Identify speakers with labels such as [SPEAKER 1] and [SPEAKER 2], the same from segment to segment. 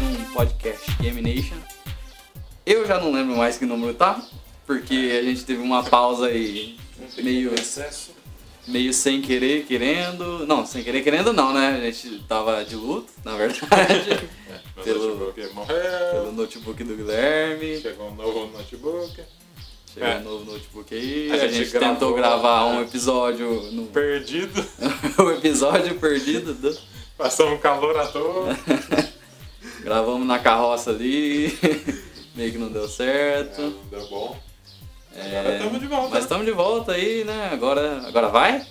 [SPEAKER 1] um podcast Game Nation. Eu já não lembro mais que número tá, porque a gente teve uma pausa aí meio,
[SPEAKER 2] Excesso.
[SPEAKER 1] meio sem querer, querendo. Não, sem querer, querendo não, né? A gente tava de luto, na verdade,
[SPEAKER 2] É, Meu
[SPEAKER 1] Pelo-
[SPEAKER 2] notebook morreu.
[SPEAKER 1] pelo notebook do Guilherme.
[SPEAKER 2] Chegou um novo notebook.
[SPEAKER 1] Chegou
[SPEAKER 2] É.
[SPEAKER 1] um novo notebook aí.
[SPEAKER 2] A
[SPEAKER 1] A,
[SPEAKER 2] gente
[SPEAKER 1] gente,
[SPEAKER 2] gravou,
[SPEAKER 1] tentou gravar
[SPEAKER 2] né?
[SPEAKER 1] um episódio no
[SPEAKER 2] Perdido.
[SPEAKER 1] o episódio perdido. do-
[SPEAKER 2] Passou um calor à toa.
[SPEAKER 1] Gravamos na carroça ali. Meio que não deu certo.
[SPEAKER 2] Não deu bom.
[SPEAKER 1] É,
[SPEAKER 2] Agora tamo de volta, né?
[SPEAKER 1] Mas estamos de volta aí, né? Agora, agora vai?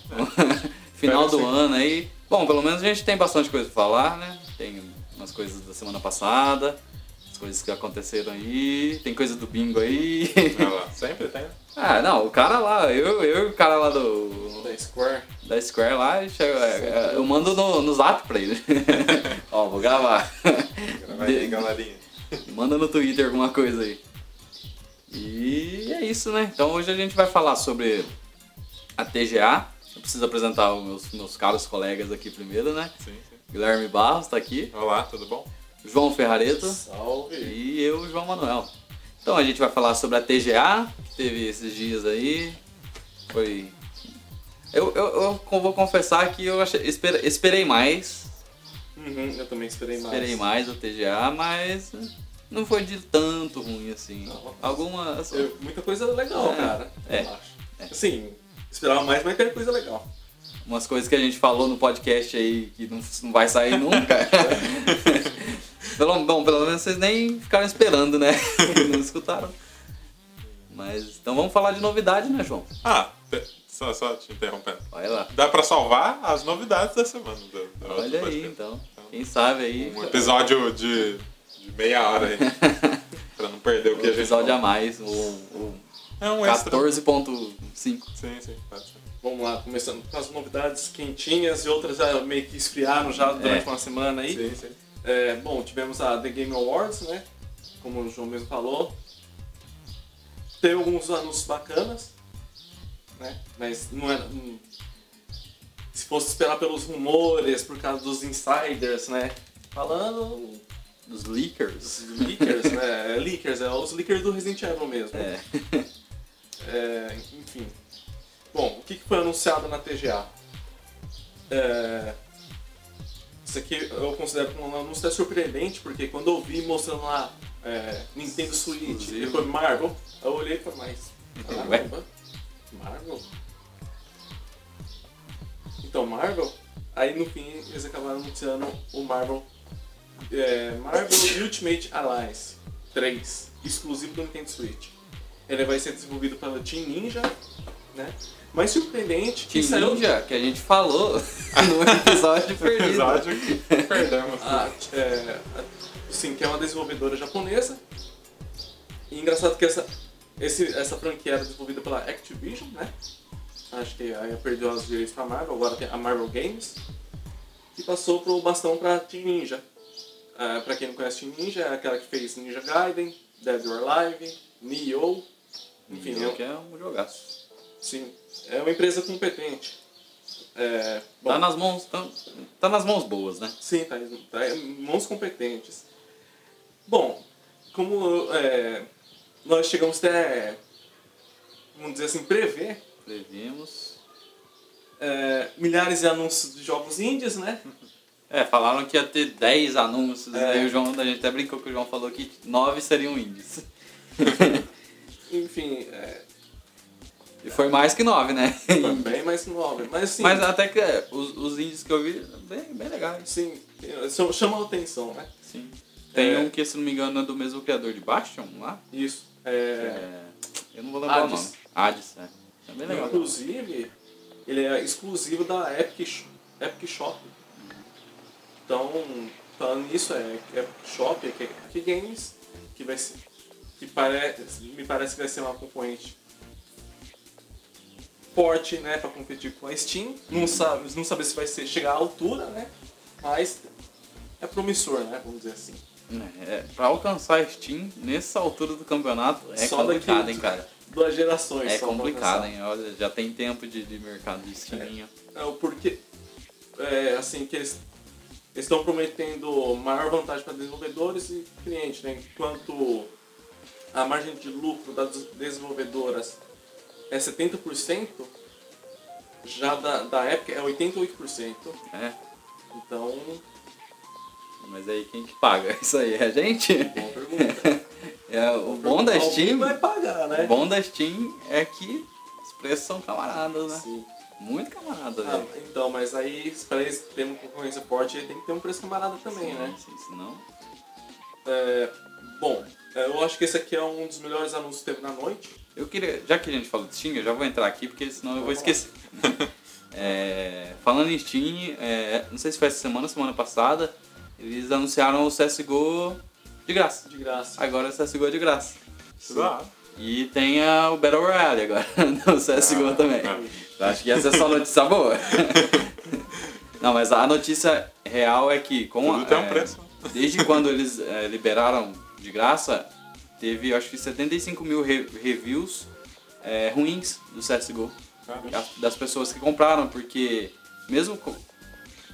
[SPEAKER 1] Final
[SPEAKER 2] Espero
[SPEAKER 1] do
[SPEAKER 2] que sim.
[SPEAKER 1] ano aí. Bom, pelo menos a gente tem bastante coisa pra falar, né? Tem umas coisas da semana passada, as coisas que aconteceram aí, tem coisa do bingo aí.
[SPEAKER 2] Olha lá, sempre tem. né?
[SPEAKER 1] ah, não, o cara lá, eu, eu e o cara lá do,
[SPEAKER 2] Da Square.
[SPEAKER 1] da Square lá, ele chega- é, é, eu mando no, no zap pra ele. Ó, vou gravar.
[SPEAKER 2] Grava aí,
[SPEAKER 1] De-
[SPEAKER 2] galerinha.
[SPEAKER 1] Manda no Twitter alguma coisa aí. E é isso, né? Então hoje a gente vai falar sobre a TGA. Eu preciso apresentar os meus, meus caros colegas aqui primeiro, né?
[SPEAKER 2] Sim, sim.
[SPEAKER 1] Guilherme Barros tá aqui,
[SPEAKER 2] Olá, tudo bom?
[SPEAKER 1] João Ferrareto
[SPEAKER 2] Salve.
[SPEAKER 1] e eu, João Manuel. Então a gente vai falar sobre a TGA, que teve esses dias aí. Foi. Eu, eu, eu co- vou confessar que eu achei- esper- esperei mais
[SPEAKER 2] Uhum, eu também esperei
[SPEAKER 1] Esperei mais o TGA, mas eh, não foi de tanto ruim assim.
[SPEAKER 3] Não.
[SPEAKER 1] Algumas.
[SPEAKER 3] Eu- muita coisa legal,
[SPEAKER 1] É,
[SPEAKER 3] cara.
[SPEAKER 1] é,
[SPEAKER 3] Eu acho.
[SPEAKER 1] é.
[SPEAKER 3] Assim, esperava mais, mas teve coisa legal.
[SPEAKER 1] Umas coisas que a gente falou no podcast aí que não, não vai sair nunca. pelo, bom, pelo menos vocês nem ficaram esperando, né? não escutaram. Mas então vamos falar de novidade, né, João?
[SPEAKER 2] Ah, te- só, só te interrompendo.
[SPEAKER 1] Olha lá.
[SPEAKER 2] Dá pra salvar as novidades da semana. Do, do outro
[SPEAKER 1] Olha aí,
[SPEAKER 2] podcast.
[SPEAKER 1] então. Quem sabe aí.
[SPEAKER 2] Um episódio de, de meia hora aí. pra não perder o
[SPEAKER 1] Um
[SPEAKER 2] que a gente.
[SPEAKER 1] episódio a mais, o, o
[SPEAKER 2] É um extra.
[SPEAKER 1] 14.5.
[SPEAKER 2] Sim, sim, pode ser.
[SPEAKER 3] Vamos lá, começando com as novidades quentinhas e outras já meio que esfriaram já durante uma semana aí.
[SPEAKER 2] É. Sim, sim.
[SPEAKER 3] É, bom, tivemos a The Game Awards, né? Como o João mesmo falou. Teve alguns anúncios bacanas, né? Mas não era. não- se fosse esperar pelos rumores, por causa dos insiders, né? Falando
[SPEAKER 1] Dos leakers.
[SPEAKER 3] dos leakers, né? É, Leakers, é os leakers do Resident Evil mesmo.
[SPEAKER 1] É.
[SPEAKER 3] É, enfim. Bom, o que que foi anunciado na TGA? É, Isso aqui eu considero como um anúncio até surpreendente, porque quando eu vi mostrando lá é, Nintendo Switch
[SPEAKER 1] Exclusivo.
[SPEAKER 3] e foi Marvel, eu olhei e falei, mas
[SPEAKER 1] Ué?
[SPEAKER 3] caramba, Marvel? Então, Marvel? Aí no fim eles acabaram anunciando o Marvel, é, Marvel Ultimate Alliance 3, exclusivo do Nintendo Switch. Ele vai ser desenvolvido pela Team Ninja, né? Mas surpreendente, que
[SPEAKER 1] Team
[SPEAKER 3] saiu-
[SPEAKER 1] Ninja, que a gente falou no episódio perdido.
[SPEAKER 2] Episódio que perdemos.
[SPEAKER 3] a, é, a- sim, que é uma desenvolvedora japonesa. E engraçado que essa, esse, essa franquia era desenvolvida pela Activision, né? Acho que aí perdeu as direitos pra Marvel, agora tem a Marvel Games. E passou pro bastão pra Team Ninja. Ah, pra quem não conhece Team Ninja, é aquela que fez Ninja Gaiden, Dead or Alive, Nioh. Enfim, é um-
[SPEAKER 1] que é um jogaço.
[SPEAKER 3] sim, é uma empresa competente. É, bom,
[SPEAKER 1] Tá nas mãos, tá, tá nas mãos boas, né?
[SPEAKER 3] Sim, tá, tá em mãos competentes. Bom, como é, nós chegamos até, vamos dizer assim, prever
[SPEAKER 1] Previmos.
[SPEAKER 3] é, milhares de anúncios de jogos indies, né?
[SPEAKER 1] É, falaram que ia ter 10 anúncios,
[SPEAKER 3] É.
[SPEAKER 1] aí o João, a gente até brincou que o João falou que 9 seriam indies.
[SPEAKER 3] Enfim, é,
[SPEAKER 1] E foi mais que 9, né?
[SPEAKER 3] foi bem mais nobre. Mas sim,
[SPEAKER 1] Mas até que é, os, os indies que eu vi, bem, bem legais.
[SPEAKER 3] sim chama- chama a atenção, né?
[SPEAKER 1] Sim. Tem
[SPEAKER 3] É.
[SPEAKER 1] um que, se não me engano, é do mesmo criador de Bastion lá.
[SPEAKER 3] Isso. É,
[SPEAKER 1] É, eu não vou lembrar
[SPEAKER 3] Hades.
[SPEAKER 1] o nome. Hades, é. É bem legal.
[SPEAKER 3] Inclusive, ele é exclusivo da Epic, Sh- Epic Shop. Então, falando nisso, é Epic Shop, é que é Epic Games, que vai ser. Que parece, me parece que vai ser uma concorrente forte, né, pra competir com a Steam. Não sabe, não sabe se vai ser, chegar à altura, né? Mas é promissor, né? Vamos dizer assim.
[SPEAKER 1] É, pra alcançar a Steam, nessa altura do campeonato, é
[SPEAKER 3] Só daqui-
[SPEAKER 1] complicado, hein, cara.
[SPEAKER 3] Duas gerações.
[SPEAKER 1] É
[SPEAKER 3] só né, pra
[SPEAKER 1] complicado,
[SPEAKER 3] alcançar.
[SPEAKER 1] hein? Olha, já tem tempo de, de mercado de esquininha.
[SPEAKER 3] É o porquê. É, assim, que eles Eles estão prometendo maior vantagem para desenvolvedores e clientes, né? Enquanto a margem de lucro das desenvolvedoras é 70%, já da, da Epic é 88%.
[SPEAKER 1] É.
[SPEAKER 3] Então,
[SPEAKER 1] Mas aí quem que paga? Isso aí é a gente?
[SPEAKER 3] boa pergunta.
[SPEAKER 1] É, o bom da
[SPEAKER 3] Alguém
[SPEAKER 1] Steam.
[SPEAKER 3] vai pagar, né?
[SPEAKER 1] O bom da Steam é que os preços são camaradas, né?
[SPEAKER 3] Sim.
[SPEAKER 1] Muito camaradas,
[SPEAKER 3] Ah,
[SPEAKER 1] velho.
[SPEAKER 3] então, mas aí pra eles terem uma concorrência forte, aí tem que ter um preço camarada também, né?
[SPEAKER 1] Sim, senão.
[SPEAKER 3] É, bom, é, eu acho que esse aqui é um dos melhores anúncios que teve na noite.
[SPEAKER 1] Eu queria. Já que a gente falou de Steam, eu já vou entrar aqui, porque senão eu vou
[SPEAKER 3] Vamos lá.
[SPEAKER 1] esquecer. É, falando em Steam, é, não sei se foi essa semana ou semana passada, eles anunciaram o CSGO de graça.
[SPEAKER 3] De graça.
[SPEAKER 1] Agora o CSGO é de graça.
[SPEAKER 2] Será?
[SPEAKER 1] E tem a- o Battle Royale agora, né, do
[SPEAKER 2] Ah,
[SPEAKER 1] CSGO também.
[SPEAKER 2] tá.
[SPEAKER 1] Eu Acho que essa é só notícia boa. Não, mas a notícia real é que com
[SPEAKER 2] Tudo tem um
[SPEAKER 1] é,
[SPEAKER 2] preço.
[SPEAKER 1] Desde quando eles é, liberaram de graça, teve eu acho que 75 mil re- reviews é, ruins do CSGO.
[SPEAKER 2] Cara,
[SPEAKER 1] das- Das pessoas que compraram, porque mesmo co-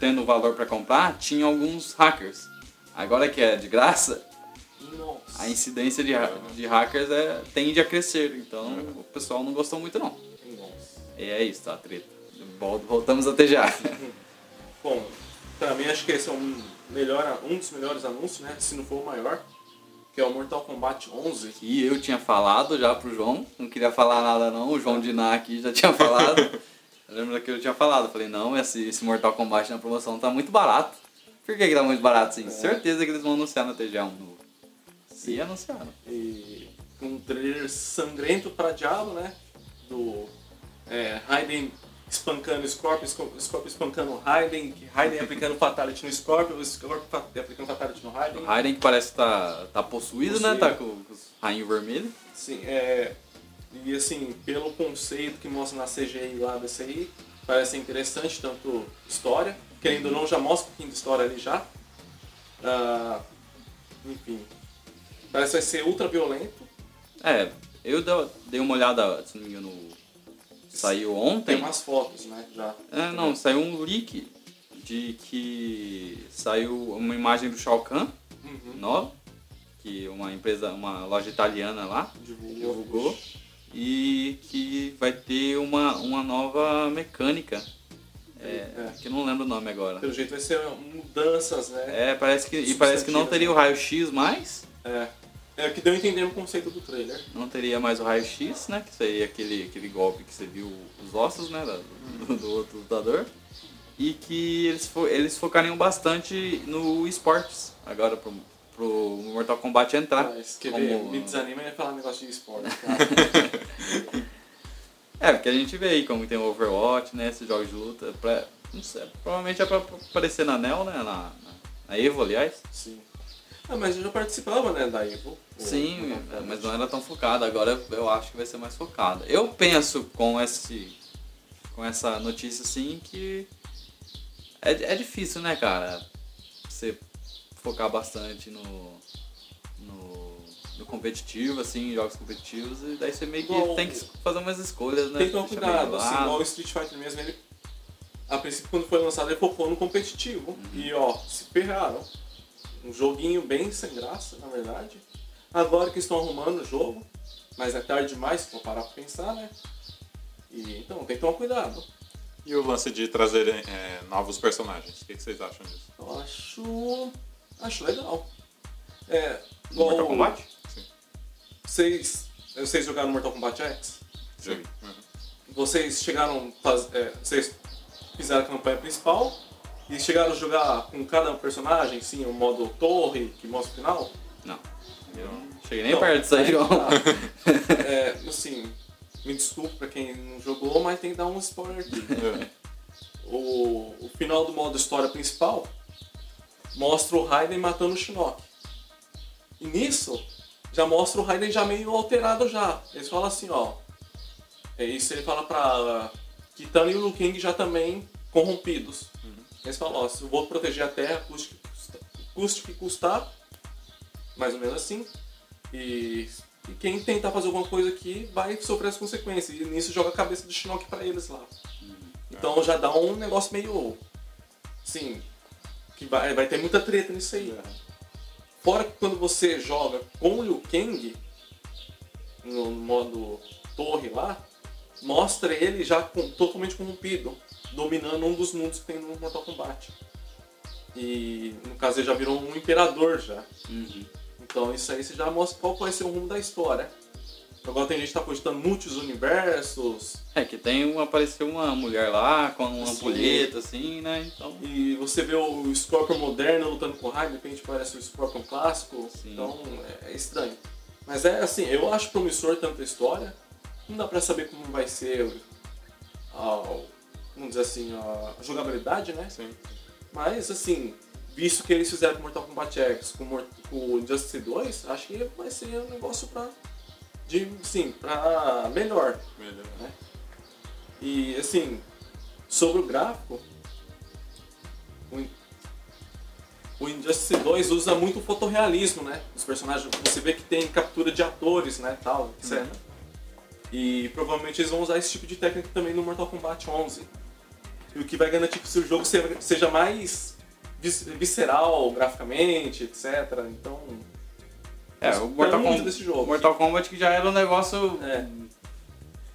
[SPEAKER 1] tendo valor para comprar, tinha alguns hackers. Agora que é de graça,
[SPEAKER 3] Nossa.
[SPEAKER 1] a incidência de, ha- de hackers é, tende a crescer. Então o pessoal não gostou muito não.
[SPEAKER 3] Nossa.
[SPEAKER 1] E é isso, tá, treta. Vol- Voltamos a TGA.
[SPEAKER 3] Bom, pra mim acho que esse é um, melhor, um dos melhores anúncios, né? Se não for o maior. Que é o Mortal Kombat 11.
[SPEAKER 1] Que eu tinha falado já pro João, não queria falar nada não, o João Diná aqui já tinha falado. Eu lembro que eu tinha falado, falei, não, esse, esse Mortal Kombat na promoção tá muito barato. Por que, que tá muito barato sim? Certeza que eles vão anunciar na TGA um novo. E anunciaram.
[SPEAKER 3] E um trailer sangrento pra diabo, né? Do é, Raiden espancando o Scorpion, Sco- Scorpion espancando o Raiden, que Raiden aplicando Fatality no Scorpion, o Scorpion fa- aplicando Fatality no Raiden.
[SPEAKER 1] O Raiden que parece que tá, tá possuído, né? Tá com, com os rainho vermelho.
[SPEAKER 3] Sim, é. E assim, pelo conceito que mostra na CGI lá desse aí, parece interessante, tanto história, querendo ou não, já mostra um pouquinho de história ali já. Ah, enfim. Parece que vai ser ultra violento.
[SPEAKER 1] É, eu dei- dei uma olhada, se não me engano, saiu
[SPEAKER 3] Tem
[SPEAKER 1] ontem.
[SPEAKER 3] umas fotos, né? Já.
[SPEAKER 1] É, não, saiu um leak de que saiu uma imagem do Shao Kahn
[SPEAKER 3] Uhum.
[SPEAKER 1] nova, que é uma empresa, uma loja italiana lá
[SPEAKER 3] Divulgou.
[SPEAKER 1] divulgou e que vai ter uma, uma nova mecânica,
[SPEAKER 3] É.
[SPEAKER 1] que eu não lembro o nome agora.
[SPEAKER 3] Pelo jeito vai ser mudanças, né?
[SPEAKER 1] É, parece que e parece que não teria o raio-x mais,
[SPEAKER 3] É. É o que deu a entender o conceito do trailer.
[SPEAKER 1] não teria mais o raio-x, né, que seria aquele aquele golpe que você viu os ossos, né, da- do, do outro lutador. E que eles, fo- eles focariam bastante no esportes agora pro, pro Mortal Kombat entrar.
[SPEAKER 3] Mas quer
[SPEAKER 1] Tá. como-
[SPEAKER 3] ver? Me desanima e falar um negócio de esporte, tá? cara.
[SPEAKER 1] É, porque a gente vê aí como tem o Overwatch, né? Esses jogos de luta. Pra, não sei, provavelmente é pra aparecer na NEL, né? Na, na, na Evo, aliás.
[SPEAKER 3] Sim. Ah, mas eu já participava, né, da Evo.
[SPEAKER 1] Sim, é, mas não era tão focada. Agora eu acho que vai ser mais focada. Eu penso com esse. com essa notícia assim que. É, é difícil, né, cara? Você focar bastante no. no. no competitivo, assim, em jogos competitivos, e daí você meio que
[SPEAKER 3] Igual-
[SPEAKER 1] tem que fazer umas escolhas, né?
[SPEAKER 3] Tem que tomar
[SPEAKER 1] Deixa meio de
[SPEAKER 3] cuidado, assim,
[SPEAKER 1] lado.
[SPEAKER 3] igual o Street Fighter mesmo, ele. A princípio, quando foi lançado, ele focou no competitivo.
[SPEAKER 1] Uhum.
[SPEAKER 3] E ó, se ferraram. Um joguinho bem sem graça, na verdade. Agora que estão arrumando o jogo, mas é tarde demais se for parar pra pensar, né? E então, tem que tomar cuidado.
[SPEAKER 2] E o lance de trazer é, novos personagens? O que, que vocês acham disso?
[SPEAKER 3] Eu acho. Acho legal. É. igual-
[SPEAKER 1] Mortal Kombat?
[SPEAKER 3] Vocês. Vocês jogaram Mortal Kombat X?
[SPEAKER 2] Sim. Uhum.
[SPEAKER 3] vocês chegaram, faz- é, vocês fizeram a campanha principal e chegaram a jogar com cada personagem, sim, o modo torre que mostra o final.
[SPEAKER 1] Não. Eu não cheguei nem
[SPEAKER 3] Então,
[SPEAKER 1] perto disso aí, João.
[SPEAKER 3] tá. É, assim, me desculpe pra quem não jogou, mas tem que dar um spoiler aqui.
[SPEAKER 2] Uhum.
[SPEAKER 3] O, o final do modo história principal mostra o Raiden matando o Shinnok. E nisso, já mostra o Raiden já meio alterado já. Eles falam assim, ó. É isso ele fala pra Kitana e o Liu Kang já também corrompidos. Eles falam, ó, se eu vou proteger a Terra, custe o que custa- custe o que custar. Mais ou menos assim. E, e quem tentar fazer alguma coisa aqui vai sofrer as consequências. E nisso joga a cabeça do Shinnok pra eles lá. Então já dá um negócio meio. Assim. que vai, vai ter muita treta nisso
[SPEAKER 2] É,
[SPEAKER 3] aí. Fora que quando você joga com o Liu Kang, no modo torre lá, mostra ele já com- totalmente corrompido, dominando um dos mundos que tem no Mortal Kombat. E no caso ele já virou um imperador já.
[SPEAKER 1] Uhum.
[SPEAKER 3] Então isso aí você já mostra qual vai ser o rumo da história. Agora tem gente que tá cogitando muitos universos,
[SPEAKER 1] É que tem um, apareceu uma mulher lá com uma
[SPEAKER 3] Sim.
[SPEAKER 1] ampulheta, assim, né? Então.
[SPEAKER 3] E você vê o Scorpion moderno lutando com o Raiden, de repente parece o Scorpion clássico.
[SPEAKER 1] Sim.
[SPEAKER 3] Então é, é estranho. Mas é assim, eu acho promissor tanta história. Não dá pra saber como vai ser a, vamos dizer assim, a jogabilidade, né?
[SPEAKER 2] Sim.
[SPEAKER 3] Mas assim, visto que eles fizeram com Mortal Kombat X, com, Mor- com o Injustice 2, acho que vai ser um negócio pra. De, sim, pra melhor.
[SPEAKER 2] Melhor.
[SPEAKER 3] E assim, sobre o gráfico, o, In- o Injustice 2 usa muito o fotorrealismo, né? Os personagens, você vê que tem captura de atores, né, tal, etc. E provavelmente eles vão usar esse tipo de técnica também no Mortal Kombat 11. E o que vai garantir que o seu jogo se- seja mais vis- visceral graficamente, etc. Então,
[SPEAKER 1] É, o Mortal,
[SPEAKER 3] muito
[SPEAKER 1] Com-
[SPEAKER 3] desse jogo.
[SPEAKER 1] Mortal Kombat que já era um negócio.
[SPEAKER 3] É.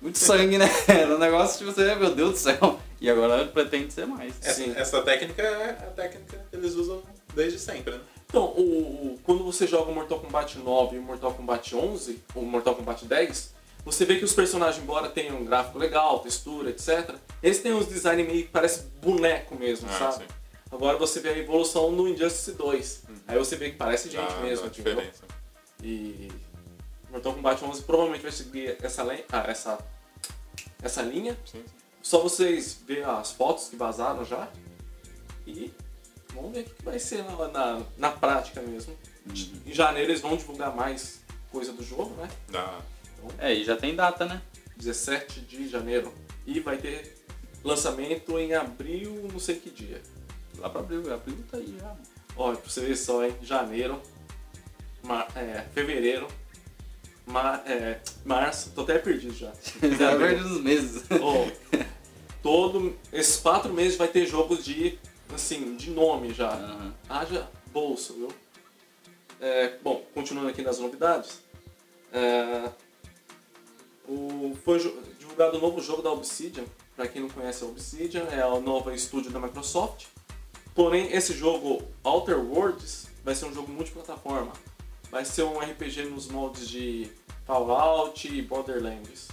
[SPEAKER 1] Muito sangue, né? Era um negócio de você, meu Deus do céu. E agora pretende ser mais.
[SPEAKER 2] Essa,
[SPEAKER 3] Sim.
[SPEAKER 2] essa técnica é a técnica que eles usam desde sempre, né?
[SPEAKER 3] Então, o, o- quando você joga o Mortal Kombat 9 e o Mortal Kombat 11, ou Mortal Kombat 10, você vê que os personagens, embora tenham um gráfico legal, textura, etc., eles têm uns design meio que parece boneco mesmo,
[SPEAKER 2] Ah,
[SPEAKER 3] sabe?
[SPEAKER 2] sim. Uhum.
[SPEAKER 3] Agora você vê a evolução no Injustice 2. Aí você vê que parece gente
[SPEAKER 2] Dá-
[SPEAKER 3] mesmo,
[SPEAKER 2] dá
[SPEAKER 3] entendeu?
[SPEAKER 2] diferença.
[SPEAKER 3] E Mortal Kombat 11 provavelmente vai seguir essa, len- ah, essa, essa linha.
[SPEAKER 2] Sim, sim.
[SPEAKER 3] Só vocês verem as fotos que vazaram já. E vamos ver o que vai ser na, na, na prática mesmo. Em janeiro eles vão divulgar mais coisa do jogo, né?
[SPEAKER 2] Dá.
[SPEAKER 1] É, e já tem data, né?
[SPEAKER 3] 17 de janeiro. E vai ter lançamento em abril, não sei que dia.
[SPEAKER 1] Lá pra abril, abril tá aí já.
[SPEAKER 3] Olha, pra você ver só, hein? Janeiro, ma- é, fevereiro, ma- é, março, tô até perdido já.
[SPEAKER 1] Já perde uns meses.
[SPEAKER 3] Ó, todo esses quatro meses vai ter jogos de assim de nome já
[SPEAKER 1] Aham.
[SPEAKER 3] haja bolso viu É, bom continuando aqui nas novidades é, o foi jo- divulgado o novo jogo da Obsidian Pra quem não conhece a Obsidian é o novo estúdio da Microsoft porém esse jogo Outer Worlds vai ser um jogo multiplataforma vai ser um RPG nos moldes de Fallout e Borderlands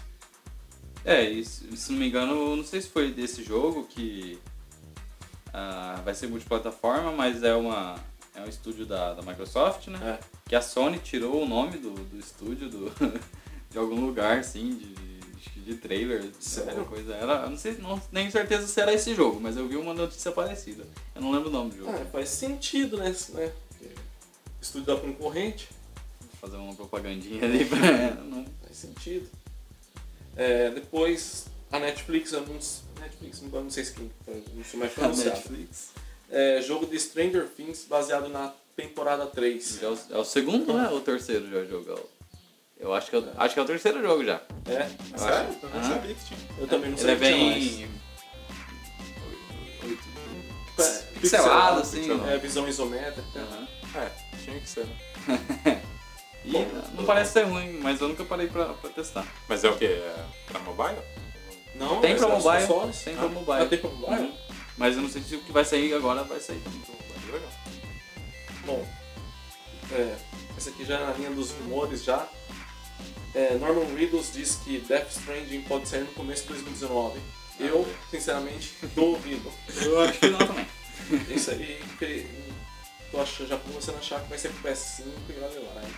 [SPEAKER 1] É, e se se não me engano, eu não sei se foi desse jogo que ah, vai ser multiplataforma, mas é uma é um estúdio da, da Microsoft, né?
[SPEAKER 3] É.
[SPEAKER 1] Que a Sony tirou o nome do, do estúdio do, de algum lugar, assim, de, de, de trailer, de
[SPEAKER 3] Sério?
[SPEAKER 1] alguma coisa. Era, eu não sei, não tenho certeza se era esse jogo, mas eu vi uma notícia parecida. Eu não lembro o nome do jogo.
[SPEAKER 3] Ah, faz sentido, né? Isso, né? Porque Estúdio da concorrente,
[SPEAKER 1] Vou fazer uma propagandinha ali pra. Não,
[SPEAKER 3] faz sentido. É, depois a Netflix anuncia. Netflix, agora não sei se quem, tá, não sei mais
[SPEAKER 1] a
[SPEAKER 3] pronunciar.
[SPEAKER 1] Netflix.
[SPEAKER 3] É, jogo de Stranger Things baseado na temporada 3.
[SPEAKER 1] É o, é o segundo, né? Ou o terceiro já jogo? É o- Eu acho que é, o- acho que é o terceiro jogo já.
[SPEAKER 3] É,
[SPEAKER 1] Eu
[SPEAKER 2] Sério?
[SPEAKER 1] acho-
[SPEAKER 2] Eu
[SPEAKER 1] Aham.
[SPEAKER 2] não sabia que tinha.
[SPEAKER 3] eu também não sei
[SPEAKER 1] Ele é
[SPEAKER 3] o que tinha mais.
[SPEAKER 1] bem
[SPEAKER 3] É,
[SPEAKER 1] pixelado, assim. Ah.
[SPEAKER 2] pixelado.
[SPEAKER 3] É, visão isométrica.
[SPEAKER 1] Aham.
[SPEAKER 2] É, tinha que ser. né?
[SPEAKER 1] E não parece ser ruim, mas eu nunca parei pra, pra testar.
[SPEAKER 2] Mas é o quê? É pra mobile?
[SPEAKER 3] Não,
[SPEAKER 1] Tem
[SPEAKER 3] mas
[SPEAKER 1] pra
[SPEAKER 3] é os
[SPEAKER 1] mobile,
[SPEAKER 3] consoles.
[SPEAKER 1] tem pra
[SPEAKER 3] Ah,
[SPEAKER 1] mobile.
[SPEAKER 3] ah, tem pra mobile?
[SPEAKER 1] Uhum. Mas eu não sei se o que vai sair agora vai sair também.
[SPEAKER 2] é Legal.
[SPEAKER 3] Bom, é, essa aqui já é na linha dos rumores já. É, Norman Reedus diz que Death Stranding pode sair no começo de 2019. Eu, sinceramente, duvido.
[SPEAKER 1] Eu acho que não também.
[SPEAKER 3] Isso aí, porque tô achando, já começando a achar que vai ser pro PS5 e né? olha lá. hein.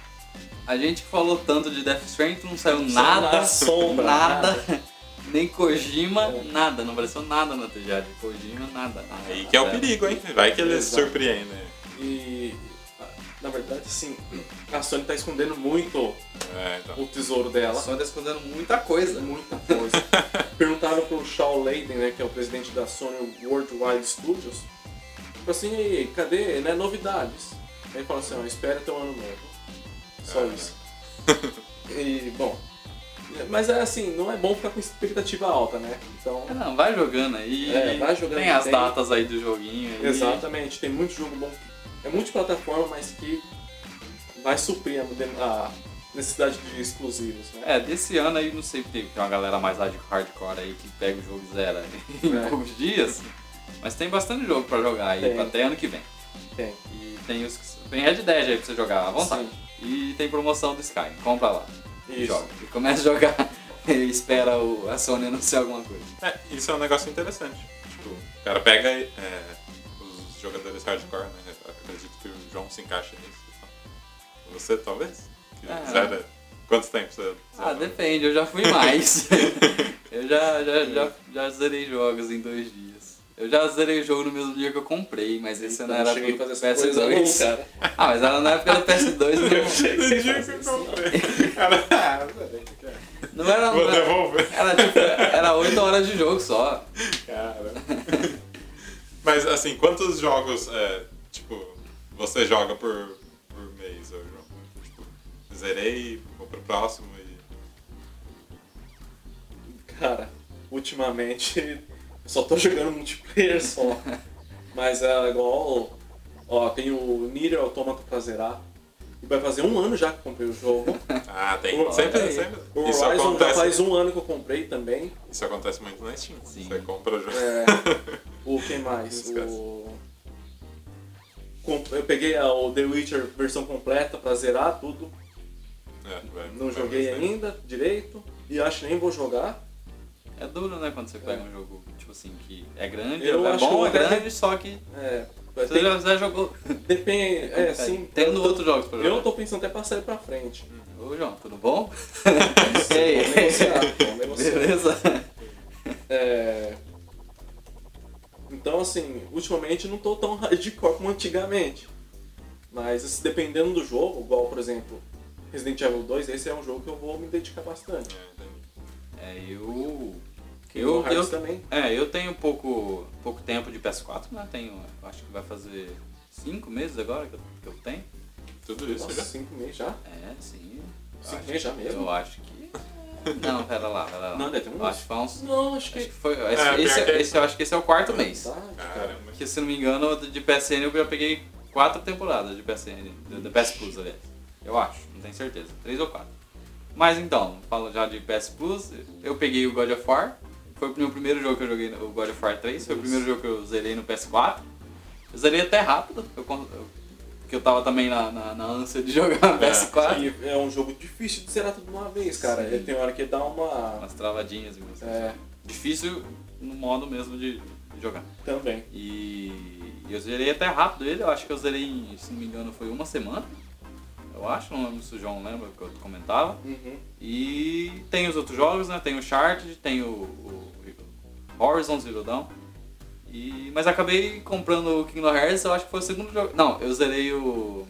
[SPEAKER 1] A gente que falou tanto de Death Stranding, não saiu
[SPEAKER 3] Não
[SPEAKER 1] nada,
[SPEAKER 3] saiu nada, sombra,
[SPEAKER 1] nada, nem Kojima,
[SPEAKER 3] É.
[SPEAKER 1] nada. Não apareceu nada na TGA de Kojima, nada. nada,
[SPEAKER 2] Aí que é o
[SPEAKER 1] nada.
[SPEAKER 2] perigo, hein? Vai que eles
[SPEAKER 3] Exato.
[SPEAKER 2] surpreendem.
[SPEAKER 3] E, na verdade, sim, a Sony tá escondendo muito
[SPEAKER 2] É, então.
[SPEAKER 3] o tesouro dela.
[SPEAKER 1] A Sony tá escondendo muita coisa.
[SPEAKER 3] Muita coisa. Perguntaram pro Shawn Layden, né, que é o presidente da Sony Worldwide Studios, tipo assim, "E aí, cadê, né, novidades? Aí ele
[SPEAKER 1] É.
[SPEAKER 3] falou assim, ó, espera até o ano novo. Só
[SPEAKER 2] Ah.
[SPEAKER 3] isso. E, bom, Mas é assim, não é bom ficar com expectativa alta, né? Então.
[SPEAKER 1] É, Não, vai jogando aí.
[SPEAKER 3] É, vai jogando,
[SPEAKER 1] Tem as
[SPEAKER 3] tem-
[SPEAKER 1] datas aí do joguinho. aí.
[SPEAKER 3] Exatamente, tem muito jogo bom. É multiplataforma, mas que vai suprir a, de- a necessidade de exclusivos, né?
[SPEAKER 1] É, desse ano aí não sei porque tem uma galera mais hard- hardcore aí que pega o jogo e zera em
[SPEAKER 3] É.
[SPEAKER 1] poucos dias. Mas tem bastante jogo pra jogar aí,
[SPEAKER 3] Tem.
[SPEAKER 1] até ano que vem.
[SPEAKER 3] Tem.
[SPEAKER 1] E tem os que- Tem Red Dead aí pra você jogar É, à vontade.
[SPEAKER 3] Sim.
[SPEAKER 1] E tem promoção do Sky, compra lá. E
[SPEAKER 3] Isso.
[SPEAKER 1] joga. E começa a jogar e espera o- a Sony anunciar alguma coisa.
[SPEAKER 2] É, isso é um negócio interessante. Tipo, o cara pega é, os jogadores hardcore, né? Eu acredito que o João se encaixa nisso. Então, Você, talvez? Que
[SPEAKER 1] Ah.
[SPEAKER 2] zera- Quantos tempos você
[SPEAKER 1] Ah,
[SPEAKER 2] zerou?
[SPEAKER 1] depende, eu já fui mais. eu já,
[SPEAKER 3] É.
[SPEAKER 1] já, já, já zerei jogos em dois dias. Eu já zerei o jogo no mesmo dia que eu comprei, mas esse não
[SPEAKER 3] Então,
[SPEAKER 1] era
[SPEAKER 3] cheguei a
[SPEAKER 1] pelo
[SPEAKER 3] fazer essa coisa, não,
[SPEAKER 1] PS2.
[SPEAKER 3] cara.
[SPEAKER 1] Ah, mas ela não era pelo PS2,
[SPEAKER 2] No dia que eu comprei. Cara, ah, peraí, cara.
[SPEAKER 1] não, não era.
[SPEAKER 2] Vou
[SPEAKER 1] Não era
[SPEAKER 2] devolver.
[SPEAKER 1] era tipo, era 8 horas de jogo só.
[SPEAKER 2] Cara. Mas assim, quantos jogos é, tipo, você joga por, por mês ou João? Tipo, zerei, vou pro próximo e.
[SPEAKER 3] Cara, ultimamente eu só tô jogando multiplayer só. Mas é igual. Ó, tem o Nier Automata pra zerar. E vai fazer um ano já que eu comprei o jogo.
[SPEAKER 2] Ah, tem.
[SPEAKER 3] O-
[SPEAKER 2] sempre,
[SPEAKER 1] é,
[SPEAKER 2] sempre.
[SPEAKER 3] O
[SPEAKER 2] Isso
[SPEAKER 3] Horizon já
[SPEAKER 2] acontece,
[SPEAKER 3] faz um ano que eu comprei também.
[SPEAKER 2] isso acontece muito na Steam.
[SPEAKER 1] Sim.
[SPEAKER 2] Você compra o jogo.
[SPEAKER 3] É. O que mais?
[SPEAKER 2] Esquece.
[SPEAKER 3] O... com- Eu peguei a- o The Witcher versão completa pra zerar tudo.
[SPEAKER 2] É, vai-
[SPEAKER 3] Não
[SPEAKER 2] vai
[SPEAKER 3] joguei
[SPEAKER 2] gostando.
[SPEAKER 3] ainda direito. E acho que nem vou jogar.
[SPEAKER 1] É duro, né, quando você pega um jogo, tipo assim, que é grande,
[SPEAKER 3] Eu
[SPEAKER 1] é
[SPEAKER 3] acho
[SPEAKER 1] bom, é
[SPEAKER 3] que eu até-
[SPEAKER 1] grande, só que
[SPEAKER 3] É,
[SPEAKER 1] você já, um já jogou.
[SPEAKER 3] tem- depende. É, sim.
[SPEAKER 1] Tendo outros jogos pra jogar.
[SPEAKER 3] Eu tô pensando até passar ele pra frente.
[SPEAKER 1] Ô, João, tudo bom?
[SPEAKER 3] Vamos negociar, vamos negociar.
[SPEAKER 1] É Beleza?
[SPEAKER 3] É, Então, assim, ultimamente eu não tô tão hardcore como antigamente. Mas assim, dependendo do jogo, igual, por exemplo, Resident Evil 2, esse é um jogo que eu vou me dedicar bastante.
[SPEAKER 2] É, tem-
[SPEAKER 1] É, eu.
[SPEAKER 3] Kingdom
[SPEAKER 1] Eu, eu,
[SPEAKER 3] Hearts também.
[SPEAKER 1] é, eu tenho pouco, pouco tempo de PS4, né? Tenho, acho que vai fazer cinco meses agora que eu, que eu tenho.
[SPEAKER 2] Tudo isso
[SPEAKER 3] Nossa, 5 meses já?
[SPEAKER 1] É, sim. Eu
[SPEAKER 3] 5
[SPEAKER 1] acho-
[SPEAKER 3] meses já mesmo?
[SPEAKER 1] Eu acho que. Não, pera lá, pera lá.
[SPEAKER 3] Não, deve ter um uns-
[SPEAKER 1] Eu Acho que foi uns.
[SPEAKER 3] Não, acho
[SPEAKER 1] Acho que
[SPEAKER 3] que.
[SPEAKER 1] foi. Esse,
[SPEAKER 2] É, pior
[SPEAKER 1] esse-
[SPEAKER 2] que-
[SPEAKER 1] esse eu acho que esse é o quarto mês.
[SPEAKER 3] Tá,
[SPEAKER 2] já.
[SPEAKER 3] cara.
[SPEAKER 2] Caramba.
[SPEAKER 1] Que se não me engano, de PSN eu já peguei quatro temporadas de PSN, da- da PS Plus, aliás. Eu acho, não tenho certeza. Três ou quatro. Mas então, falo já de PS Plus, eu peguei o God of War. Foi o meu primeiro jogo que eu joguei, o God of War 3. Foi o primeiro jogo que eu zerei no PS4. Eu zerei até rápido, eu, con- eu- porque eu tava também na, na, na ânsia de jogar no PS4.
[SPEAKER 3] E é um jogo difícil de zerar tudo de uma vez, cara.
[SPEAKER 1] Sim.
[SPEAKER 3] Ele tem hora que dá uma.
[SPEAKER 1] Umas travadinhas e coisas.
[SPEAKER 3] É,
[SPEAKER 1] Difícil no modo mesmo de de jogar.
[SPEAKER 3] também.
[SPEAKER 1] E eu zerei até rápido ele, eu acho que eu zerei, em, se não me engano, foi uma semana. Eu acho, não lembro se o João lembra que eu comentava.
[SPEAKER 3] Uhum.
[SPEAKER 1] E tem os outros jogos, né? Tem o Charted, tem o, o Horizon Zero Dawn. E, mas acabei comprando o Kingdom Hearts, eu acho que foi o segundo jogo. Não, eu zerei o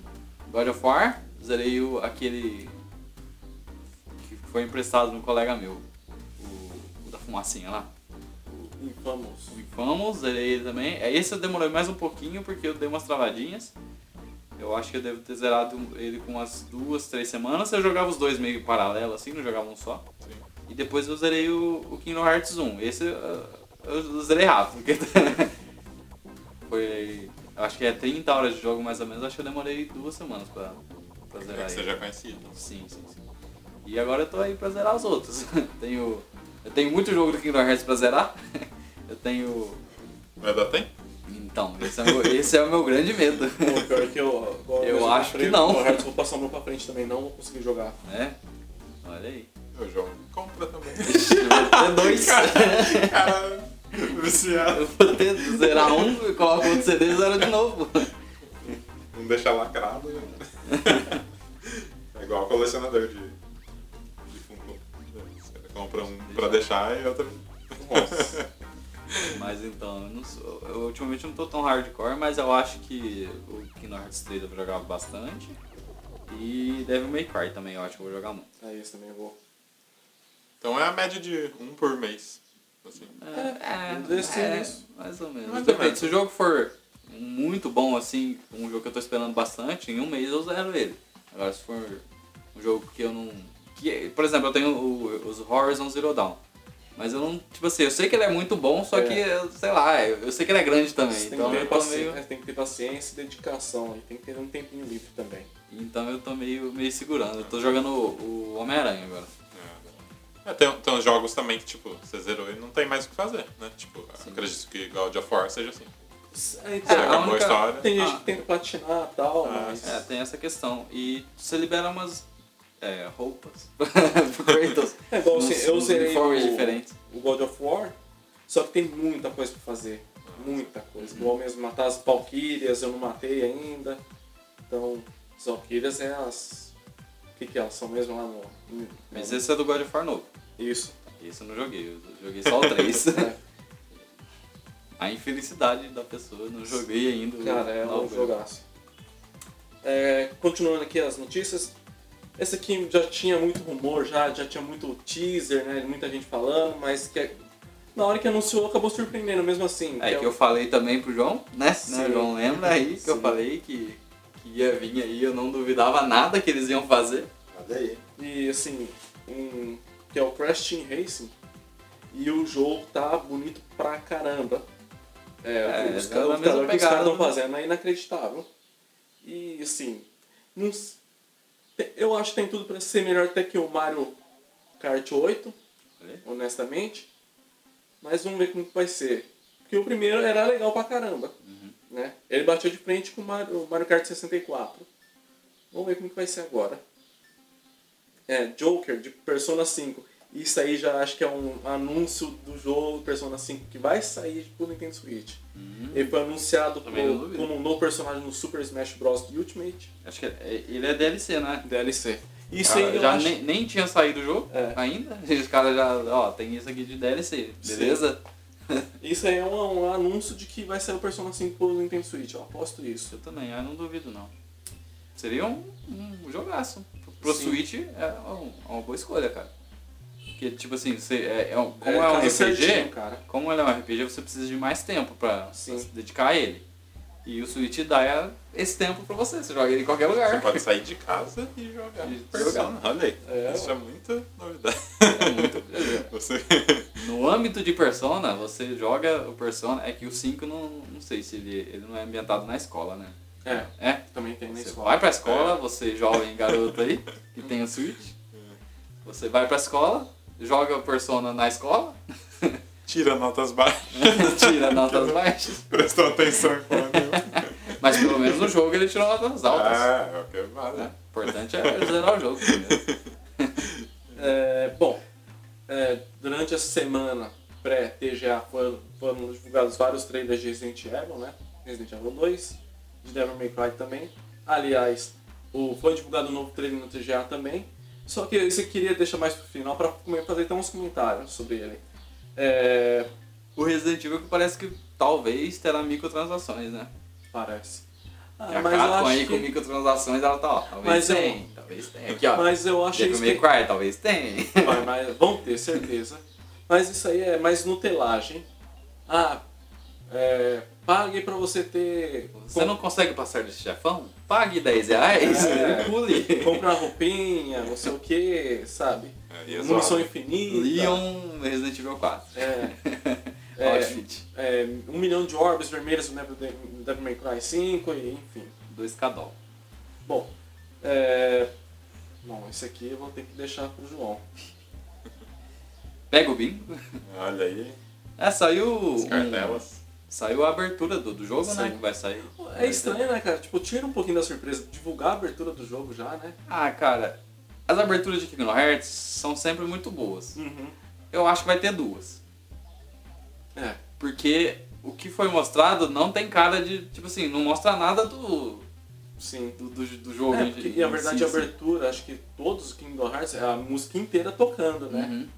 [SPEAKER 1] God of War, zerei o, aquele que foi emprestado de um colega meu, o- o da fumacinha lá.
[SPEAKER 3] Infamous.
[SPEAKER 1] Vamos, zerei ele também. É, Esse eu demorei mais um pouquinho porque eu dei umas travadinhas. Eu acho que eu devo ter zerado ele com umas duas, três semanas. Eu jogava os dois meio paralelo assim, não jogava um só.
[SPEAKER 2] Sim.
[SPEAKER 1] E depois eu zerei o, o Kingdom Hearts 1. Esse eu, eu zerei rápido. Porque foi. eu acho que é 30 horas de jogo mais ou menos. Acho que eu demorei duas semanas pra, pra
[SPEAKER 2] É
[SPEAKER 1] zerar
[SPEAKER 2] que você
[SPEAKER 1] ele.
[SPEAKER 2] já conhecia. então.
[SPEAKER 1] Sim, sim, sim. E agora eu tô aí pra zerar os outros. tenho, eu tenho muito jogo do Kingdom Hearts pra zerar. eu tenho.
[SPEAKER 2] Vai dar tempo?
[SPEAKER 1] Então, esse é, o meu, esse é o meu grande medo.
[SPEAKER 3] Pô, pior que eu. agora
[SPEAKER 1] Eu
[SPEAKER 3] mesmo
[SPEAKER 1] acho
[SPEAKER 3] comprei
[SPEAKER 1] que não.
[SPEAKER 3] o Hearts, vou passar o meu pra frente também, não vou conseguir jogar.
[SPEAKER 1] né? Olha aí.
[SPEAKER 2] O João compra também.
[SPEAKER 1] Eu vou ter dois.
[SPEAKER 2] Cara, viciado.
[SPEAKER 1] Eu vou ter zerar um, coloca outro CD e zero de novo.
[SPEAKER 2] Não deixar lacrado. né? É igual colecionador de, de Funko. Você compra um pra deixar e outro.
[SPEAKER 3] Nossa.
[SPEAKER 1] Mas então, eu não sou. Eu ultimamente não tô tão hardcore, mas eu acho que o Kingdom Hearts 3 eu vou jogar bastante. E Devil May Cry também eu acho que eu vou jogar muito.
[SPEAKER 3] É isso também, eu vou.
[SPEAKER 2] Então é a média de um por mês. Assim.
[SPEAKER 1] É,
[SPEAKER 3] um desses
[SPEAKER 1] é,
[SPEAKER 3] isso.
[SPEAKER 1] mais ou menos.
[SPEAKER 2] Mais ou
[SPEAKER 1] Depende,
[SPEAKER 2] menos.
[SPEAKER 1] se o jogo for muito bom, assim, um jogo que eu tô esperando bastante, em um mês eu zero ele. Agora se for um jogo que eu não que, por exemplo, eu tenho o- os Horizon Zero Dawn. Mas eu não, tipo assim, eu sei que ele é muito bom, só
[SPEAKER 3] É.
[SPEAKER 1] que, eu- sei lá, eu, eu sei que ele é grande também.
[SPEAKER 3] Você tem,
[SPEAKER 1] então
[SPEAKER 3] que
[SPEAKER 1] eu
[SPEAKER 3] ter
[SPEAKER 1] tô
[SPEAKER 3] paci-
[SPEAKER 1] meio,
[SPEAKER 3] é, tem que ter paciência e dedicação. E tem que ter um tempinho livre também.
[SPEAKER 1] então eu tô meio, meio segurando. Eu tô jogando o, o Homem-Aranha agora.
[SPEAKER 2] É, tem, tem uns jogos também que, tipo, você zerou e não tem mais o que fazer, né? Tipo, acredito que God of War seja assim.
[SPEAKER 3] É,
[SPEAKER 2] Você
[SPEAKER 1] a
[SPEAKER 2] acabou a,
[SPEAKER 1] única-
[SPEAKER 2] história.
[SPEAKER 3] Tem gente
[SPEAKER 1] então, Ah.
[SPEAKER 3] que tenta platinar e tal,
[SPEAKER 2] Ah,
[SPEAKER 3] mas.
[SPEAKER 1] É, tem essa questão. E você libera umas é, roupas pro Kratos.
[SPEAKER 3] É igual assim,
[SPEAKER 1] Uns-
[SPEAKER 3] eu
[SPEAKER 1] uns
[SPEAKER 3] zerei
[SPEAKER 1] uniformes
[SPEAKER 3] o,
[SPEAKER 1] diferentes.
[SPEAKER 3] o God of War, só que tem muita coisa pra fazer. Muita coisa.
[SPEAKER 1] Uhum.
[SPEAKER 3] Igual mesmo matar as Valkyrias, eu não matei ainda. Então, as Valkyrias é as. O que, que elas são mesmo lá no. no-
[SPEAKER 1] Mas esse é do God of War novo.
[SPEAKER 3] Isso.
[SPEAKER 1] Esse eu não joguei, eu joguei só o 3.
[SPEAKER 3] É,
[SPEAKER 1] A infelicidade da pessoa, eu não joguei ainda. o
[SPEAKER 3] cara, é um
[SPEAKER 1] novo.
[SPEAKER 3] jogaço. É, continuando aqui as notícias. Esse aqui já tinha muito rumor, já, já tinha muito teaser, né? Muita gente falando, mas que é- na hora que anunciou acabou surpreendendo mesmo assim.
[SPEAKER 1] É
[SPEAKER 3] que é
[SPEAKER 1] que
[SPEAKER 3] o-
[SPEAKER 1] eu falei também pro João, né?
[SPEAKER 3] Sim.
[SPEAKER 1] né, O João lembra aí que eu
[SPEAKER 3] Sim.
[SPEAKER 1] falei que, que ia vir aí, eu não duvidava nada que eles iam fazer.
[SPEAKER 4] Olha aí.
[SPEAKER 3] E assim, um, que é o Crash Team Racing. E o jogo tá bonito pra caramba. É,
[SPEAKER 1] É,
[SPEAKER 3] os
[SPEAKER 1] tá
[SPEAKER 3] caras
[SPEAKER 1] na mesma
[SPEAKER 3] os caras- o que os
[SPEAKER 1] pegada,
[SPEAKER 3] caras estão
[SPEAKER 1] né?
[SPEAKER 3] fazendo é inacreditável. E assim, não s- te- eu acho que tem tudo pra ser melhor até que o Mario Kart 8,
[SPEAKER 1] Falei?
[SPEAKER 3] honestamente. Mas vamos ver como que vai ser. Porque o primeiro era legal pra caramba. Né? Ele bateu de frente com o Mario, o Mario Kart 64. Vamos ver como que vai ser agora. É, Joker de Persona 5. Isso aí já acho que é um anúncio do jogo Persona 5 que vai sair pro Nintendo Switch. Ele foi anunciado
[SPEAKER 1] Hum. Também não
[SPEAKER 3] como,
[SPEAKER 1] duvido.
[SPEAKER 3] como um novo personagem no Super Smash Bros. Ultimate
[SPEAKER 1] Acho que é- ele é DLC, né?
[SPEAKER 3] DLC. Isso
[SPEAKER 1] Ah,
[SPEAKER 3] aí eu
[SPEAKER 1] já
[SPEAKER 3] acho...
[SPEAKER 1] nem, nem tinha saído o jogo
[SPEAKER 3] É.
[SPEAKER 1] ainda. E os caras já, ó, tem isso aqui de DLC,
[SPEAKER 3] Sim.
[SPEAKER 1] beleza?
[SPEAKER 3] Isso aí é um, um anúncio de que vai sair o Persona 5 pro Nintendo Switch. Eu aposto isso.
[SPEAKER 1] Eu também, eu não duvido não. Seria um, um jogaço. Pro
[SPEAKER 3] Sim.
[SPEAKER 1] Switch é um- é uma boa escolha, cara. Porque, tipo assim, você, é, é um- como é, um
[SPEAKER 3] casa
[SPEAKER 1] RPG,
[SPEAKER 3] certinho, cara.
[SPEAKER 1] como ele é um RPG, você precisa de mais tempo pra
[SPEAKER 3] Sim.
[SPEAKER 1] se dedicar a ele. E o Switch dá esse tempo pra você, você joga ele em qualquer
[SPEAKER 2] Você
[SPEAKER 1] lugar.
[SPEAKER 2] pode sair de casa e jogar.
[SPEAKER 1] E
[SPEAKER 2] Persona, olha aí.
[SPEAKER 3] É,
[SPEAKER 2] Isso é muita novidade.
[SPEAKER 1] É muito-
[SPEAKER 2] Você...
[SPEAKER 1] No âmbito de Persona, você joga o Persona, é que o 5 não, não sei se ele, ele não é ambientado na escola, né?
[SPEAKER 3] É,
[SPEAKER 1] É?
[SPEAKER 3] também tem na
[SPEAKER 1] Você
[SPEAKER 3] escola.
[SPEAKER 1] vai pra escola, você jovem garoto aí, que tem o Switch. Você vai pra escola, joga o Persona na escola,
[SPEAKER 2] Tira notas baixas.
[SPEAKER 1] tira notas baixas,
[SPEAKER 2] Prestou atenção em forma nenhuma.
[SPEAKER 1] mas pelo menos no jogo ele tirou notas altas.
[SPEAKER 2] Ah, é o que vale.
[SPEAKER 1] né? O importante é zerar o jogo primeiro.
[SPEAKER 3] É, bom, é, durante essa semana pré-TGA foram, foram divulgados vários trailers de Resident Evil, né? Resident Evil 2, de Devil May Cry também. Aliás, o, foi divulgado um novo trailer no TGA também. Só que esse eu queria deixar mais pro final pra come- fazer então uns comentários sobre ele. É,
[SPEAKER 1] O Resident Evil que parece que talvez terá microtransações, né?
[SPEAKER 3] parece. Ah,
[SPEAKER 1] E a
[SPEAKER 3] mas eu
[SPEAKER 1] Capcom aí
[SPEAKER 3] acho
[SPEAKER 1] com
[SPEAKER 3] que,
[SPEAKER 1] microtransações, ela tá, ó, talvez
[SPEAKER 3] Mas eu-
[SPEAKER 1] tem, talvez tem. Aqui, ó,
[SPEAKER 3] mas eu acho
[SPEAKER 1] Devil
[SPEAKER 3] isso
[SPEAKER 1] May
[SPEAKER 3] que-
[SPEAKER 1] Cry, talvez tem.
[SPEAKER 3] Vai, mas vão ter, certeza. Mas isso aí é mais nutelagem. Ah, é, pague pra você ter.
[SPEAKER 1] Você não consegue passar desse chefão? Pague 10 reais
[SPEAKER 3] É.
[SPEAKER 1] e pule.
[SPEAKER 3] Comprar roupinha, não sei o que, sabe?
[SPEAKER 2] É, e é
[SPEAKER 3] Munição
[SPEAKER 2] zoado.
[SPEAKER 3] infinita.
[SPEAKER 1] Leon Resident Evil 4.
[SPEAKER 3] É,
[SPEAKER 1] Outfit.
[SPEAKER 3] é, um milhão de orbes vermelhas no Devil- Devil May Cry 5, e enfim.
[SPEAKER 1] 2 Cadol.
[SPEAKER 3] Bom, é. Não, esse aqui eu vou ter que deixar pro João.
[SPEAKER 1] Pega o bingo.
[SPEAKER 2] Olha aí,
[SPEAKER 1] É, saiu. um-
[SPEAKER 2] as cartelas.
[SPEAKER 1] saiu a abertura do, do jogo, né?
[SPEAKER 3] Sim.
[SPEAKER 1] Que vai sair.
[SPEAKER 3] É estranho, né, cara? Tipo, tira um pouquinho da surpresa. Divulgar a abertura do jogo já, né?
[SPEAKER 1] Ah, cara. As aberturas de Kingdom Hearts são sempre muito boas.
[SPEAKER 3] Uhum.
[SPEAKER 1] Eu acho que vai ter duas.
[SPEAKER 3] É.
[SPEAKER 1] Porque o que foi mostrado não tem cara de. Tipo assim, não mostra nada do.
[SPEAKER 3] Sim.
[SPEAKER 1] do, do, do jogo.
[SPEAKER 3] É,
[SPEAKER 1] em-
[SPEAKER 3] porque, e a
[SPEAKER 1] em
[SPEAKER 3] verdade,
[SPEAKER 1] si,
[SPEAKER 3] a
[SPEAKER 1] assim.
[SPEAKER 3] abertura, acho que todos os Kingdom Hearts, é a música inteira tocando, né?
[SPEAKER 1] Uhum.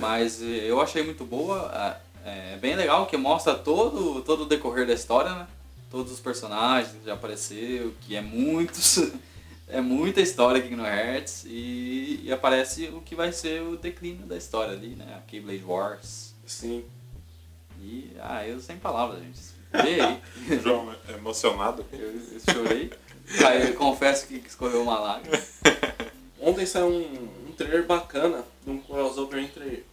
[SPEAKER 1] Mas eh, eu achei muito boa. a- É bem legal que mostra todo, todo o decorrer da história, né? Todos os personagens que já apareceu, que é muitos. é muita história aqui no Hearts. E, e aparece o que vai ser o declínio da história ali, né? A Keyblade Wars.
[SPEAKER 3] Sim.
[SPEAKER 1] E. Ah, eu sem palavras, gente. Vê aí.
[SPEAKER 2] O João é emocionado.
[SPEAKER 1] Eu, Ah, eu chorei. Aí eu confesso que escorreu uma lágrima.
[SPEAKER 3] Ontem saiu um, trailer bacana de um crossover entre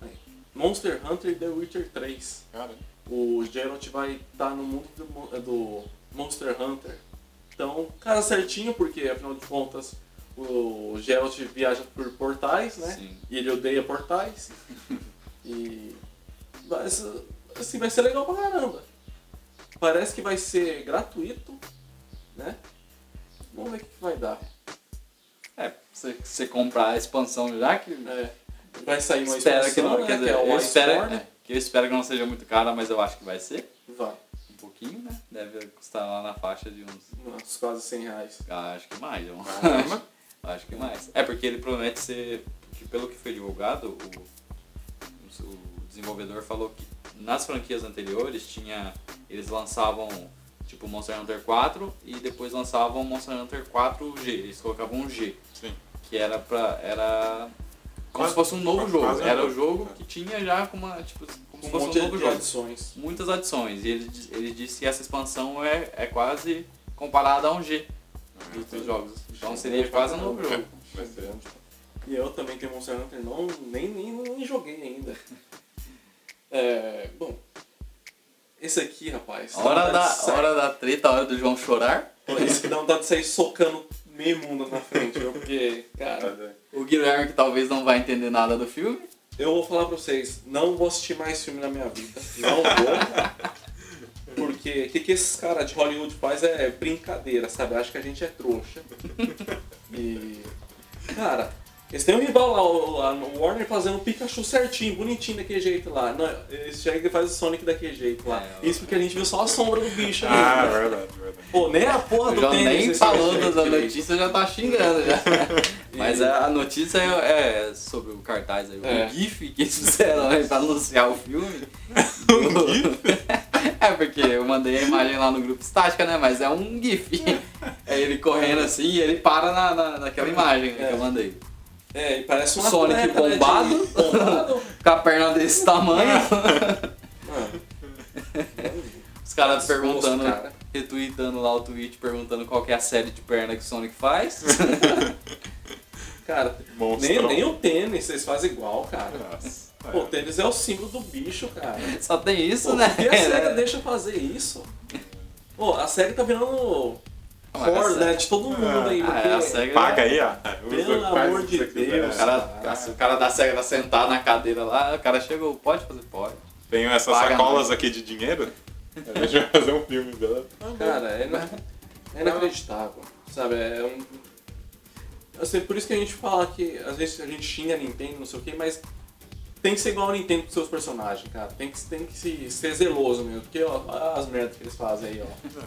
[SPEAKER 3] Monster Hunter e The Witcher 3.
[SPEAKER 2] Cara,
[SPEAKER 3] O Geralt vai estar no mundo do, mon- do Monster Hunter. Então, cara, certinho, porque afinal de contas o Geralt viaja por portais, né?
[SPEAKER 1] Sim.
[SPEAKER 3] E ele odeia portais. e. Mas, assim, vai ser legal pra caramba. Parece que vai ser gratuito, né? Vamos ver o que que vai dar.
[SPEAKER 1] É, você, você comprar a expansão já que.
[SPEAKER 3] É, vai sair uma
[SPEAKER 1] espera que
[SPEAKER 3] expansão,
[SPEAKER 1] não.
[SPEAKER 3] né,
[SPEAKER 1] Quer dizer,
[SPEAKER 3] é o
[SPEAKER 1] eu,
[SPEAKER 3] Iceborne.
[SPEAKER 1] espero, é, que eu espero que não seja muito cara, mas eu acho que vai ser.
[SPEAKER 3] Vai,
[SPEAKER 1] Um pouquinho, né? Deve custar lá na faixa de uns.
[SPEAKER 3] uns quase 100 reais.
[SPEAKER 1] ah, Acho que mais. Eu...
[SPEAKER 2] Caramba.
[SPEAKER 1] acho que mais. É porque ele promete ser. Que pelo que foi divulgado, o, o desenvolvedor falou que nas franquias anteriores tinha. Eles lançavam tipo Monster Hunter 4 e depois lançavam Monster Hunter 4G. Eles colocavam um G.
[SPEAKER 2] sim.
[SPEAKER 1] que era pra. era como
[SPEAKER 2] Quase-
[SPEAKER 1] se fosse um novo
[SPEAKER 2] quase
[SPEAKER 1] jogo.
[SPEAKER 2] um
[SPEAKER 1] era
[SPEAKER 2] novo.
[SPEAKER 1] o jogo
[SPEAKER 2] É.
[SPEAKER 1] que tinha já com uma, tipo, como
[SPEAKER 3] Um
[SPEAKER 1] se fosse
[SPEAKER 3] monte
[SPEAKER 1] um novo
[SPEAKER 3] de
[SPEAKER 1] jogo.
[SPEAKER 3] adições.
[SPEAKER 1] Muitas adições. E ele, di- ele disse que essa expansão é, é quase comparada a um G dos jogos. Então seria quase um novo jogo.
[SPEAKER 2] Vai ser.
[SPEAKER 3] E eu também tenho um Monster Hunter, não, nem, nem, nem joguei ainda. É, bom, esse aqui, rapaz. dá
[SPEAKER 1] Hora
[SPEAKER 3] vontade de
[SPEAKER 1] da,
[SPEAKER 3] sair-
[SPEAKER 1] hora da treta, hora do João chorar.
[SPEAKER 3] Pô, Esse que dá vontade de sair socando meio mundo na frente, viu? Porque, cara,
[SPEAKER 1] O Guilherme que talvez não vai entender nada do filme.
[SPEAKER 3] eu vou falar pra vocês, não vou assistir mais filme na minha vida. Não vou. Porque o que, que esses caras de Hollywood faz é brincadeira, sabe? Acho que a gente é trouxa. E. Cara, eles têm um rival lá, o, lá no Warner fazendo o Pikachu certinho, bonitinho daquele jeito lá. Não, eles chegam e fazem o Sonic daquele jeito lá.
[SPEAKER 1] É,
[SPEAKER 3] Isso porque a gente viu só a sombra do bicho ali.
[SPEAKER 2] Ah, verdade, verdade.
[SPEAKER 3] Pô, nem a porra
[SPEAKER 1] O
[SPEAKER 3] do
[SPEAKER 1] João
[SPEAKER 3] tênis.
[SPEAKER 1] nem
[SPEAKER 3] eles
[SPEAKER 1] falou
[SPEAKER 3] fazem
[SPEAKER 1] da da
[SPEAKER 3] direito.
[SPEAKER 1] notícia já tá xingando já. Mas a a notícia é, é sobre o cartaz aí,
[SPEAKER 3] É.
[SPEAKER 1] o GIF que eles fizeram aí pra anunciar o filme. é porque eu mandei a imagem lá no grupo estática, né? Mas é um GIF. É ele correndo assim e ele para na, na- naquela imagem né, que eu mandei.
[SPEAKER 3] É, e parece uma
[SPEAKER 1] Sonic
[SPEAKER 3] atleta, né, de-
[SPEAKER 1] bombado.
[SPEAKER 3] bombado.
[SPEAKER 1] Com a perna desse tamanho.
[SPEAKER 3] Mano,
[SPEAKER 1] Os caras
[SPEAKER 3] Nossa,
[SPEAKER 1] perguntando,
[SPEAKER 3] É. cara.
[SPEAKER 1] retweetando lá o tweet, perguntando qual que é a série de perna que o Sonic faz.
[SPEAKER 3] cara, nem,
[SPEAKER 2] Monstrão.
[SPEAKER 3] nem o tênis, vocês fazem igual, cara.
[SPEAKER 2] Nossa.
[SPEAKER 3] Pô, o tênis é o símbolo do bicho, cara.
[SPEAKER 1] Só tem isso,
[SPEAKER 3] Pô,
[SPEAKER 1] né?
[SPEAKER 3] por que a SEGA deixa fazer isso? Pô, a SEGA tá virando
[SPEAKER 1] Mas a
[SPEAKER 3] horror, né,
[SPEAKER 1] SEGA-
[SPEAKER 3] de todo mundo aí,
[SPEAKER 1] Ah,
[SPEAKER 3] porque...
[SPEAKER 1] é, a SEGA.
[SPEAKER 2] Paga aí, ó.
[SPEAKER 3] Pelo amor de Deus.
[SPEAKER 1] O cara, se o cara da SEGA tá sentado na cadeira lá, o cara chegou, pode fazer? Pode.
[SPEAKER 2] Tenho essas
[SPEAKER 1] Paga
[SPEAKER 2] sacolas
[SPEAKER 1] não.
[SPEAKER 2] aqui de dinheiro. A gente vai fazer um filme dela.
[SPEAKER 3] Cara, é, ina- é inacreditável, sabe? É um... Assim, por isso que a gente fala que às vezes a gente xinga a Nintendo, não sei o que, mas tem que ser igual a Nintendo com seus personagens, cara. Tem que, tem que se, ser zeloso mesmo, porque ó, olha as merdas que eles fazem aí, ó.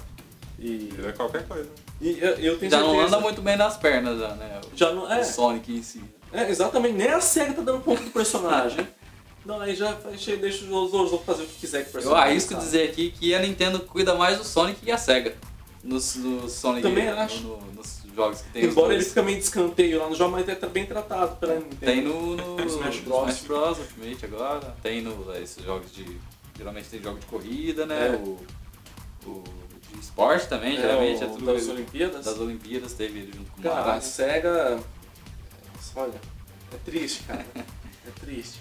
[SPEAKER 3] E,
[SPEAKER 2] É qualquer coisa.
[SPEAKER 3] e eu, eu tenho
[SPEAKER 1] Já
[SPEAKER 3] certeza...
[SPEAKER 1] não anda muito bem nas pernas já, né? O,
[SPEAKER 3] Já não, é,
[SPEAKER 1] o Sonic em si.
[SPEAKER 3] É, exatamente. Nem a série tá dando ponto do personagem. Não, aí já che- deixa os outros fazer o que quiser com o
[SPEAKER 1] Eu
[SPEAKER 3] personagem.
[SPEAKER 1] arrisco
[SPEAKER 3] sabe?
[SPEAKER 1] dizer aqui que a Nintendo cuida mais do Sonic que a SEGA. Nos, no Sonic
[SPEAKER 3] Também
[SPEAKER 1] no-
[SPEAKER 3] acho.
[SPEAKER 1] no- nos jogos que tem os
[SPEAKER 3] Embora ele
[SPEAKER 1] dois.
[SPEAKER 3] fique meio de escanteio lá no jogo, mas ele tá bem tratado pela Nintendo.
[SPEAKER 1] Tem no, no
[SPEAKER 3] No Smash Bros.
[SPEAKER 1] Smash Bros. Ultimate agora. Tem no é, esses jogos de. Geralmente tem jogo de corrida, né?
[SPEAKER 3] É.
[SPEAKER 1] O, o de esporte também,
[SPEAKER 3] É,
[SPEAKER 1] geralmente
[SPEAKER 3] o
[SPEAKER 1] é tudo
[SPEAKER 3] das
[SPEAKER 1] coisa-
[SPEAKER 3] Olimpíadas.
[SPEAKER 1] das Olimpíadas, teve ele junto com o
[SPEAKER 3] Cara, a
[SPEAKER 1] Mario.
[SPEAKER 3] SEGA. Olha, é triste, cara. É triste.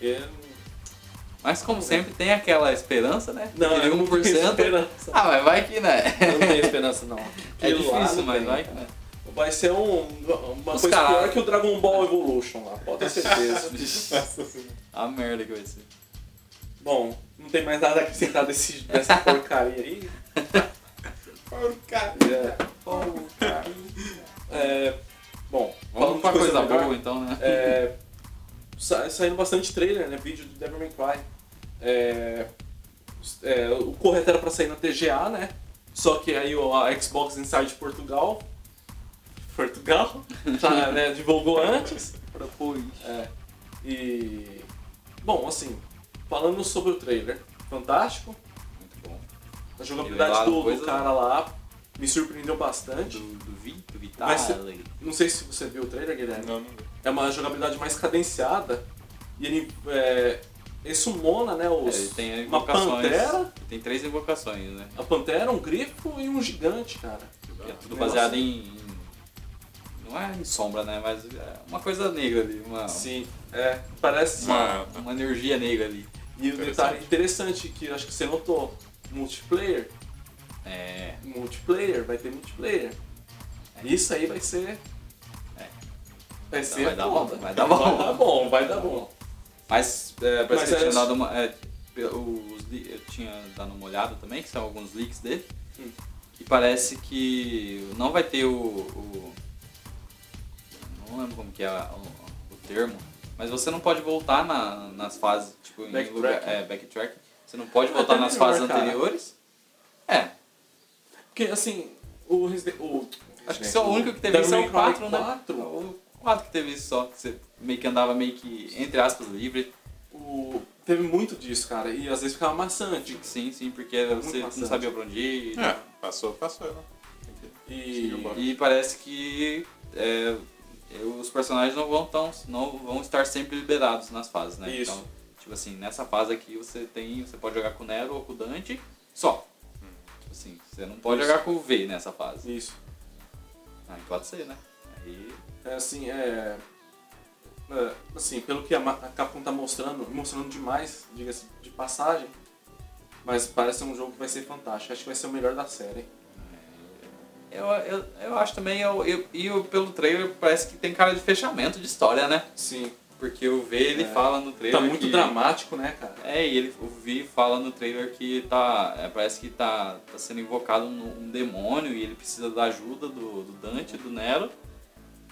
[SPEAKER 3] Eu-
[SPEAKER 1] Mas como sempre tem aquela esperança, né?
[SPEAKER 3] Não,
[SPEAKER 1] Aquele
[SPEAKER 3] eu não tenho
[SPEAKER 1] 1%.
[SPEAKER 3] esperança.
[SPEAKER 1] Ah, mas vai que, né?
[SPEAKER 3] Eu não tenho esperança, não.
[SPEAKER 1] É
[SPEAKER 3] Aquilo lá
[SPEAKER 1] difícil,
[SPEAKER 3] não
[SPEAKER 1] mas
[SPEAKER 3] tem,
[SPEAKER 1] vai que,
[SPEAKER 3] cara.
[SPEAKER 1] né?
[SPEAKER 3] Vai ser um, uma
[SPEAKER 1] Os
[SPEAKER 3] coisa
[SPEAKER 1] cara-
[SPEAKER 3] pior que o Dragon Ball Evolution lá, pode ter certeza. assim, né?
[SPEAKER 1] A merda que vai ser.
[SPEAKER 3] Bom, não tem mais nada a acrescentar desse, dessa porcaria aí. porcaria. É, bom,
[SPEAKER 1] Vamos
[SPEAKER 3] falando
[SPEAKER 1] pra
[SPEAKER 3] de
[SPEAKER 1] coisa,
[SPEAKER 3] melhor,
[SPEAKER 1] boa, então, né?
[SPEAKER 3] É, sa- saindo bastante trailer, né? Vídeo do Devil May Cry. É, s- é, o correto era pra sair na TGA, né? Só que aí o- a Xbox Inside Portugal... Portugal? Já, né, divulgou antes.
[SPEAKER 1] Propôs.
[SPEAKER 3] É. E. Bom, assim, falando sobre o trailer, fantástico.
[SPEAKER 1] Muito bom.
[SPEAKER 3] A
[SPEAKER 1] Ele lá,
[SPEAKER 3] jogabilidade do, do
[SPEAKER 1] coisa-
[SPEAKER 3] cara lá me surpreendeu bastante.
[SPEAKER 1] Do, do Vito,
[SPEAKER 3] Vai ser-
[SPEAKER 1] Vitale.
[SPEAKER 3] Não sei se você viu o trailer, Guilherme.
[SPEAKER 2] Não, não.
[SPEAKER 3] É uma jogabilidade mais cadenciada. E ele. É, ele sumona, né?
[SPEAKER 1] É,
[SPEAKER 3] Os,
[SPEAKER 1] ele tem
[SPEAKER 3] uma
[SPEAKER 1] invocações.
[SPEAKER 3] pantera.
[SPEAKER 1] Tem três invocações, né?
[SPEAKER 3] A pantera, um grifo e um gigante, cara.
[SPEAKER 1] Que é tudo
[SPEAKER 3] Nossa.
[SPEAKER 1] baseado em, em Não é em sombra, né? Mas é uma coisa negra ali, uma,
[SPEAKER 3] Sim, é. Parece.
[SPEAKER 2] Uma-
[SPEAKER 1] uma energia negra ali.
[SPEAKER 3] E o
[SPEAKER 2] Interessante.
[SPEAKER 3] detalhe interessante que eu acho que você notou, multiplayer,
[SPEAKER 1] É.
[SPEAKER 3] multiplayer, vai ter multiplayer. Isso aí vai ser.
[SPEAKER 1] É.
[SPEAKER 3] Vai ser.
[SPEAKER 1] vai dar
[SPEAKER 3] foda.
[SPEAKER 1] bom, vai dar bom.
[SPEAKER 3] Vai dar bom, vai dar bom.
[SPEAKER 1] Mas é, parece
[SPEAKER 3] Mas
[SPEAKER 1] que eu tinha
[SPEAKER 3] é-
[SPEAKER 1] dado uma. é, os li- eu tinha dado uma olhada também, que são alguns leaks dele.
[SPEAKER 3] Hum.
[SPEAKER 1] E parece que não vai ter o. o- não lembro como que é a- o, o termo. Mas você não pode voltar na- nas fases, tipo, em
[SPEAKER 3] Backtrack.
[SPEAKER 1] lugar. É, backtrack. Você não pode
[SPEAKER 3] É
[SPEAKER 1] voltar
[SPEAKER 3] até
[SPEAKER 1] nas
[SPEAKER 3] melhor,
[SPEAKER 1] fases
[SPEAKER 3] cara.
[SPEAKER 1] anteriores. É.
[SPEAKER 3] Porque assim, o Resident o
[SPEAKER 1] Acho que
[SPEAKER 3] Resident
[SPEAKER 1] isso é o
[SPEAKER 3] Evil-
[SPEAKER 1] único que teve isso é o
[SPEAKER 3] Devil May Cry
[SPEAKER 1] 4, né?
[SPEAKER 3] 4.
[SPEAKER 1] O 4 que teve isso só, que você meio que andava meio que, entre aspas, livre.
[SPEAKER 3] O- Teve muito disso, cara. E às vezes ficava maçante.
[SPEAKER 1] Sim, sim, porque você não
[SPEAKER 3] É maçante.
[SPEAKER 1] sabia pra onde ir.
[SPEAKER 2] É, passou, passou. né?
[SPEAKER 3] E.
[SPEAKER 1] E parece que é, os personagens não vão, tão, não vão estar sempre liberados nas fases, né?
[SPEAKER 3] Isso.
[SPEAKER 1] Então, tipo assim, nessa fase aqui você tem. Você pode jogar com o Nero ou com o Dante só. Tipo assim, você não pode
[SPEAKER 3] Isso.
[SPEAKER 1] jogar com o V nessa fase.
[SPEAKER 3] Isso.
[SPEAKER 1] Aí pode ser, né? Aí.
[SPEAKER 3] É assim, é. é, Assim, pelo que a Ma- a Capcom tá mostrando, mostrando demais, diga-se de passagem, mas parece ser um jogo que vai ser fantástico. Acho que vai ser o melhor da série.
[SPEAKER 1] Eu, eu, eu acho também, eu, eu- e o- pelo trailer parece que tem cara de fechamento de história, né?
[SPEAKER 3] Sim.
[SPEAKER 1] Porque o V ele
[SPEAKER 3] É.
[SPEAKER 1] fala no trailer.
[SPEAKER 3] Tá muito
[SPEAKER 1] que-
[SPEAKER 3] dramático, né, cara?
[SPEAKER 1] É, e ele, o Vi fala no trailer que tá. é, parece que tá, tá sendo invocado um, um demônio e ele precisa da ajuda do, do Dante, do Nero,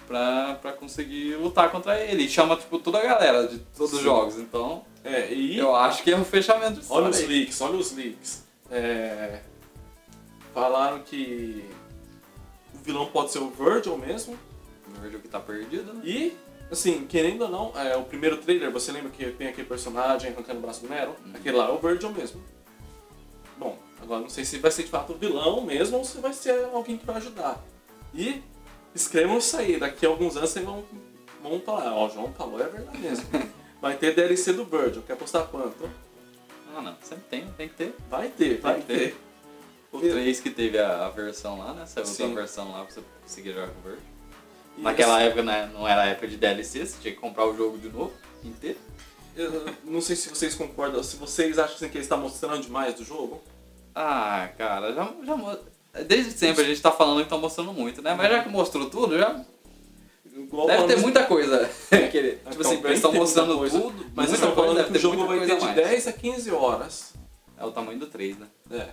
[SPEAKER 1] pra, pra conseguir lutar contra ele. E chama, tipo, toda a galera de todos os
[SPEAKER 3] Sim.
[SPEAKER 1] jogos. Então,
[SPEAKER 3] É, e.
[SPEAKER 1] eu acho que é um fechamento de
[SPEAKER 3] Olha os
[SPEAKER 1] história aí.
[SPEAKER 3] leaks, olha os leaks. É, Falaram que o vilão pode ser o Virgil mesmo.
[SPEAKER 1] O Virgil que tá perdido, né?
[SPEAKER 3] E, assim, querendo ou não, é, o primeiro trailer, você lembra que tem aquele personagem arrancando o braço do Nero?
[SPEAKER 1] Uhum.
[SPEAKER 3] Aquele lá é o Virgil mesmo. Bom, agora não sei se vai ser de fato o vilão mesmo ou se vai ser alguém que vai ajudar. E escrevam isso aí, daqui a alguns anos vocês vão, vão falar, ó, o João falou, é verdade mesmo. Vai ter DLC do Virgil, quer apostar quanto?
[SPEAKER 1] Ah, não. Sempre tem, tem que ter.
[SPEAKER 3] Vai ter, vai
[SPEAKER 1] que ter.
[SPEAKER 3] ter.
[SPEAKER 1] O
[SPEAKER 3] Eu-
[SPEAKER 1] 3 que teve a, a versão lá, né? Saiu
[SPEAKER 3] Sim.
[SPEAKER 1] a versão lá pra você conseguir jogar com o Virgil.
[SPEAKER 3] E
[SPEAKER 1] Naquela
[SPEAKER 3] assim,
[SPEAKER 1] época né, não era época de DLC, você tinha que comprar o jogo de novo, inteiro.
[SPEAKER 3] Eu eu não sei se vocês concordam, se vocês acham assim, que ele está mostrando demais do jogo.
[SPEAKER 1] Ah, cara, já, já mo- Desde sempre a gente tá falando que tá mostrando muito, né? Mas já que mostrou tudo, já
[SPEAKER 3] Igual
[SPEAKER 1] deve
[SPEAKER 3] falando
[SPEAKER 1] ter
[SPEAKER 3] assim,
[SPEAKER 1] muita coisa. Aquele- tipo
[SPEAKER 3] Ah, então,
[SPEAKER 1] assim,
[SPEAKER 3] bem
[SPEAKER 1] eles estão
[SPEAKER 3] tem muita
[SPEAKER 1] mostrando
[SPEAKER 3] coisa.
[SPEAKER 1] tudo,
[SPEAKER 3] Mas
[SPEAKER 1] muita
[SPEAKER 3] vocês estão
[SPEAKER 1] coisa,
[SPEAKER 3] falando
[SPEAKER 1] deve
[SPEAKER 3] que o jogo
[SPEAKER 1] muita
[SPEAKER 3] vai
[SPEAKER 1] coisa
[SPEAKER 3] ter
[SPEAKER 1] a
[SPEAKER 3] de
[SPEAKER 1] mais.
[SPEAKER 3] 10 a 15 horas.
[SPEAKER 1] É o tamanho do 3, né?
[SPEAKER 3] É.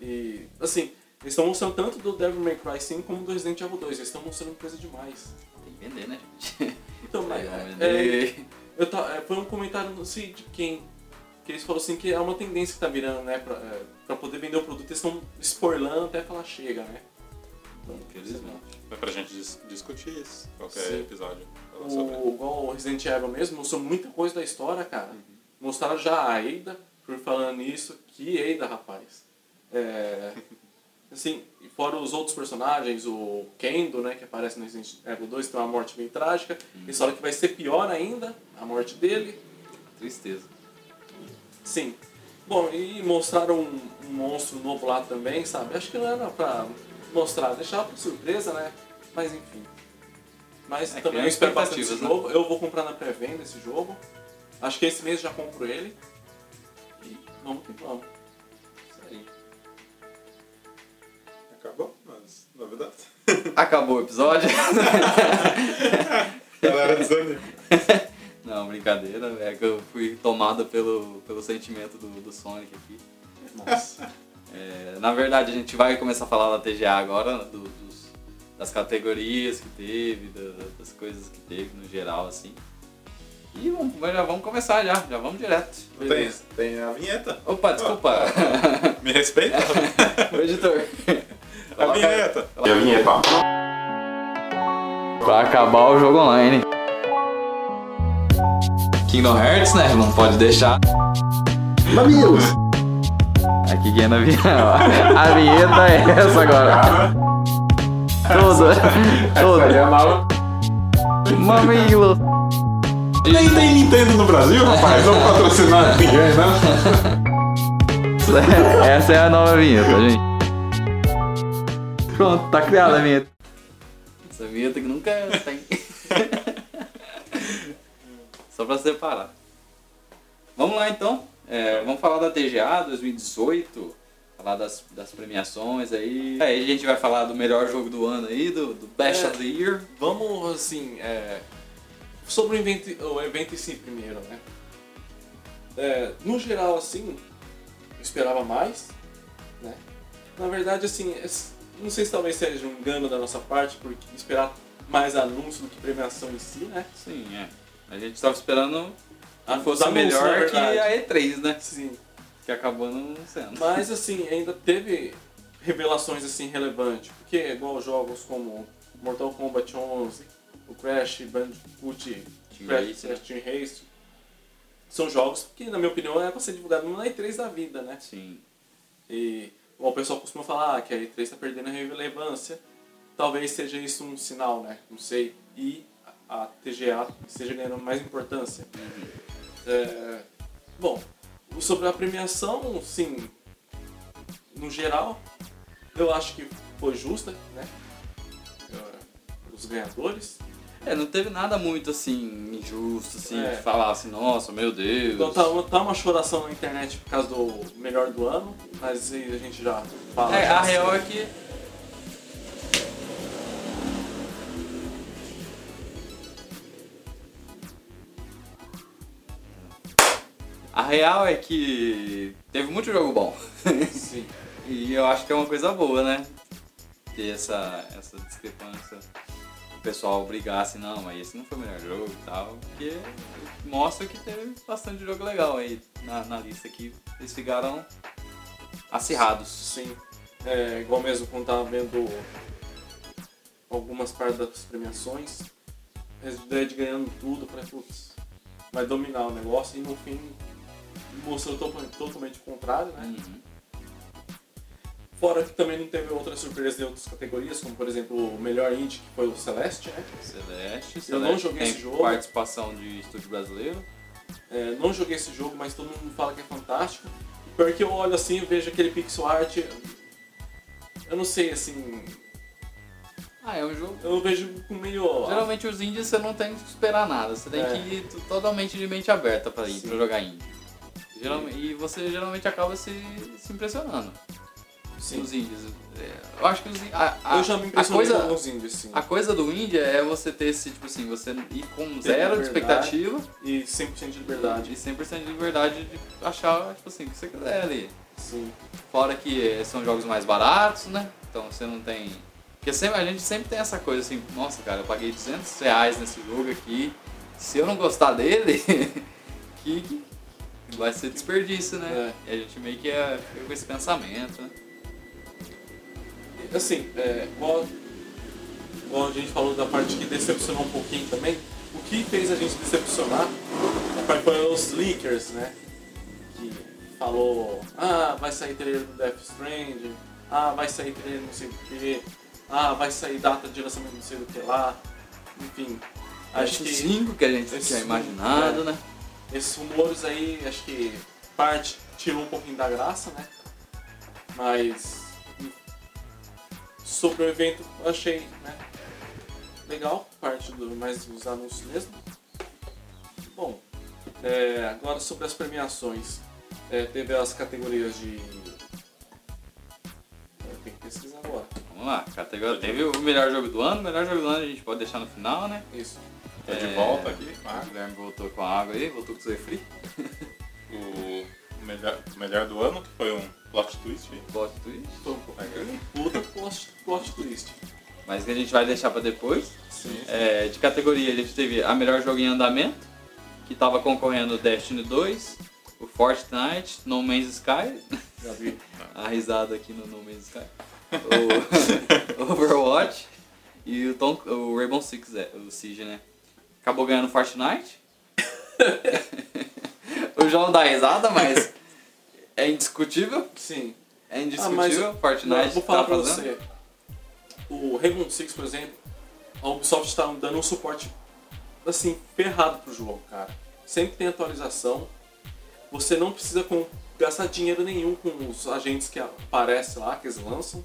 [SPEAKER 3] E, assim, eles estão mostrando tanto do Devil May Cry 5 como do Resident Evil 2. Eles estão mostrando coisa demais.
[SPEAKER 1] Tem que vender, né, gente?
[SPEAKER 3] Então, mas,
[SPEAKER 1] Aí, vamos
[SPEAKER 3] é,
[SPEAKER 1] vender.
[SPEAKER 3] eu ta- é, foi um comentário, não sei de quem, que eles falaram assim que é uma tendência que tá virando, né? Pra, é, pra poder vender o produto, eles estão spoilando até falar chega, né? Então,
[SPEAKER 1] Infelizmente.
[SPEAKER 2] Dá pra gente dis- discutir isso, qualquer
[SPEAKER 3] Sim.
[SPEAKER 2] episódio. Falar sobre.
[SPEAKER 3] O, igual o Resident Evil mesmo, mostrou muita coisa da história, cara. Mostraram já a Ada, por falando nisso, que Ada, rapaz. É, assim, e fora os outros personagens, o Kendo, né, que aparece no Resident Evil 2, tem uma morte bem trágica. Eles falam que vai ser pior ainda, a morte dele.
[SPEAKER 1] Tristeza.
[SPEAKER 3] Sim. Bom, e mostraram um, um monstro novo lá também, sabe? Acho que não era pra mostrar, deixar por surpresa, né? Mas enfim. Mas
[SPEAKER 1] É,
[SPEAKER 3] também
[SPEAKER 1] criar
[SPEAKER 3] eu espero bastante esse
[SPEAKER 1] expectativas, né?
[SPEAKER 3] jogo. Eu vou comprar na pré-venda esse jogo. Acho que esse mês já compro ele. E vamos que vamos.
[SPEAKER 1] Isso aí.
[SPEAKER 2] Acabou, mas novidades.
[SPEAKER 1] Acabou o episódio.
[SPEAKER 2] Galera desanima.
[SPEAKER 1] Não, brincadeira, é que eu fui tomado pelo, pelo sentimento do, do Sonic aqui.
[SPEAKER 3] Nossa.
[SPEAKER 1] É, na verdade, a gente vai começar a falar da TGA agora, né, do- dos- das categorias que teve, da- das coisas que teve no geral, assim. E vamos, mas já vamos começar já, já vamos direto.
[SPEAKER 2] Tem, Ah. tem a vinheta.
[SPEAKER 1] Opa, desculpa,
[SPEAKER 2] Me respeita.
[SPEAKER 1] o editor.
[SPEAKER 2] a vinheta.
[SPEAKER 1] a vinheta. Pra acabar o jogo online. Kingdom Hearts, né? Não pode deixar.
[SPEAKER 4] Mamilos!
[SPEAKER 1] Aqui quem é na vinheta. A vinheta é essa agora. Todo. Todo. Mamilo.
[SPEAKER 2] Nem tem é Nintendo no Brasil, rapaz. Vamos patrocinar ninguém, né?
[SPEAKER 1] Essa é a nova vinheta, gente. Pronto, tá criada a vinheta. Isso Sabia que nunca tem. Só pra separar. Vamos lá então. É, vamos falar da TGA 2018. Falar das, das premiações aí. É, Aí a gente vai falar do melhor jogo do ano aí, do, do Best
[SPEAKER 3] É.
[SPEAKER 1] of the Year.
[SPEAKER 3] Vamos, assim, é, sobre o evento, o evento em si primeiro, né? É, no geral, assim, eu esperava mais, né? Na verdade, assim, es- não sei se talvez seja um engano da nossa parte, porque esperar mais anúncio do que premiação em si, né?
[SPEAKER 1] Sim, é. A gente tava esperando que
[SPEAKER 3] Ah,
[SPEAKER 1] fosse
[SPEAKER 3] tá bom, isso, na
[SPEAKER 1] melhor né? que
[SPEAKER 3] verdade.
[SPEAKER 1] a E3, né?
[SPEAKER 3] Sim.
[SPEAKER 1] Que acabou não sendo.
[SPEAKER 3] Mas, assim, ainda teve revelações, assim, relevantes, porque igual jogos como Mortal Kombat 11, o Crash, Bandicoot
[SPEAKER 1] Team
[SPEAKER 3] Crash
[SPEAKER 1] Racer.
[SPEAKER 3] Team Race. São jogos que, na minha opinião, é pra ser divulgado na E3 da vida, né?
[SPEAKER 1] Sim.
[SPEAKER 3] E bom, o pessoal costuma falar ah, que a E3 tá perdendo a relevância. Talvez seja isso um sinal, né? Não sei. E a TGA esteja ganhando mais importância. É, bom, sobre a premiação, sim, no geral, eu acho que foi justa, né? Eu- Os ganhadores.
[SPEAKER 1] É, não teve nada muito assim, injusto, assim,
[SPEAKER 3] É.
[SPEAKER 1] que falasse, nossa, meu Deus.
[SPEAKER 3] Então tá, uma- tá uma choração na internet por causa do melhor do ano, mas aí a gente já fala.
[SPEAKER 1] É,
[SPEAKER 3] já
[SPEAKER 1] a real é
[SPEAKER 3] assim.
[SPEAKER 1] que. A real é que teve muito jogo bom.
[SPEAKER 3] Sim.
[SPEAKER 1] e eu acho que é uma coisa boa, né? Ter essa, essa discrepância. O pessoal brigar assim, não, mas esse não foi o melhor jogo e tal. Porque mostra que teve bastante jogo legal aí na, na lista que eles ficaram acirrados.
[SPEAKER 3] Sim. É, igual mesmo quando tava vendo algumas partes das premiações, Red Dead ganhando tudo, eu falei, putz, vai dominar o negócio e no fim mostrou to- totalmente o contrário, né?
[SPEAKER 1] Uhum. Hum.
[SPEAKER 3] Fora que também não teve outras surpresas de outras categorias, como por exemplo o melhor indie que foi o Celeste, né?
[SPEAKER 1] Celeste, Celeste
[SPEAKER 3] Eu não joguei
[SPEAKER 1] tem
[SPEAKER 3] esse jogo.
[SPEAKER 1] participação de estúdio brasileiro.
[SPEAKER 3] É, não joguei esse jogo, mas todo mundo fala que é fantástico. Pior que eu olho assim e vejo aquele pixel art. Eu não sei, assim.
[SPEAKER 1] Ah, é um jogo.
[SPEAKER 3] Eu vejo com meio.
[SPEAKER 1] Geralmente os indies você não tem que esperar nada, você tem
[SPEAKER 3] É.
[SPEAKER 1] que ir t- totalmente de mente aberta pra ir
[SPEAKER 3] Sim.
[SPEAKER 1] pra jogar indie. Geralme- e você geralmente acaba se, se impressionando
[SPEAKER 3] Sim.
[SPEAKER 1] os indies. É, Eu acho que os, in- a, a,
[SPEAKER 3] assim, eu já me
[SPEAKER 1] a
[SPEAKER 3] impressionei com
[SPEAKER 1] coisa
[SPEAKER 3] alguns indies, sim.
[SPEAKER 1] a coisa do indie é você ter esse tipo assim, você ir com zero de
[SPEAKER 3] liberdade.
[SPEAKER 1] expectativa
[SPEAKER 3] E 100% de liberdade.
[SPEAKER 1] e 100% de liberdade de achar tipo assim o que você quiser ali.
[SPEAKER 3] Sim.
[SPEAKER 1] Fora que eh, são jogos mais baratos, né? Então você não tem. Porque sempre, a gente sempre tem essa coisa assim: nossa, cara, eu paguei 200 reais nesse jogo aqui. Se eu não gostar dele, que que vai ser desperdício, né?
[SPEAKER 3] É.
[SPEAKER 1] E a gente meio que eh, fica com esse pensamento, né?
[SPEAKER 3] E, Assim, é, igual, igual a gente falou da parte que decepcionou um pouquinho também, o que fez a gente decepcionar foi- foi os leakers, né? Que falou, ah, vai sair trailer do Death Stranding, ah, vai sair trailer não sei do que, ah, vai sair data de lançamento não sei do que lá, enfim. Acho
[SPEAKER 1] Esses
[SPEAKER 3] que
[SPEAKER 1] cinco que a gente
[SPEAKER 3] esses
[SPEAKER 1] tinha
[SPEAKER 3] cinco,
[SPEAKER 1] imaginado,
[SPEAKER 3] é.
[SPEAKER 1] né?
[SPEAKER 3] esses rumores aí, acho que parte tirou um pouquinho da graça, né? Mas sobre o evento eu achei né, legal, parte do mais dos anúncios mesmo. Bom, é, agora sobre as premiações. É, teve as categorias de. Eu tenho que pesquisar agora.
[SPEAKER 1] Vamos lá, categoria. Teve o melhor jogo do ano, o melhor jogo do ano a gente pode deixar no final, né?
[SPEAKER 3] Isso.
[SPEAKER 2] Tô de
[SPEAKER 1] É.
[SPEAKER 2] volta aqui.
[SPEAKER 1] O
[SPEAKER 2] Ah,
[SPEAKER 1] Guilherme voltou com a água aí, voltou com o refri.
[SPEAKER 2] o melhor, o melhor do ano, que foi um plot twist. aí.
[SPEAKER 1] Plot twist.
[SPEAKER 3] Tô um pouco
[SPEAKER 2] É
[SPEAKER 3] puta plot, plot twist.
[SPEAKER 1] Mas que a gente vai deixar pra depois. É, de categoria a gente teve a melhor jogo em andamento, que tava concorrendo o Destiny 2, o Fortnite, No Man's Sky,
[SPEAKER 3] Já vi.
[SPEAKER 1] a risada aqui no No Man's Sky, o Overwatch e o, Tom, o Rainbow Six, é, o Siege, né? Acabou ganhando o Fortnite. o João dá risada, mas é indiscutível.
[SPEAKER 3] Sim.
[SPEAKER 1] É
[SPEAKER 3] Ah, mas
[SPEAKER 1] indiscutível.
[SPEAKER 3] eu-
[SPEAKER 1] Fortnite
[SPEAKER 3] eu vou falar
[SPEAKER 1] tá
[SPEAKER 3] pra
[SPEAKER 1] fazendo.
[SPEAKER 3] você. O Rainbow Six, por exemplo, a Ubisoft está dando um suporte assim ferrado pro jogo, cara. Sempre tem atualização. Você não precisa com- gastar dinheiro nenhum com os agentes que aparecem lá, que eles lançam.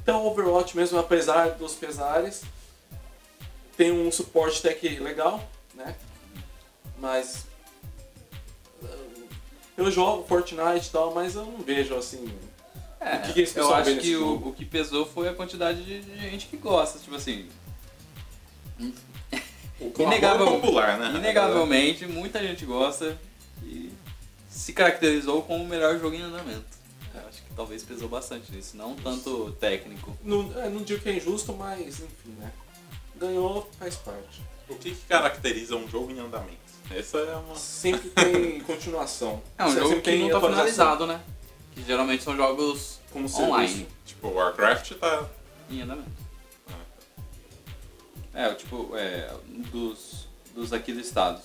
[SPEAKER 3] Então, o Overwatch mesmo, apesar dos pesares, tem um suporte até que legal, né? Mas. uh, Eu jogo Fortnite e tal, mas eu não vejo assim.
[SPEAKER 1] É,
[SPEAKER 3] O que que esse
[SPEAKER 1] eu
[SPEAKER 3] pessoal
[SPEAKER 1] acho
[SPEAKER 3] vê nesse
[SPEAKER 1] que o,
[SPEAKER 3] jogo?
[SPEAKER 1] o que pesou foi a quantidade de, de gente que gosta, tipo assim.
[SPEAKER 2] O
[SPEAKER 1] Inegável.
[SPEAKER 2] amor popular, né?
[SPEAKER 1] Inegavelmente, muita gente gosta e se caracterizou como o melhor jogo em andamento. Eu É, acho que talvez pesou bastante nisso, não tanto técnico.
[SPEAKER 3] Não, é, não digo que é injusto, mas enfim, né? Ganhou, faz parte.
[SPEAKER 2] O que, que caracteriza um jogo em andamento? Essa é uma.
[SPEAKER 3] Sempre tem continuação.
[SPEAKER 1] É um
[SPEAKER 3] Sempre
[SPEAKER 1] jogo que
[SPEAKER 3] tem
[SPEAKER 1] não tá
[SPEAKER 3] atualização.
[SPEAKER 1] finalizado, né? Que geralmente são jogos
[SPEAKER 3] Como
[SPEAKER 1] online
[SPEAKER 3] serviço.
[SPEAKER 2] Tipo, Warcraft tá. né?
[SPEAKER 1] em andamento. É, o tipo, é, dos, dos aqui do estado.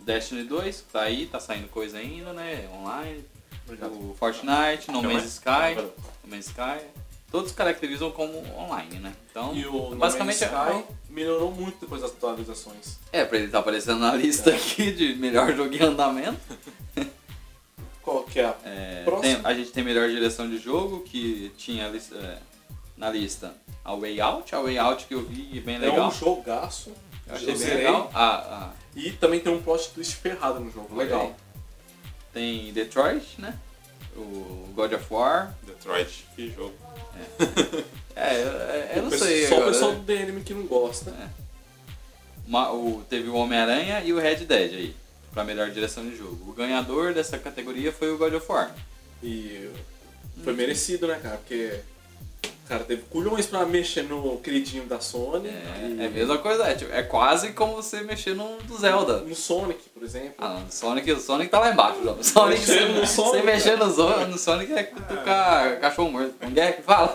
[SPEAKER 1] Destiny 2, que tá aí, tá saindo coisa ainda, né? Online.
[SPEAKER 3] Obrigado.
[SPEAKER 1] O Fortnite, No
[SPEAKER 2] Não
[SPEAKER 1] Man's
[SPEAKER 2] é?
[SPEAKER 1] Sky, No Man's Sky. Todos caracterizam como online, né? Então,
[SPEAKER 3] E o
[SPEAKER 1] basicamente
[SPEAKER 3] basicamente,
[SPEAKER 1] é-
[SPEAKER 3] Sky melhorou muito depois das atualizações.
[SPEAKER 1] É, pra ele tá aparecendo na lista aqui de melhor jogo em andamento.
[SPEAKER 3] Qual que é a
[SPEAKER 1] É,
[SPEAKER 3] Próximo.
[SPEAKER 1] tem- a gente tem melhor direção de jogo, que tinha lis- é, na lista a Way Out, a Way Out que eu vi e bem
[SPEAKER 3] É
[SPEAKER 1] legal.
[SPEAKER 3] um jogaço.
[SPEAKER 1] eu achei
[SPEAKER 3] eu
[SPEAKER 1] bem
[SPEAKER 3] zerei.
[SPEAKER 1] legal. Ah, ah,
[SPEAKER 3] E também tem um plot twist ferrado no jogo. Legal.
[SPEAKER 1] ok. Tem Detroit, né? O God of War.
[SPEAKER 2] Detroit, que jogo.
[SPEAKER 1] É, eu, eu- eu não
[SPEAKER 3] O pessoal-
[SPEAKER 1] sei
[SPEAKER 3] Só
[SPEAKER 1] agora.
[SPEAKER 3] o pessoal do DNM que não gosta.
[SPEAKER 1] É. Ma- o, teve o Homem-Aranha e o Red Dead aí, pra melhor direção de jogo. O ganhador dessa categoria foi o God of War.
[SPEAKER 3] E foi
[SPEAKER 1] Hum.
[SPEAKER 3] merecido, né, cara? Porque o cara teve culhões pra mexer no queridinho da Sony. e-
[SPEAKER 1] É, é a mesma coisa, é, tipo, é quase como você mexer num do Zelda.
[SPEAKER 3] No Sonic, por exemplo.
[SPEAKER 1] Ah, não, o Sonic, o Sonic tá lá embaixo, João. O Sonic,
[SPEAKER 3] Mexendo no né?
[SPEAKER 1] você,
[SPEAKER 3] Sonic,
[SPEAKER 1] mexer no, Zo- no Sonic é cutucar cachorro morto. Como é que fala?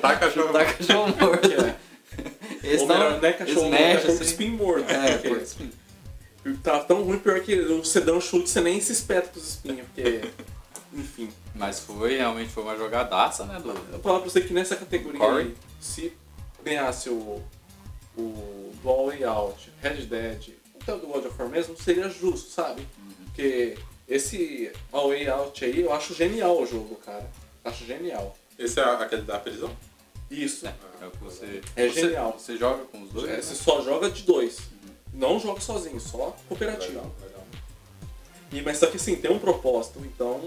[SPEAKER 2] Tá cachorro.
[SPEAKER 1] Cutucar cachorro morto.
[SPEAKER 3] Que é.
[SPEAKER 1] Eles
[SPEAKER 3] Ou
[SPEAKER 1] tão-
[SPEAKER 3] melhor, não é cachorro morto, é
[SPEAKER 1] eles mexem,
[SPEAKER 3] porco
[SPEAKER 1] um assim.
[SPEAKER 3] espinho morto.
[SPEAKER 1] É,
[SPEAKER 3] né? porque
[SPEAKER 1] porco espinho.
[SPEAKER 3] Tá tão ruim, pior que você dá um chute, você nem se espeta com os espinhos, porque... Enfim.
[SPEAKER 1] Mas foi, realmente foi uma jogadaça, né? Do,
[SPEAKER 3] Eu vou falar pra você que nessa categoria
[SPEAKER 1] Corey?
[SPEAKER 3] aí, se ganhasse o, o do All Way Out, Red Dead, até o do God of War mesmo, seria justo, sabe?
[SPEAKER 1] Uhum.
[SPEAKER 3] Porque esse All Way Out aí, eu acho genial o jogo, cara. Acho genial.
[SPEAKER 2] Esse é aquele da prisão?
[SPEAKER 3] Isso.
[SPEAKER 1] é, é o que você,
[SPEAKER 3] É
[SPEAKER 1] você-
[SPEAKER 3] genial.
[SPEAKER 1] Você joga com os dois?
[SPEAKER 3] É,
[SPEAKER 1] né? Uhum.
[SPEAKER 3] Você só joga de dois. Não joga sozinho, só cooperativo.
[SPEAKER 2] Legal, legal.
[SPEAKER 3] E, mas só que assim, tem um propósito, então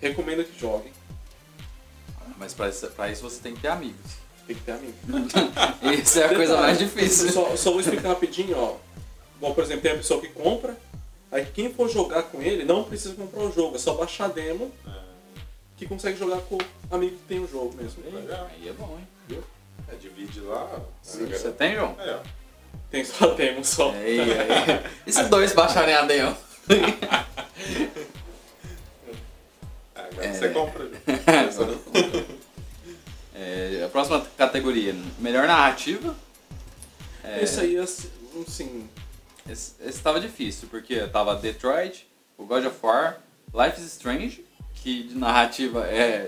[SPEAKER 3] recomendo que joguem.
[SPEAKER 1] Mas pra isso, pra isso você tem que ter amigos.
[SPEAKER 3] Tem que ter amigo.
[SPEAKER 1] Isso é a coisa mais difícil.
[SPEAKER 3] Só, só vou explicar rapidinho, ó. Bom, por exemplo, tem a pessoa que compra, aí quem for jogar com ele não precisa comprar o jogo, é só baixar a demo que consegue jogar com o amigo que tem o jogo mesmo.
[SPEAKER 2] É, legal.
[SPEAKER 1] Aí é bom, hein?
[SPEAKER 2] É, divide lá. é,
[SPEAKER 1] Você tem, João?
[SPEAKER 2] é, ó.
[SPEAKER 3] Tem só a demo só.
[SPEAKER 1] Aí, aí. E se dois baixarem a Dell?
[SPEAKER 2] É, agora você compra.
[SPEAKER 1] É, a próxima categoria, melhor narrativa. É,
[SPEAKER 3] Isso aí, assim, assim,
[SPEAKER 1] esse, esse tava difícil, porque tava Detroit, o God of War, Life is Strange, que de narrativa é.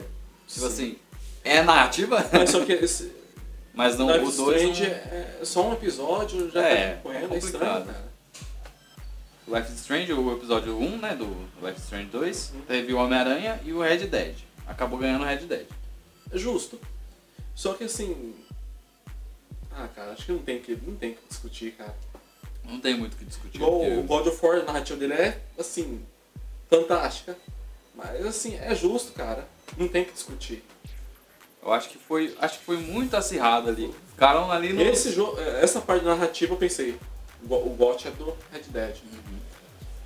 [SPEAKER 1] Tipo
[SPEAKER 3] Sim.
[SPEAKER 1] assim, é narrativa,
[SPEAKER 3] mas só que esse
[SPEAKER 1] mas não
[SPEAKER 3] Life
[SPEAKER 1] o
[SPEAKER 3] is
[SPEAKER 1] 2.
[SPEAKER 3] Strange
[SPEAKER 1] não-
[SPEAKER 3] é só um episódio, já
[SPEAKER 1] É,
[SPEAKER 3] tá acompanhando, é,
[SPEAKER 1] é
[SPEAKER 3] estranho,
[SPEAKER 1] complicado.
[SPEAKER 3] cara.
[SPEAKER 1] Life is Strange, o episódio 1, né, do Life is Strange 2,
[SPEAKER 3] Uhum.
[SPEAKER 1] teve o Homem-Aranha e o Red Dead. Acabou ganhando o Red Dead.
[SPEAKER 3] É justo. Só que assim. Ah, cara, acho que não tem que, não tem que discutir, cara.
[SPEAKER 1] Não tem muito o que discutir.
[SPEAKER 3] Igual
[SPEAKER 1] porque-
[SPEAKER 3] o God of War, a narrativa dele é, assim, fantástica. Mas, assim, é justo, cara. Não tem que discutir.
[SPEAKER 1] Eu acho que foi, acho que foi muito acirrado ali. Ficaram ali no.
[SPEAKER 3] Esse jogo, é, essa parte da narrativa eu pensei, o go- o GOT é do Red Dead.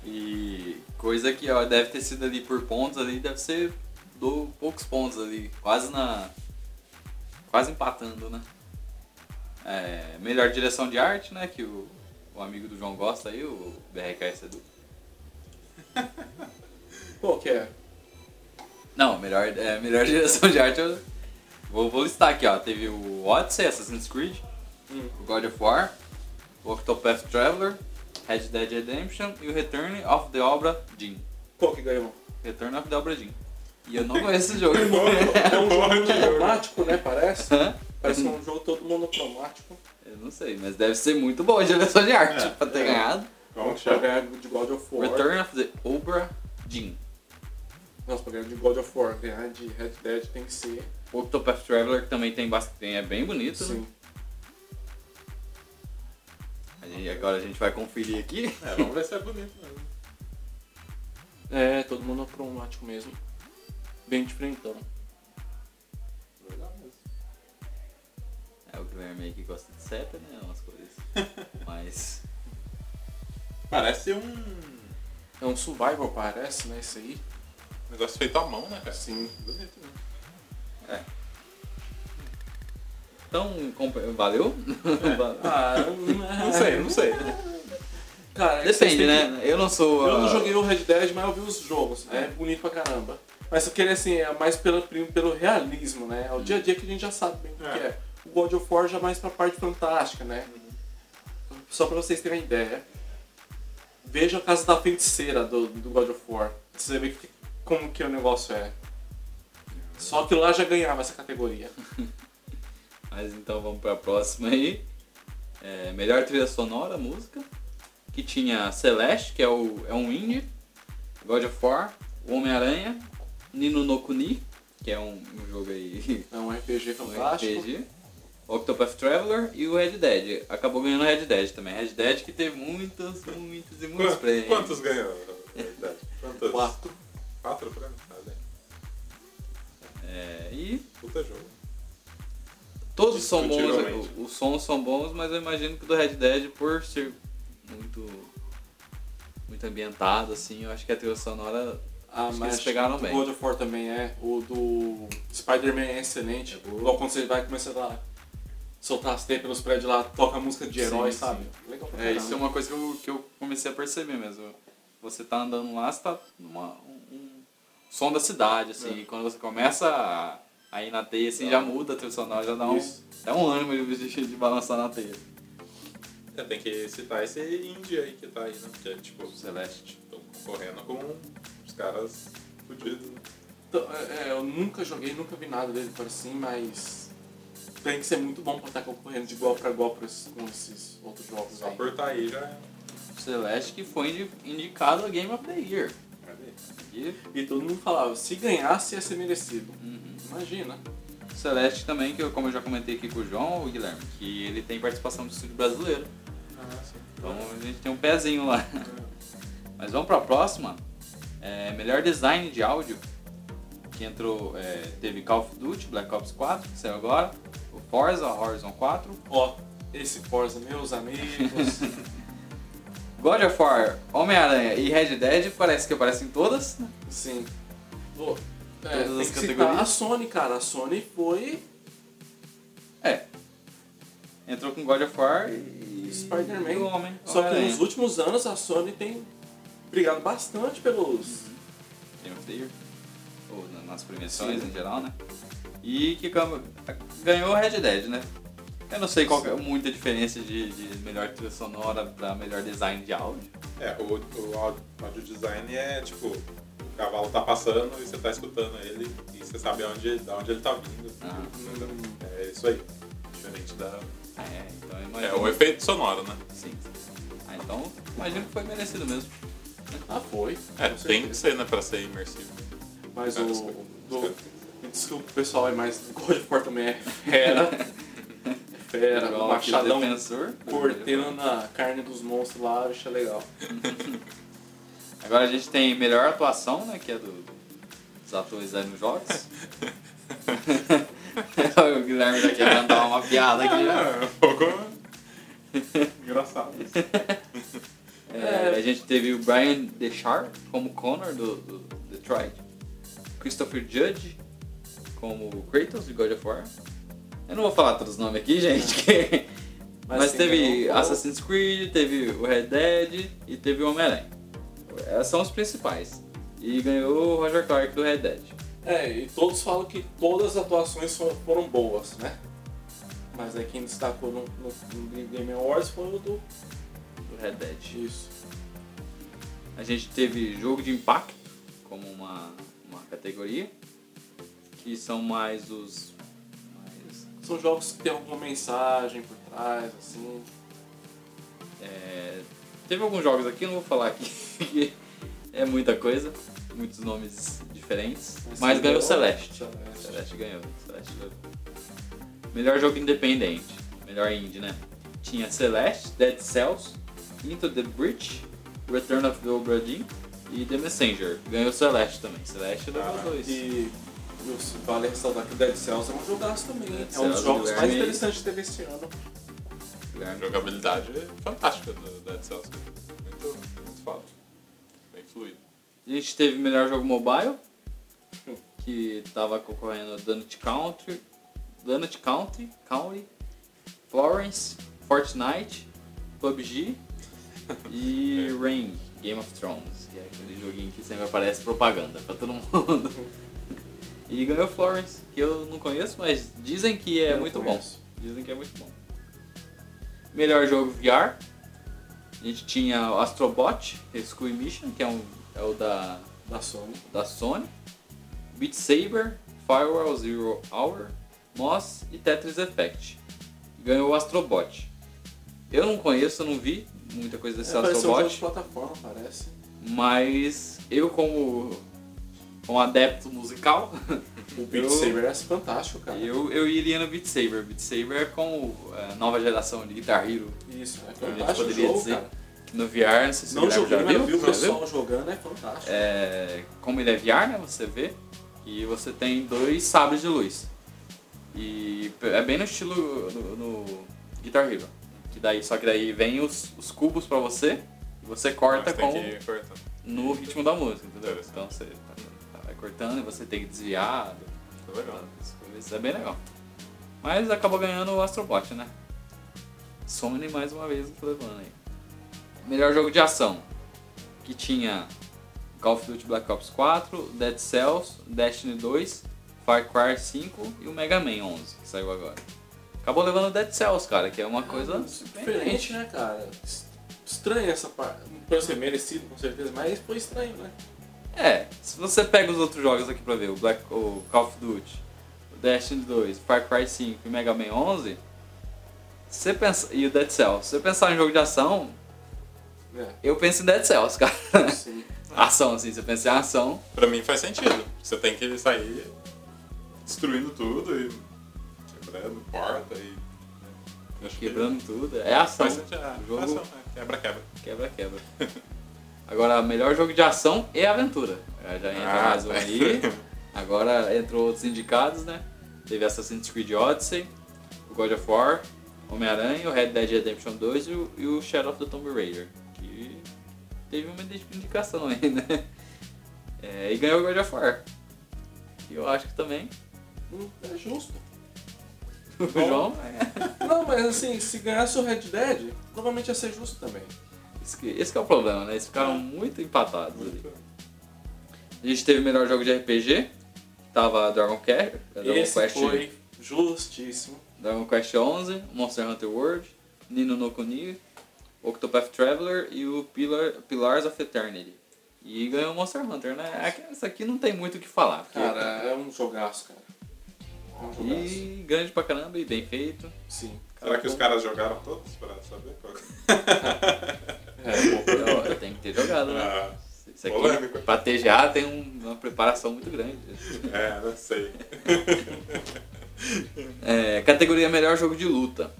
[SPEAKER 1] E coisa que ó, deve ter sido ali por pontos ali, deve ser do poucos pontos ali, quase na quase empatando, né? É, melhor direção de arte, né, que o, o amigo do João gosta aí, o BRKS Edu.
[SPEAKER 3] Qual que é?
[SPEAKER 1] Não, melhor, é, melhor direção de arte eu vou, vou listar aqui, ó. Teve o Odyssey, Assassin's Creed,
[SPEAKER 3] Hum.
[SPEAKER 1] o God of War, o Octopath Traveler, Red Dead Redemption e o Return of the Obra Dinn.
[SPEAKER 3] Qual que ganhou?
[SPEAKER 1] Return of the Obra Dinn. E eu não conheço esse jogo.
[SPEAKER 3] É um jogo
[SPEAKER 2] Porra, que jogo.
[SPEAKER 3] monocromático, né? Parece.
[SPEAKER 1] Hã?
[SPEAKER 3] Parece um jogo todo monocromático.
[SPEAKER 1] Eu não sei, mas deve ser muito bom a direção de arte
[SPEAKER 2] É,
[SPEAKER 1] pra ter
[SPEAKER 3] é.
[SPEAKER 1] ganhado.
[SPEAKER 2] Como que
[SPEAKER 3] Pra
[SPEAKER 2] chama?
[SPEAKER 3] ganhar de God of War.
[SPEAKER 1] Return of the Obra Dinn.
[SPEAKER 3] Nossa, pra ganhar de God of War, ganhar de Red Dead tem que ser.
[SPEAKER 1] O Octopath Traveler que também tem bastante. É bem bonito, né?
[SPEAKER 3] Sim.
[SPEAKER 1] E agora a gente vai conferir aqui.
[SPEAKER 2] É, vamos ver se é bonito mesmo.
[SPEAKER 3] É, todo mundo cromático mesmo. Bem diferentão.
[SPEAKER 2] Legal mesmo.
[SPEAKER 1] É o Guilherme aí que gosta de seta, né? Umas coisas. Mas.
[SPEAKER 2] Parece um
[SPEAKER 3] É um survival, parece, né? Isso aí.
[SPEAKER 2] negócio feito à mão, né, cara?
[SPEAKER 3] Sim.
[SPEAKER 2] Bonito mesmo.
[SPEAKER 1] Então, compre- valeu?
[SPEAKER 3] Ah,
[SPEAKER 2] Não sei, não sei.
[SPEAKER 3] Cara, vocês
[SPEAKER 1] Depende,
[SPEAKER 3] têm que-
[SPEAKER 1] né? Eu não sou.
[SPEAKER 3] Eu não
[SPEAKER 1] ah,
[SPEAKER 3] joguei o Red Dead, mas eu vi os jogos. É,
[SPEAKER 1] É.
[SPEAKER 3] bonito pra caramba. Mas eu queria, assim, é mais pelo, pelo realismo, né? É o dia a dia que a gente já sabe bem o que
[SPEAKER 2] É.
[SPEAKER 3] é. O God of War já é mais pra parte fantástica, né? Só pra vocês terem uma ideia. Veja a casa da feiticeira do, do God of War. Pra Você vê que- como que o negócio é. Só que lá já ganhava essa categoria.
[SPEAKER 1] Mas então vamos pra próxima aí. É, melhor trilha sonora, música. Que tinha Celeste, que é, o, é um indie. God of War, O Homem-Aranha, Nino no Kuni, que é um, um jogo aí
[SPEAKER 3] É um RPG
[SPEAKER 1] um
[SPEAKER 3] fantástico.
[SPEAKER 1] RPG. Octopath Traveler e o Red Dead. Acabou ganhando o Red Dead também. Red Dead que teve muitos, muitos e muitos
[SPEAKER 2] Quantos,
[SPEAKER 1] prêmios.
[SPEAKER 2] quantos ganhou, na verdade? Quantos?
[SPEAKER 3] Quatro.
[SPEAKER 2] Quatro prêmios? Ah, bem.
[SPEAKER 1] É, e
[SPEAKER 2] Puta jogo.
[SPEAKER 1] Todos são bons,
[SPEAKER 2] Discutivelmente.
[SPEAKER 1] o- os sons são bons, mas eu imagino que o do Red Dead, por ser muito muito ambientado, assim, eu acho que a trilha sonora
[SPEAKER 3] Ah,
[SPEAKER 1] Acho que
[SPEAKER 3] mas
[SPEAKER 1] eles pegaram bem.
[SPEAKER 3] O God of War também é. O do Spider-Man é excelente.
[SPEAKER 1] É boa.
[SPEAKER 3] Logo quando você vai começar a soltar as tapas nos prédios lá, toca a música de
[SPEAKER 1] Sim,
[SPEAKER 3] herói,
[SPEAKER 1] sim.
[SPEAKER 3] sabe? Legal pra
[SPEAKER 1] é,
[SPEAKER 3] caralho.
[SPEAKER 1] isso é uma coisa que eu, que eu comecei a perceber mesmo. Você tá andando lá, você tá numa um, um som da cidade, assim, e quando você começa a, a ir na teia, assim, já muda a trilha sonora, já dá um,
[SPEAKER 3] Isso.
[SPEAKER 1] dá um ânimo de, de, de balançar na teia.
[SPEAKER 2] É, tem que citar esse índio aí que tá aí, né? Porque, tipo,
[SPEAKER 1] Celeste.
[SPEAKER 2] estão concorrendo com os caras fudidos. né?
[SPEAKER 3] Então, é, é, eu nunca joguei, nunca vi nada dele por assim, mas tem que ser muito bom pra estar concorrendo de igual pra igual pra esses- com esses outros jogos
[SPEAKER 2] Só
[SPEAKER 3] aí.
[SPEAKER 2] por tá aí já é.
[SPEAKER 1] Celeste que foi indi- indicado a Game of the Year.
[SPEAKER 2] Cadê?
[SPEAKER 1] E,
[SPEAKER 3] E todo mundo falava, se ganhasse ia ser merecido.
[SPEAKER 1] uhum.
[SPEAKER 3] Imagina.
[SPEAKER 1] Celeste também, que eu, como eu já comentei aqui com o João, o Guilherme, que ele tem participação do estúdio brasileiro.
[SPEAKER 2] Ah, sim.
[SPEAKER 1] Então a gente tem um pezinho lá. Mas vamos pra próxima. É, melhor design de áudio. Que entrou, é, teve Call of Duty, Black Ops 4, que saiu agora. O Forza Horizon 4.
[SPEAKER 3] Ó, esse Forza, meus amigos.
[SPEAKER 1] God of War, Homem-Aranha e Red Dead, parece que aparecem todas.
[SPEAKER 3] Sim. Pô, é,
[SPEAKER 1] Todas
[SPEAKER 3] tem
[SPEAKER 1] as
[SPEAKER 3] que
[SPEAKER 1] categorias.
[SPEAKER 3] citar a Sony, cara. A Sony foi
[SPEAKER 1] É. Entrou com God of War e.
[SPEAKER 3] Spider-Man.
[SPEAKER 1] e o Homem.
[SPEAKER 3] Só que
[SPEAKER 1] Homem-Aranha.
[SPEAKER 3] nos últimos anos a Sony tem brigado bastante pelos.
[SPEAKER 1] Game of the Year. Ou na- nas premiações
[SPEAKER 3] Sim.
[SPEAKER 1] em geral, né? E que cam- ganhou o Red Dead, né? Eu não sei qual que é muita diferença de, de melhor trilha sonora pra melhor design de áudio.
[SPEAKER 2] É, o, o áudio, áudio design é tipo, o cavalo tá passando e você tá escutando ele e você sabe onde, da onde ele tá vindo.
[SPEAKER 1] Ah.
[SPEAKER 2] Entendeu? É isso aí. Diferente da.
[SPEAKER 1] Ah, é, então eu
[SPEAKER 2] É
[SPEAKER 1] imagino.
[SPEAKER 2] o efeito sonoro, né?
[SPEAKER 1] Sim. Ah, então imagino que foi merecido mesmo.
[SPEAKER 3] Ah, foi.
[SPEAKER 2] É,
[SPEAKER 3] com
[SPEAKER 2] tem que
[SPEAKER 3] certeza.
[SPEAKER 2] ser, né, pra ser imersivo.
[SPEAKER 3] Mas
[SPEAKER 2] É,
[SPEAKER 3] o.
[SPEAKER 2] isso-
[SPEAKER 3] Do, me desculpa, o pessoal aí, mas o God of War também é fera. É fera,
[SPEAKER 1] Igual
[SPEAKER 3] o
[SPEAKER 1] o
[SPEAKER 3] machadão
[SPEAKER 1] defensor.
[SPEAKER 3] cortando a carne dos monstros lá, acho legal.
[SPEAKER 1] Agora a gente tem melhor atuação, né? Que é do, dos atores aí nos jogos. o Guilherme já quer mandar uma piada aqui. já.
[SPEAKER 2] É, é um pouco engraçado. isso.
[SPEAKER 1] É,
[SPEAKER 3] É.
[SPEAKER 1] A gente teve o Brian Dechar como Connor do, do Detroit, Christopher Judge como Kratos de God of War. Eu não vou falar todos os nomes aqui, gente. que- Mas,
[SPEAKER 3] sim,
[SPEAKER 1] teve
[SPEAKER 3] ganhou o-
[SPEAKER 1] Assassin's Creed, teve o Red Dead e teve o Homem-Aranha. Esses São os principais. E ganhou o Roger Clark do Red Dead.
[SPEAKER 3] É, e todos falam que todas as atuações fo- foram boas, né? Mas aí quem destacou no, no, no Game Awards foi o do.
[SPEAKER 1] Do Red Dead.
[SPEAKER 3] Isso.
[SPEAKER 1] A gente teve jogo de impacto como uma, uma categoria. Que são mais os. Mais
[SPEAKER 3] São jogos que tem alguma mensagem por trás, assim.
[SPEAKER 1] É, teve alguns jogos aqui, eu não vou falar aqui, que é muita coisa, muitos nomes diferentes, mas, ganhou
[SPEAKER 3] sim, ganhou.
[SPEAKER 1] Celeste.
[SPEAKER 3] Celeste.
[SPEAKER 1] Celeste ganhou, Celeste ganhou. Melhor jogo independente, melhor indie, né? tinha Celeste, Dead Cells, Into the Breach, Return of the Obra Dinn e The Messenger. Ganhou Celeste também. Celeste levou os dois.
[SPEAKER 3] E nossa, vale ressaltar que o Dead Cells é um jogaço também, né?
[SPEAKER 1] Dead
[SPEAKER 3] É um dos
[SPEAKER 1] Cells,
[SPEAKER 3] jogos mais
[SPEAKER 1] Guilherme.
[SPEAKER 3] interessantes que teve este ano.
[SPEAKER 2] A
[SPEAKER 1] Guilherme.
[SPEAKER 2] jogabilidade é fantástica do Dead Cells. Muito, muito foda. Bem fluido.
[SPEAKER 1] A gente teve melhor jogo mobile, que tava concorrendo Donut Country, Donut County, County, Florence, Fortnite, PUBG e Rain, Game of Thrones, que é aquele joguinho que sempre aparece propaganda pra todo mundo. E ganhou Florence, que eu não conheço, mas dizem que é
[SPEAKER 3] Eu não
[SPEAKER 1] muito
[SPEAKER 3] conheço.
[SPEAKER 1] bom. Dizem que é muito bom. Melhor jogo VR. A gente tinha o Astrobot, Rescue Mission, que é, um, é o da
[SPEAKER 3] Da Sony.
[SPEAKER 1] da Sony, Beat Saber, Firewall Zero Hour, Moss e Tetris Effect. Ganhou o Astrobot. Eu não conheço, eu não vi muita coisa desse
[SPEAKER 3] É, parece um jogo de
[SPEAKER 1] Astrobot,
[SPEAKER 3] plataforma, parece.
[SPEAKER 1] mas eu como, como adepto musical,
[SPEAKER 3] O Beat
[SPEAKER 1] Eu-
[SPEAKER 3] Saber é fantástico, cara.
[SPEAKER 1] eu, eu iria no Beat Saber. Beat Saber é com a nova geração de Guitar Hero
[SPEAKER 3] Isso, é
[SPEAKER 1] que a gente
[SPEAKER 3] fantástico o
[SPEAKER 1] poderia
[SPEAKER 3] jogo,
[SPEAKER 1] dizer.
[SPEAKER 3] cara.
[SPEAKER 1] no VR, não sei se o
[SPEAKER 3] Não
[SPEAKER 1] Guilherme
[SPEAKER 3] joguei,
[SPEAKER 1] já
[SPEAKER 3] mas eu vi
[SPEAKER 1] viu,
[SPEAKER 3] o
[SPEAKER 1] já
[SPEAKER 3] pessoal jogando, é fantástico.
[SPEAKER 1] é, como ele é VR, né, você vê, e você tem dois sabres de luz. E p- é bem no estilo no, no Guitar Hero. Que daí, só que daí vem os, os cubos pra você e você corta
[SPEAKER 2] Mas tem
[SPEAKER 1] com
[SPEAKER 2] que ir cortando.
[SPEAKER 1] no ritmo da música, entendeu?
[SPEAKER 2] Interessante.
[SPEAKER 1] Então você tá- vai cortando e você tem que desviar.
[SPEAKER 2] Tá legal.
[SPEAKER 1] Isso é bem legal. Mas acabou ganhando o Astrobot, né? Sony mais uma vez levando aí. Melhor jogo de ação. Que tinha Call of Duty Black Ops 4, Dead Cells, Destiny 2, Far Cry 5 e o Mega Man 11, que saiu agora. Acabou levando o Dead Cells, cara, que é uma coisa
[SPEAKER 3] Diferente, né, cara? Es- Estranha essa parte. Pra ser merecido, com certeza, mas foi estranho, né?
[SPEAKER 1] É, se você pega os outros jogos aqui pra ver, o, Black, o Call of Duty, o Destiny 2, Far Cry 5 e Mega Man 11, você pensa, e o Dead Cells, se você pensar em jogo de ação, eu penso em Dead Cells, cara.
[SPEAKER 3] É, sim.
[SPEAKER 1] ação, assim, você pensa em ação,
[SPEAKER 2] Pra mim faz sentido. Você tem que sair destruindo tudo e quebrando porta e. Eu acho que
[SPEAKER 1] quebrando tudo, é ação,
[SPEAKER 2] Faz sentido. Ah,
[SPEAKER 1] O jogo-
[SPEAKER 2] ação, é, Quebra-quebra.
[SPEAKER 1] quebra-quebra. Agora, melhor jogo de ação e aventura. Já entra
[SPEAKER 2] Ah,
[SPEAKER 1] mais um
[SPEAKER 2] tá.
[SPEAKER 1] aí. Agora entrou outros indicados, né? Teve Assassin's Creed Odyssey, o God of War, Homem-Aranha, o Red Dead Redemption 2 e o, e o Shadow of the Tomb Raider. Que teve uma indicação aí, né? É, e ganhou o God of War. E eu acho que também
[SPEAKER 3] Hum, É justo.
[SPEAKER 1] o
[SPEAKER 3] Bom.
[SPEAKER 1] João é.
[SPEAKER 3] Não, mas assim, se ganhasse o Red Dead, provavelmente ia ser justo também.
[SPEAKER 1] Esse que, esse que é o problema, né? Eles ficaram muito empatados ali. A gente teve o melhor jogo de RPG, que tava Dragon Quest, Dragon
[SPEAKER 3] Esse
[SPEAKER 1] Quest,
[SPEAKER 3] foi justíssimo.
[SPEAKER 1] Dragon Quest 11, Monster Hunter World, Nino no Kuni, Octopath Traveler e o Pillar, Pillars of Eternity. E ganhou o Monster Hunter, né? Aqui- Isso aqui não tem muito o que falar. porque-
[SPEAKER 3] Cara, é um jogaço, cara. É um jogaço.
[SPEAKER 1] e grande pra caramba e bem feito.
[SPEAKER 3] Sim.
[SPEAKER 2] Será que os caras jogaram todos pra saber qual que
[SPEAKER 3] É,
[SPEAKER 1] Da hora, Tem que ter jogado, né?
[SPEAKER 2] Ah,
[SPEAKER 1] Isso aqui,
[SPEAKER 2] polêmico.
[SPEAKER 1] pra TGA tem um- uma preparação muito grande.
[SPEAKER 2] É, não sei.
[SPEAKER 1] É, categoria Melhor Jogo de Luta.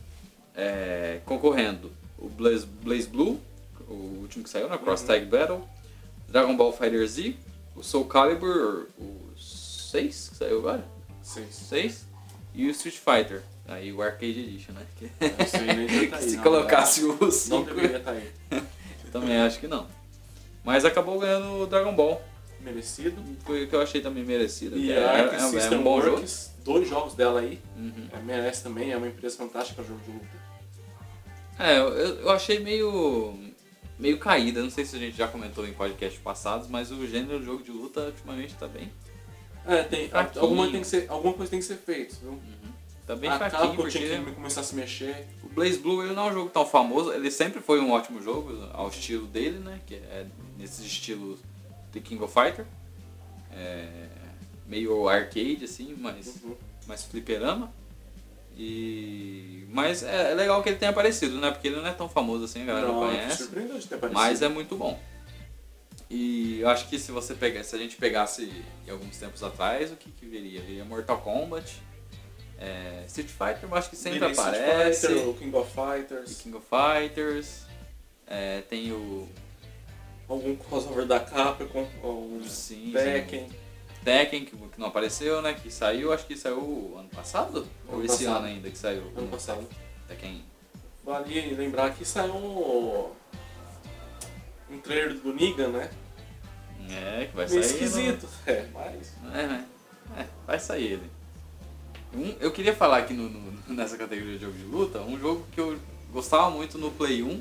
[SPEAKER 1] É, concorrendo o Blaze, Blaze Blue, o último que saiu na
[SPEAKER 3] Uhum.
[SPEAKER 1] Cross Tag Battle, Dragon Ball Fighter Z, o Soul Calibur, o 6 que saiu agora?
[SPEAKER 3] sim.
[SPEAKER 1] 6 e o Street Fighter. Aí o Arcade Edition, né? Que-
[SPEAKER 3] Isso aí nem devia tá aí,
[SPEAKER 1] se
[SPEAKER 3] não,
[SPEAKER 1] colocasse o
[SPEAKER 3] né? Não
[SPEAKER 1] 5,
[SPEAKER 3] deveria estar aí.
[SPEAKER 1] também acho que não. Mas acabou ganhando o Dragon Ball.
[SPEAKER 3] Merecido.
[SPEAKER 1] Foi o que eu achei também merecido.
[SPEAKER 3] E
[SPEAKER 1] é,
[SPEAKER 3] a Arc
[SPEAKER 1] é- é
[SPEAKER 3] System
[SPEAKER 1] um bom jogo.
[SPEAKER 3] Works, dois jogos dela aí,
[SPEAKER 1] Uhum.
[SPEAKER 3] é, merece também, é uma empresa fantástica pra jogo de luta.
[SPEAKER 1] É, eu, eu achei meio. meio caída. Não sei se a gente já comentou em podcasts passados, mas o gênero do jogo de luta ultimamente tá bem.
[SPEAKER 3] É, tem,
[SPEAKER 1] Fraquinho.
[SPEAKER 3] alguma, tem que ser, alguma coisa tem que ser feita, viu?
[SPEAKER 1] Tá bem
[SPEAKER 3] a
[SPEAKER 1] fraquinho,
[SPEAKER 3] Capcom tinha
[SPEAKER 1] porque
[SPEAKER 3] que começar a se mexer.
[SPEAKER 1] o Blaze Blue ele não é um jogo tão famoso, ele sempre foi um ótimo jogo, ao estilo dele, né? Que é nesse estilo The King of Fighter. É, meio arcade, assim, mas.
[SPEAKER 3] Uhum.
[SPEAKER 1] mais fliperama. E. Mas é, é legal que ele tenha aparecido, né? Porque ele não é tão famoso assim, a galera não, conhece.
[SPEAKER 3] surpreendeu de ter aparecido.
[SPEAKER 1] Mas é muito bom. E eu acho que se você pegar, se a gente pegasse em alguns tempos atrás, o que, que viria? Viria Mortal Kombat, É, Street Fighter, eu acho que sempre
[SPEAKER 3] Virei Street
[SPEAKER 1] aparece.
[SPEAKER 3] Fighter, o King of
[SPEAKER 1] E
[SPEAKER 3] Fighters,
[SPEAKER 1] King of Fighters. é, tem o.
[SPEAKER 3] algum crossover da Capcom, algum
[SPEAKER 1] Sim, sim,
[SPEAKER 3] Tekken.
[SPEAKER 1] o Tekken, que, que não apareceu, né? Que saiu, acho que saiu ano passado? Ou
[SPEAKER 3] Ano
[SPEAKER 1] esse
[SPEAKER 3] passado.
[SPEAKER 1] ano ainda que saiu?
[SPEAKER 3] Ano passado.
[SPEAKER 1] Tekken.
[SPEAKER 3] Vale lembrar que saiu um, um trailer do Negan, né?
[SPEAKER 1] É, que vai
[SPEAKER 3] Meio
[SPEAKER 1] sair.
[SPEAKER 3] esquisito.
[SPEAKER 1] né?
[SPEAKER 3] É, mas.
[SPEAKER 1] não- É, né? É, vai sair ele. Um- eu queria falar aqui no- no- nessa categoria de jogo de luta, um jogo que eu gostava muito no Play 1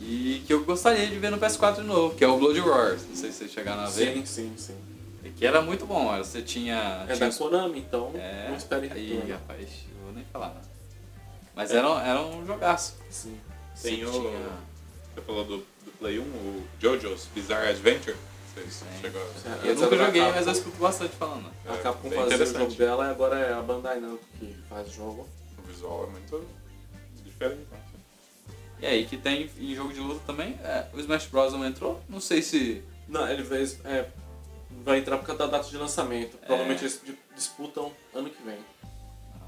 [SPEAKER 1] e que eu gostaria de ver no PS4 de novo, que é o Blood Wars. Não sei se vocês chegaram a ver.
[SPEAKER 3] Sim, sim, sim.
[SPEAKER 1] Que era muito bom, era- você tinha.
[SPEAKER 3] É
[SPEAKER 1] tinha
[SPEAKER 3] da Konami, então
[SPEAKER 1] Tá É,
[SPEAKER 3] não espere
[SPEAKER 1] Ih,
[SPEAKER 3] retorno.
[SPEAKER 1] rapaz, eu vou nem falar nada. Mas
[SPEAKER 2] É.
[SPEAKER 1] era, um- era um jogaço.
[SPEAKER 3] Sim.
[SPEAKER 2] Tem
[SPEAKER 1] Você
[SPEAKER 2] o-
[SPEAKER 1] tinha-
[SPEAKER 2] Você falou do, do Play 1, o JoJo's Bizarre Adventure. Vocês
[SPEAKER 1] Sim.
[SPEAKER 2] chegou
[SPEAKER 3] Sim.
[SPEAKER 2] a...
[SPEAKER 1] Eu
[SPEAKER 3] Essa
[SPEAKER 1] nunca
[SPEAKER 3] era da
[SPEAKER 1] joguei,
[SPEAKER 3] Capcom.
[SPEAKER 1] mas eu escuto bastante falando.
[SPEAKER 3] A
[SPEAKER 2] É,
[SPEAKER 3] Capcom
[SPEAKER 2] bem
[SPEAKER 3] fazia o jogo
[SPEAKER 2] interessante.
[SPEAKER 3] dela e agora é a Bandai Namco que faz o jogo.
[SPEAKER 2] O visual é muito diferente. né?
[SPEAKER 1] E aí, que tem em jogo de luta também, é, o Smash Bros. não entrou, não sei se...
[SPEAKER 3] Não, ele vai, é, vai entrar por causa da data de lançamento. Provavelmente eles di- disputam ano que vem.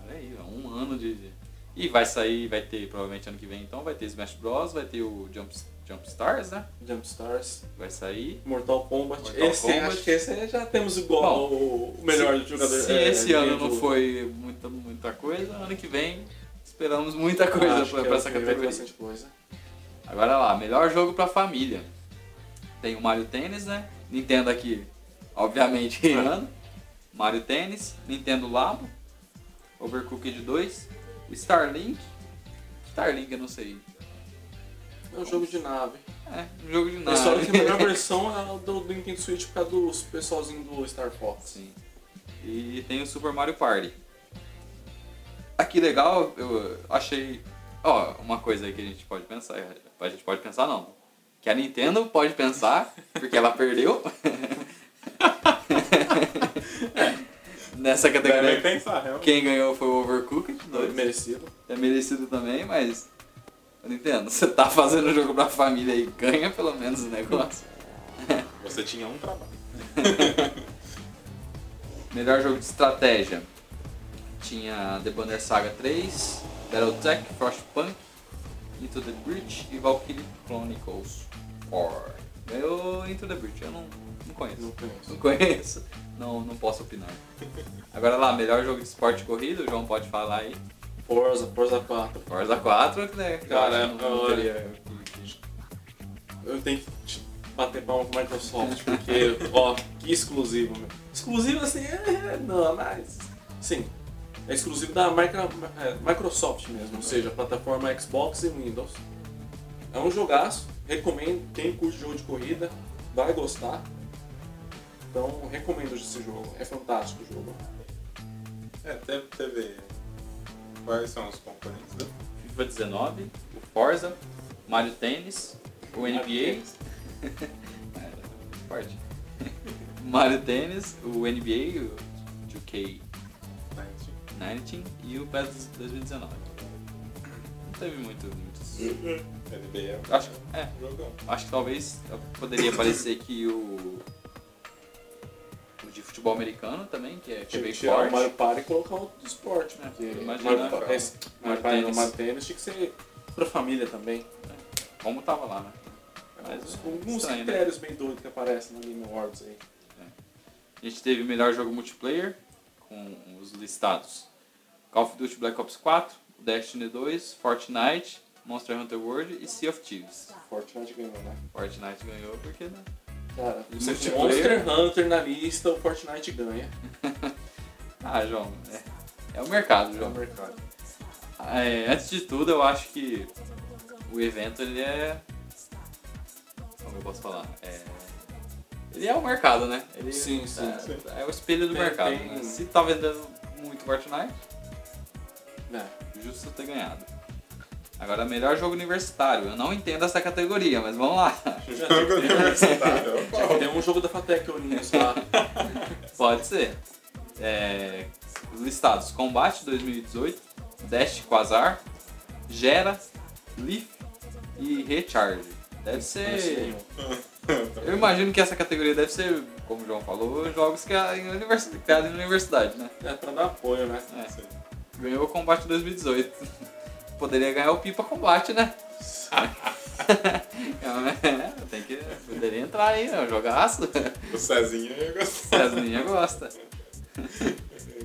[SPEAKER 1] Olha aí, ó, um ano de... de- E vai sair, vai ter, provavelmente ano que vem então, vai ter Smash Bros, vai ter o Jump, Jump Stars, né?
[SPEAKER 3] Jump Stars,
[SPEAKER 1] Vai sair.
[SPEAKER 3] Mortal Kombat.
[SPEAKER 2] Mortal
[SPEAKER 3] esse,
[SPEAKER 2] Kombat.
[SPEAKER 3] Acho que esse aí já temos igual
[SPEAKER 1] Bom,
[SPEAKER 3] o- o melhor
[SPEAKER 1] se,
[SPEAKER 3] jogador.
[SPEAKER 1] Se
[SPEAKER 3] é,
[SPEAKER 1] esse ano não
[SPEAKER 3] jogo.
[SPEAKER 1] foi muita, muita coisa, ano que vem esperamos muita coisa
[SPEAKER 3] Acho
[SPEAKER 1] pra,
[SPEAKER 3] que
[SPEAKER 1] pra
[SPEAKER 3] é,
[SPEAKER 1] essa
[SPEAKER 3] vai ter
[SPEAKER 1] categoria.
[SPEAKER 3] bastante coisa.
[SPEAKER 1] Agora lá, melhor jogo pra família. Tem o Mario Tênis, né? Nintendo aqui, obviamente, reinando. Mario Tênis, Nintendo Labo, Overcooked 2, o Starlink. Starlink, eu não sei.
[SPEAKER 3] É um jogo de nave.
[SPEAKER 1] É, um jogo de
[SPEAKER 3] A
[SPEAKER 1] nada.
[SPEAKER 3] história que a melhor versão é a do, do Nintendo Switch por causa dos pessoalzinho do Star Fox.
[SPEAKER 1] Sim. E tem o Super Mario Party. Aqui legal, eu achei. Ó, uma coisa aí que a gente pode pensar. A gente pode pensar não. Que a Nintendo pode pensar, porque ela perdeu. Nessa
[SPEAKER 2] Devem
[SPEAKER 1] categoria.
[SPEAKER 2] pensar, né? realmente.
[SPEAKER 1] Quem ganhou foi o Overcooked
[SPEAKER 3] Foi
[SPEAKER 1] 2.
[SPEAKER 3] merecido.
[SPEAKER 1] É merecido também, mas. ô, Nintendo, você tá fazendo jogo pra família aí, ganha pelo menos o negócio.
[SPEAKER 2] Você tinha um trabalho.
[SPEAKER 1] Melhor jogo de estratégia. Tinha The Banner Saga 3, Battletech, Frostpunk, Into the Breach e Valkyrie Chronicles 4. Ganhou Into the Breach, eu não, não conheço.
[SPEAKER 3] Não
[SPEAKER 1] Não,
[SPEAKER 3] conheço.
[SPEAKER 1] conheço, não, não posso opinar. Agora lá, melhor jogo de esporte corrido, o João pode falar aí.
[SPEAKER 3] Forza, Forza 4.
[SPEAKER 1] Forza 4, né? que eu
[SPEAKER 3] Cara,
[SPEAKER 1] acho que não- não
[SPEAKER 3] olha.
[SPEAKER 1] teria-
[SPEAKER 3] Eu tenho que te bater palma com a Microsoft, porque, ó, que exclusivo, meu. Exclusivo assim, é, não, mas. Sim, é exclusivo da micro, é, Microsoft mesmo, ou seja, plataforma Xbox e Windows. É um jogaço, recomendo. Quem curte jogo de corrida vai gostar. Então, recomendo esse jogo, é fantástico o jogo.
[SPEAKER 2] É, teve, teve. Quais são os componentes dele?
[SPEAKER 1] FIFA 19, o Forza, Mario Tênis, o
[SPEAKER 3] Mario
[SPEAKER 1] NBA.
[SPEAKER 3] Tênis.
[SPEAKER 1] É, Forte. Mario Tênis, o NBA, o 2K19
[SPEAKER 2] Tá, enfim.
[SPEAKER 1] e o PES 2019. Não teve muito. muito...
[SPEAKER 2] NBA é
[SPEAKER 1] Acho, que- é,
[SPEAKER 2] um jogão.
[SPEAKER 1] acho que talvez poderia parecer que o. O de futebol americano também, que é, que é
[SPEAKER 3] Tinha
[SPEAKER 1] bem
[SPEAKER 3] que tirar o
[SPEAKER 1] forte.
[SPEAKER 3] Mario Party e colocar outro do esporte,
[SPEAKER 1] É,
[SPEAKER 3] porque.
[SPEAKER 1] imagina,
[SPEAKER 3] Mario,
[SPEAKER 2] cara.
[SPEAKER 3] Pa- esse- Mario Party não,
[SPEAKER 1] Tênis.
[SPEAKER 3] Mario Tênis tinha que ser pra família também.
[SPEAKER 1] Como tava lá, né?
[SPEAKER 3] Mas
[SPEAKER 1] Mas,
[SPEAKER 3] alguns
[SPEAKER 1] estranho, né?
[SPEAKER 3] critérios bem doidos que aparecem no Game Awards aí.
[SPEAKER 1] A gente teve melhor jogo multiplayer com os listados: Call of Duty Black Ops 4, Destiny 2, Fortnite, Monster Hunter World e Sea of Thieves.
[SPEAKER 3] Fortnite ganhou, né?
[SPEAKER 1] Fortnite ganhou porque né?
[SPEAKER 3] Cara,
[SPEAKER 1] Você
[SPEAKER 3] você
[SPEAKER 1] tem
[SPEAKER 3] é Monster Hunter na lista, o Fortnite ganha.
[SPEAKER 1] Ah, João, é, é o mercado,
[SPEAKER 3] É o
[SPEAKER 1] João.
[SPEAKER 3] mercado.
[SPEAKER 1] É, antes de tudo, eu acho que o evento ele é. Como eu posso falar? É, ele é o mercado, né? Ele
[SPEAKER 3] Sim, sim,
[SPEAKER 1] é,
[SPEAKER 2] sim.
[SPEAKER 1] é o espelho do
[SPEAKER 3] Tem-
[SPEAKER 1] mercado.
[SPEAKER 3] tem- um
[SPEAKER 1] né? Se tá vendendo muito Fortnite,
[SPEAKER 3] É.
[SPEAKER 1] Justo ter ganhado. Agora, melhor jogo universitário. Eu não entendo essa categoria, mas vamos lá.
[SPEAKER 2] Jogo universitário. eu
[SPEAKER 3] Já que tem
[SPEAKER 2] falo.
[SPEAKER 3] um jogo da Fatec Unidos lá.
[SPEAKER 1] Pode ser. É, os listados: Combate 2018, Dash Quasar, Gera, Leaf e Recharge. Deve
[SPEAKER 3] Não sei
[SPEAKER 1] ser.
[SPEAKER 3] nenhum.
[SPEAKER 1] Eu imagino que essa categoria deve ser, como o João falou, jogos que é em universi- criado em universidade, né?
[SPEAKER 3] É pra dar apoio, né?
[SPEAKER 1] É.
[SPEAKER 2] Sim.
[SPEAKER 1] Ganhou o Combate 2018. Poderia ganhar o Pipa Combate, né? É, Tem que. Poderia entrar aí, né? Jogaço.
[SPEAKER 2] O Cezinha ia gostar.
[SPEAKER 1] Cezinha gosta.
[SPEAKER 2] Sim,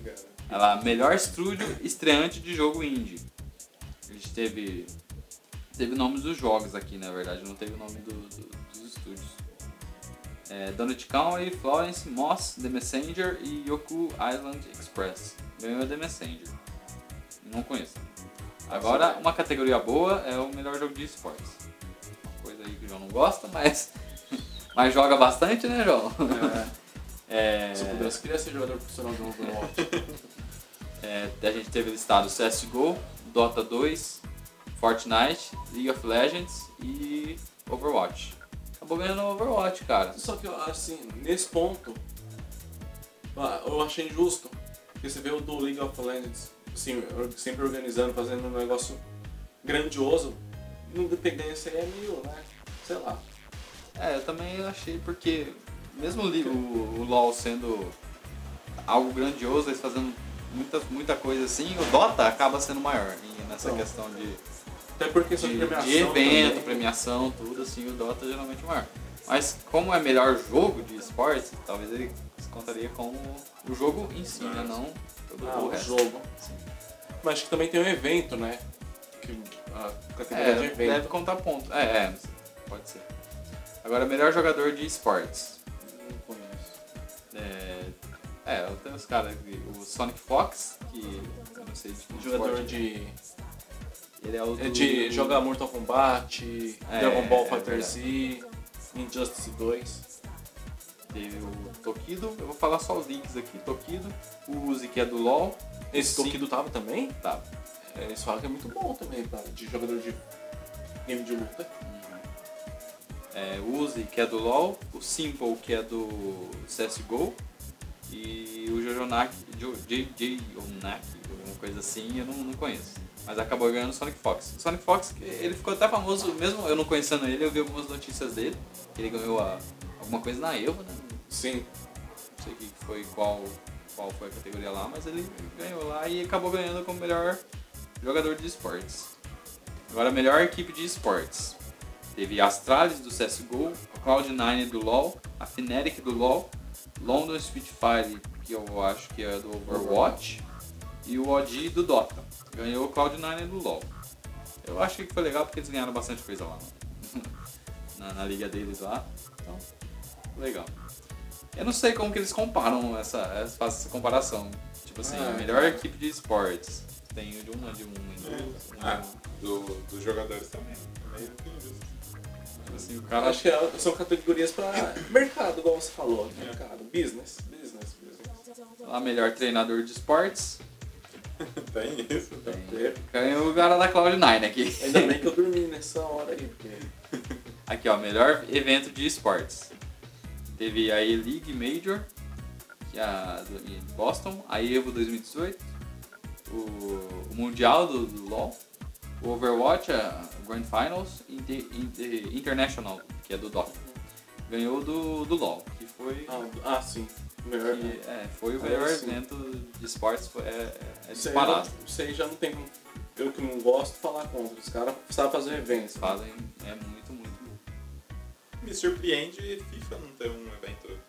[SPEAKER 2] cara.
[SPEAKER 1] Olha lá, melhor estúdio estreante de jogo indie. A gente teve. Teve nomes dos jogos aqui, na verdade, não teve o nome do- do- dos estúdios. É, Donut County, Florence, Moss, The Messenger e Yoku Island Express. Ganhou The Messenger. Não conheço. Agora, uma categoria boa é o melhor jogo de esportes. Uma coisa aí que o João não gosta, mas. mas joga bastante, né, João? É,
[SPEAKER 3] Se eu pudesse, eu queria ser jogador profissional de Overwatch.
[SPEAKER 1] É, a gente teve listado CSGO, Dota 2, Fortnite, League of Legends e Overwatch. Acabou ganhando o Overwatch, cara.
[SPEAKER 3] Só que, eu acho assim, nesse ponto, ah, eu achei injusto. Porque você vê o do League of Legends, assim, or- sempre organizando, fazendo um negócio grandioso. Não tem ganho, isso aí é meio, né? Sei lá.
[SPEAKER 1] É, eu também achei porque mesmo o, li- o, o LoL sendo algo grandioso, eles fazendo muita, muita coisa assim, o Dota acaba sendo maior em- nessa
[SPEAKER 3] Não.
[SPEAKER 1] questão de,
[SPEAKER 3] Até porque só
[SPEAKER 1] de-
[SPEAKER 3] premiação. né?
[SPEAKER 1] de evento,
[SPEAKER 3] também. é
[SPEAKER 1] premiação, tudo assim, o Dota geralmente é maior. Mas como é melhor jogo de esportes, talvez ele se contaria como o jogo em si, né? Não todo
[SPEAKER 3] Ah,
[SPEAKER 1] o
[SPEAKER 3] o
[SPEAKER 1] resto. assim.
[SPEAKER 3] jogo.
[SPEAKER 1] Sim.
[SPEAKER 3] Mas acho que também tem um evento, né? Que, a categoria de
[SPEAKER 1] É,
[SPEAKER 3] evento.
[SPEAKER 1] deve contar ponto. É, é, pode ser. Agora, melhor jogador de esportes.
[SPEAKER 3] Não conheço.
[SPEAKER 1] É, é eu tenho os caras aqui. O Sonic Fox, que eu não sei Um de que
[SPEAKER 3] Jogador
[SPEAKER 1] esporte.
[SPEAKER 3] de.
[SPEAKER 1] Ele é o
[SPEAKER 3] É
[SPEAKER 1] do-
[SPEAKER 3] de jogar Mortal Kombat,
[SPEAKER 1] É,
[SPEAKER 3] Dragon Ball
[SPEAKER 1] é
[SPEAKER 3] Fighter Z, Injustice 2.
[SPEAKER 1] Teve o Tokido, eu vou falar só os links aqui. Tokido, o Uzi, que é do LoL.
[SPEAKER 3] Esse
[SPEAKER 1] Sim.
[SPEAKER 3] Tokido tava também?
[SPEAKER 1] Tá.
[SPEAKER 3] É, Eles falam que é muito bom também, pra, de jogador de game de luta.
[SPEAKER 1] É, o Uzi, que é do LoL. O Simple, que é do CSGO. E o Jojonak, Jo- JJ Onak, alguma coisa assim, eu não, não conheço. Mas acabou ganhando o Sonic Fox. O Sonic Fox, que ele ficou até famoso, mesmo eu não conhecendo ele, eu vi algumas notícias dele. que Ele ganhou a- alguma coisa na Evo, né?
[SPEAKER 3] Sim.
[SPEAKER 1] Não sei que foi qual, qual foi a categoria lá, mas ele ganhou lá e acabou ganhando como melhor jogador de esportes. Agora, melhor equipe de esportes. Teve a Astralis do CSGO, a Cloud9 do LoL, a Fnatic do LoL, London Spitfire, que eu acho que é do Overwatch, e o OG do Dota. Ganhou o Cloud9 do LoL. Eu achei que foi legal porque eles ganharam bastante coisa lá né? na, na liga deles lá. Então, legal. Eu não sei como que eles comparam essa, essa, fazem essa comparação. Tipo assim,
[SPEAKER 3] Ah,
[SPEAKER 1] melhor
[SPEAKER 3] é.
[SPEAKER 1] equipe de esportes. Tem o de uma, de um, e do outro.
[SPEAKER 2] Ah, do, dos jogadores também. Meio que justo.
[SPEAKER 1] Tipo assim, o
[SPEAKER 3] Cara,
[SPEAKER 1] cara
[SPEAKER 3] acho que é- são categorias pra mercado, igual você falou. Mercado, business, É. business, business.
[SPEAKER 1] lá, melhor treinador de esportes.
[SPEAKER 2] Tem isso.
[SPEAKER 3] Teve.
[SPEAKER 1] Ganhou o cara da Cloud9 aqui.
[SPEAKER 3] Ainda bem que eu dormi nessa hora aí, porque
[SPEAKER 1] Aqui, ó, melhor evento de esportes. Teve a E-League Major, que é a do- em Boston, a Evo 2018, o, o Mundial do, do LoL, o Overwatch, a Grand Finals, e Inter- Inter- International, que é do Dota. Ganhou do, do LoL, que foi,
[SPEAKER 3] Ah, ah, sim. Melhor. né?
[SPEAKER 1] que, é, foi o
[SPEAKER 3] Ah,
[SPEAKER 1] melhor
[SPEAKER 3] sim.
[SPEAKER 1] evento de esportes, foi, é, é, é
[SPEAKER 3] Isso aí
[SPEAKER 1] disparado.
[SPEAKER 3] já- Isso aí já não tem como. Eu que não gosto falar contra. Os caras sabem fazer eventos.
[SPEAKER 1] Fazem, é muito, muito
[SPEAKER 2] Me surpreende FIFA não ter um evento.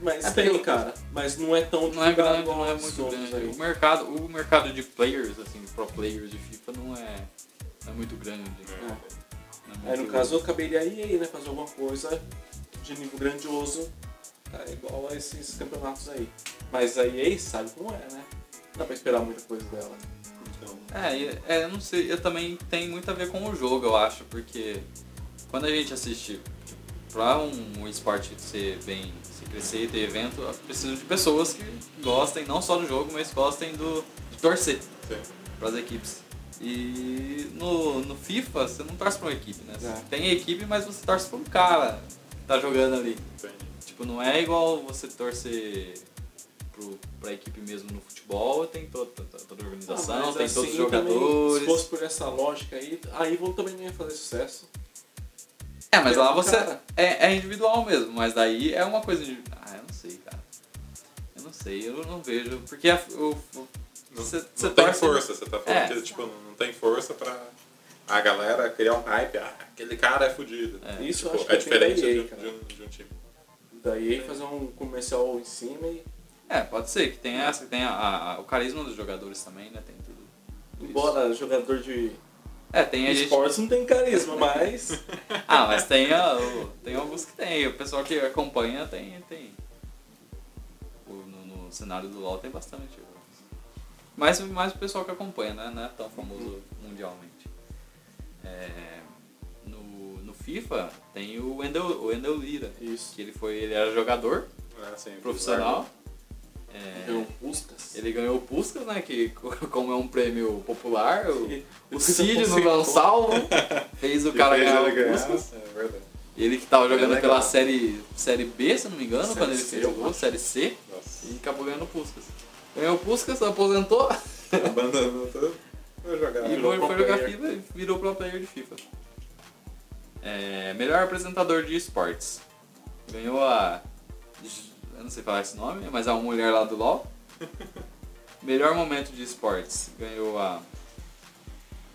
[SPEAKER 3] Mas
[SPEAKER 1] É
[SPEAKER 3] tem,
[SPEAKER 1] porque-
[SPEAKER 3] cara. Mas não é né? tão
[SPEAKER 1] não é
[SPEAKER 3] divulgado
[SPEAKER 1] grande,
[SPEAKER 3] igual
[SPEAKER 1] não é
[SPEAKER 3] esses
[SPEAKER 1] muito
[SPEAKER 3] outros
[SPEAKER 1] grande.
[SPEAKER 3] aí.
[SPEAKER 1] O mercado, o mercado de players, assim, de pro players de FIFA não é, não é muito grande.
[SPEAKER 2] né?
[SPEAKER 1] não é
[SPEAKER 3] Aí
[SPEAKER 1] muito-
[SPEAKER 3] no caso eu caberia aí aí, né? Fazer alguma coisa de nível grandioso, tá? igual a esses campeonatos aí. Mas a EA sabe como é, né? Não dá pra esperar muita coisa dela.
[SPEAKER 2] Então,
[SPEAKER 1] É, e- é, eu não sei, eu também tem muito a ver com o jogo, eu acho, porque quando a gente assiste tipo, pra um esporte ser bem, se crescer e ter evento, precisa de pessoas que gostem não só do jogo, mas gostem do de torcer
[SPEAKER 2] sim.
[SPEAKER 1] pras equipes. E no, no FIFA você não torce pra uma equipe, né? Você
[SPEAKER 3] É.
[SPEAKER 1] Tem equipe, mas você torce pra um cara que tá jogando ali.
[SPEAKER 2] Tem.
[SPEAKER 1] Tipo, não é igual você torcer pro, pra equipe mesmo no futebol, tem todo, toda, toda a
[SPEAKER 3] Ah,
[SPEAKER 1] organização,
[SPEAKER 3] mas
[SPEAKER 1] tem todos
[SPEAKER 3] assim,
[SPEAKER 1] os
[SPEAKER 3] também,
[SPEAKER 1] jogadores.
[SPEAKER 3] se fosse por essa lógica aí, a Evil também não ia fazer sucesso.
[SPEAKER 1] É, mas lá
[SPEAKER 3] um Cara,
[SPEAKER 1] você. É, é individual mesmo, mas daí é uma coisa de. Ah, eu não sei, cara. Eu não sei, eu não vejo. Porque a- o- o-
[SPEAKER 2] Não,
[SPEAKER 1] Cê-
[SPEAKER 2] não
[SPEAKER 1] cê
[SPEAKER 2] tem
[SPEAKER 1] torce-
[SPEAKER 2] força, você tá falando
[SPEAKER 1] É.
[SPEAKER 2] que tipo, não, não tem força pra a galera criar um hype. Ah, aquele cara é fudido.
[SPEAKER 1] É.
[SPEAKER 3] Isso eu
[SPEAKER 2] Tipo,
[SPEAKER 3] acho que
[SPEAKER 2] é
[SPEAKER 3] é bem da
[SPEAKER 2] diferente de,
[SPEAKER 3] EA,
[SPEAKER 2] um-
[SPEAKER 3] cara.
[SPEAKER 2] de um, de um time.
[SPEAKER 3] Da EA fazer um comercial em cima e.
[SPEAKER 1] É, pode ser que tenha essa, que tenha a- a- o carisma dos jogadores também, né? Tem tudo. tudo isso.
[SPEAKER 3] Embora né, jogador de
[SPEAKER 1] É, tem a gente.
[SPEAKER 3] esportes não tem carisma, mas.
[SPEAKER 1] Ah, mas tem, a- o- tem alguns que tem. O pessoal que acompanha tem. tem. O- No, no cenário do LoL tem bastante. Mas mais o pessoal que acompanha, né? Não é tão famoso mundialmente. É, no, no FIFA tem o Wendel, o Wendel Lira.
[SPEAKER 3] Isso.
[SPEAKER 1] Que ele foi. Ele era jogador
[SPEAKER 2] né, assim,
[SPEAKER 1] profissional. É,
[SPEAKER 3] Deu buscas.
[SPEAKER 1] ele ganhou o Puskas, né? Que como é um prêmio popular, o, o Cid
[SPEAKER 3] Cid
[SPEAKER 1] no
[SPEAKER 3] não
[SPEAKER 1] Gonçalo fez o
[SPEAKER 2] Que
[SPEAKER 1] cara
[SPEAKER 2] fez
[SPEAKER 1] ganhar
[SPEAKER 2] ele
[SPEAKER 1] o
[SPEAKER 2] ganhar,
[SPEAKER 1] Puskas.
[SPEAKER 2] É verdade.
[SPEAKER 1] Ele que tava
[SPEAKER 2] Ele é
[SPEAKER 1] jogando
[SPEAKER 2] legal.
[SPEAKER 1] pela série, série B, se eu não me engano,
[SPEAKER 2] Série
[SPEAKER 1] quando ele
[SPEAKER 2] C,
[SPEAKER 1] fez o
[SPEAKER 2] eu
[SPEAKER 1] gol,
[SPEAKER 2] acho.
[SPEAKER 1] Série C,
[SPEAKER 2] Nossa.
[SPEAKER 1] e acabou ganhando o Puskas. Ganhou o Puskas, aposentou
[SPEAKER 2] Abandonou tudo. Vou jogar.
[SPEAKER 1] e
[SPEAKER 3] virou
[SPEAKER 1] foi,
[SPEAKER 3] pro
[SPEAKER 1] foi jogar
[SPEAKER 3] player.
[SPEAKER 1] FIFA e virou pro player de FIFA. É, melhor apresentador de esportes. Ganhou a. Eu não sei falar esse nome, mas a mulher lá do LOL. melhor momento de esportes. Ganhou a.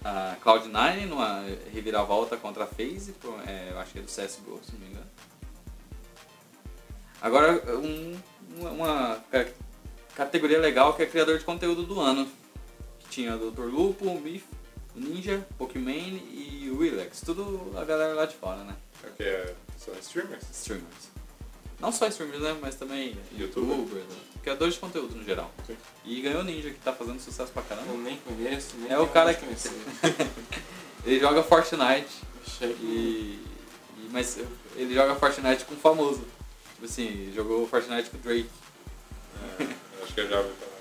[SPEAKER 1] A Cloud9 numa reviravolta contra a FaZe, por- é, eu acho que é do CSGO, se não me engano. Agora, um- uma, uma ca- categoria legal que é criador de conteúdo do ano. Que tinha o Dr. Lupo, o Mif, o Ninja, o Pokimane e o Willax. Tudo a galera lá de fora, né?
[SPEAKER 2] Porque é, são streamers.
[SPEAKER 1] Streamers. Não só streamers, né? Mas também
[SPEAKER 2] Youtuber.
[SPEAKER 1] youtubers, né? criadores de conteúdo no geral.
[SPEAKER 2] Sim.
[SPEAKER 1] E ganhou o Ninja, que tá fazendo sucesso pra
[SPEAKER 3] Eu
[SPEAKER 1] caramba.
[SPEAKER 3] nem conheço, nem
[SPEAKER 1] É o cara
[SPEAKER 3] que
[SPEAKER 1] que-
[SPEAKER 3] conhecer.
[SPEAKER 1] Ele joga Fortnite
[SPEAKER 3] Achei que-
[SPEAKER 1] e. e- mas ele joga Fortnite com famoso. Tipo assim, jogou Fortnite com o Drake.
[SPEAKER 2] É, acho que eu já ouvi falar.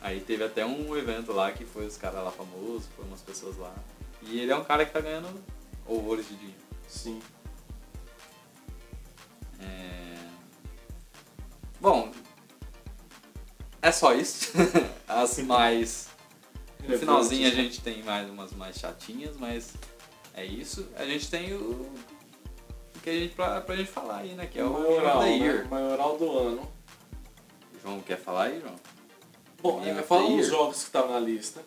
[SPEAKER 1] Aí teve até um evento lá que foi os caras lá famosos, foi umas pessoas lá. E ele é um cara que tá ganhando horrores de dinheiro.
[SPEAKER 3] Sim.
[SPEAKER 1] É... Bom, é só isso. As mais. No finalzinho a gente tem mais umas mais chatinhas, mas é isso. A gente tem o. o que a gente pra, pra gente falar aí, né? Que é o João
[SPEAKER 3] maioral,
[SPEAKER 1] da
[SPEAKER 3] né?
[SPEAKER 1] Year.
[SPEAKER 3] maioral do ano.
[SPEAKER 1] João quer falar aí, João?
[SPEAKER 3] Bom,
[SPEAKER 1] Game
[SPEAKER 3] é,
[SPEAKER 1] of
[SPEAKER 3] fala
[SPEAKER 1] the
[SPEAKER 3] os
[SPEAKER 1] Year.
[SPEAKER 3] jogos que estavam na lista.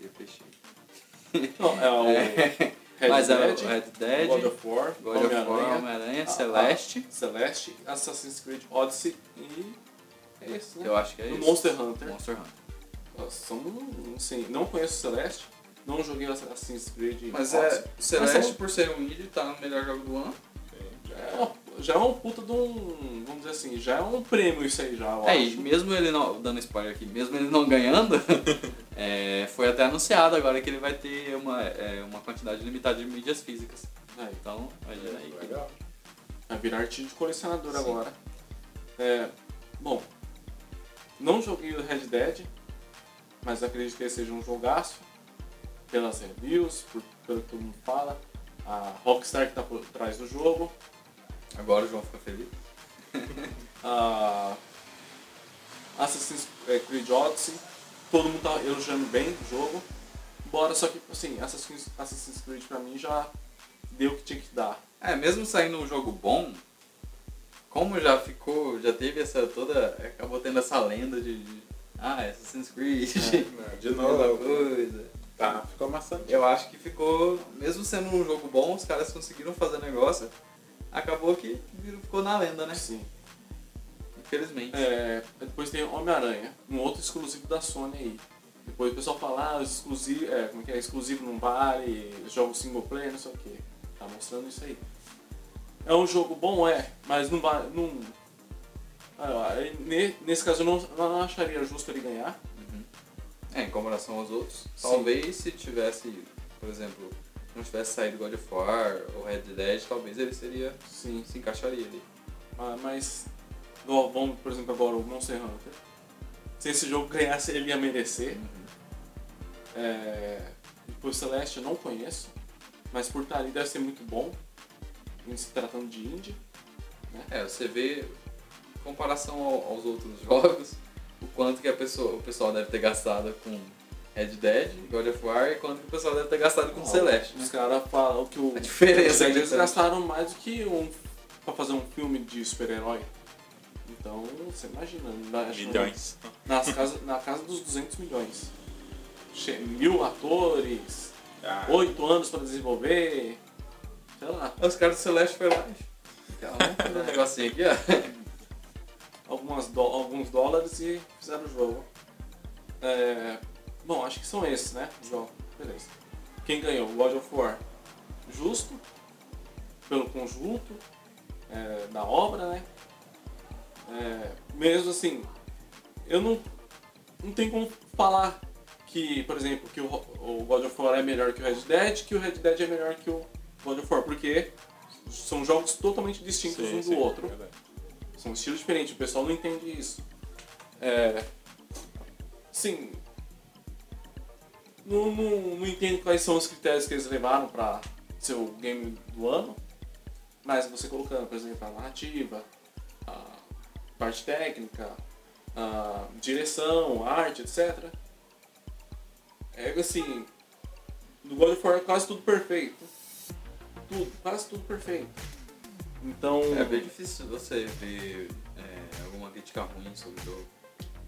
[SPEAKER 1] Eu fechei.
[SPEAKER 3] Não, é o
[SPEAKER 1] É.
[SPEAKER 3] Red
[SPEAKER 1] mas é
[SPEAKER 3] Dead,
[SPEAKER 1] o Red Dead,
[SPEAKER 3] God of War,
[SPEAKER 1] God of War,
[SPEAKER 3] Homem-Aranha,
[SPEAKER 1] Homem-Aranha,
[SPEAKER 3] Ah,
[SPEAKER 1] Celeste.
[SPEAKER 3] Celeste, Assassin's Creed Odyssey e. É esse, né?
[SPEAKER 1] Eu acho que é
[SPEAKER 3] O
[SPEAKER 1] isso.
[SPEAKER 3] Monster Hunter.
[SPEAKER 1] Monster Hunter.
[SPEAKER 3] Nossa, São, não sei, não conheço Celeste, não joguei Assassin's Creed
[SPEAKER 1] Mas
[SPEAKER 3] Odyssey.
[SPEAKER 1] é. Celeste, por ser um indie, tá no melhor jogo do ano.
[SPEAKER 2] Sim, já
[SPEAKER 3] É
[SPEAKER 2] é.
[SPEAKER 3] uma- já é um puta de um. Vamos dizer assim, já é um prêmio isso aí já, eu
[SPEAKER 1] É, e
[SPEAKER 3] acho.
[SPEAKER 1] mesmo ele não. Dando spoiler aqui, mesmo ele não ganhando, é, foi até anunciado agora que ele vai ter uma, é, uma quantidade limitada de mídias físicas.
[SPEAKER 3] Aí,
[SPEAKER 1] Então, imagina aí. que-
[SPEAKER 2] Legal.
[SPEAKER 3] vai virar artigo de colecionador
[SPEAKER 1] Sim.
[SPEAKER 3] agora. É, bom, não joguei o Red Dead, mas acredito que ele seja um jogaço. Pelas reviews, por, pelo que todo mundo fala. A Rockstar que tá por trás do jogo.
[SPEAKER 1] Agora o João fica feliz.
[SPEAKER 3] a Assassin's Creed Odyssey. Todo mundo tá elogiando bem o jogo. Bora, só que, assim, Assassin's, Assassin's Creed pra mim já deu o que tinha que dar.
[SPEAKER 1] É, mesmo saindo um jogo bom, como já ficou, já teve essa toda. é, Acabou tendo essa lenda de. de ah, Assassin's Creed. É,
[SPEAKER 2] Não, De
[SPEAKER 1] Mesma
[SPEAKER 2] novo.
[SPEAKER 1] coisa.
[SPEAKER 2] Tá, ficou maçante.
[SPEAKER 1] Eu acho que ficou, mesmo sendo um jogo bom, os caras conseguiram fazer negócio. Acabou que virou- ficou na lenda, né?
[SPEAKER 3] Assim,
[SPEAKER 1] Infelizmente.
[SPEAKER 3] é, depois tem Homem-Aranha, um outro exclusivo da Sony aí. Depois o pessoal fala, ah, os exclusivo, é, como é que é, exclusivo não vale, jogo single player, não sei o que. Tá mostrando isso aí. É um jogo bom, é, mas não vale, não... Ah, ne- Nesse caso eu não, não acharia justo ele ganhar.
[SPEAKER 1] É, em comparação aos outros. Talvez se tivesse, por exemplo, não tivesse saído God of War ou Red Dead, talvez ele seria.
[SPEAKER 3] Sim.
[SPEAKER 1] se encaixaria ali.
[SPEAKER 3] Ah, mas, igual, vamos, por exemplo, agora o Monster Hunter. Se esse jogo ganhasse, ele ia merecer. É... Depois Celeste eu não conheço, mas por estar ali deve ser muito bom, em se tratando de indie.
[SPEAKER 1] É, você vê, em comparação ao- aos outros jogos, o quanto que a pessoa, o pessoal deve ter gastado com Red Dead, God of War e quanto que o pessoal deve ter gastado com Celeste. né?
[SPEAKER 3] Os caras falam que o.
[SPEAKER 1] A diferença é
[SPEAKER 3] eles
[SPEAKER 1] gritante.
[SPEAKER 3] gastaram mais do que um. pra fazer um filme de super-herói. Então, você imagina. na- acho que
[SPEAKER 2] Milhões.
[SPEAKER 3] Nas casa, na casa dos 200 milhões. Che- Mil atores,
[SPEAKER 2] Ah,
[SPEAKER 3] oito anos pra desenvolver. Sei lá.
[SPEAKER 1] Os caras do Celeste foi lá. Calma, fazer um negocinho aqui, ó.
[SPEAKER 3] algumas dó- alguns dólares e fizeram o jogo. É, bom, acho que são esses, né? Os jogos. Beleza. Quem ganhou? God of War. Justo, pelo conjunto é, da obra, né? É, mesmo assim, eu não, não tenho como falar que, por exemplo, que o, Ro- o God of War é melhor que o Red Dead, que o Red Dead é melhor que o God of War, porque são jogos totalmente distintos um do outro.
[SPEAKER 2] é verdade.
[SPEAKER 3] São estilos diferentes, o pessoal não entende isso. É. Sim. Não, não, não entendo quais são os critérios que eles levaram pra ser o game do ano, mas você colocando, por exemplo, a narrativa, a parte técnica, a direção, arte, etc. É assim. No God of War é quase tudo perfeito. Tudo, quase tudo perfeito. Então.
[SPEAKER 1] É bem difícil você ver é, alguma crítica ruim sobre o jogo.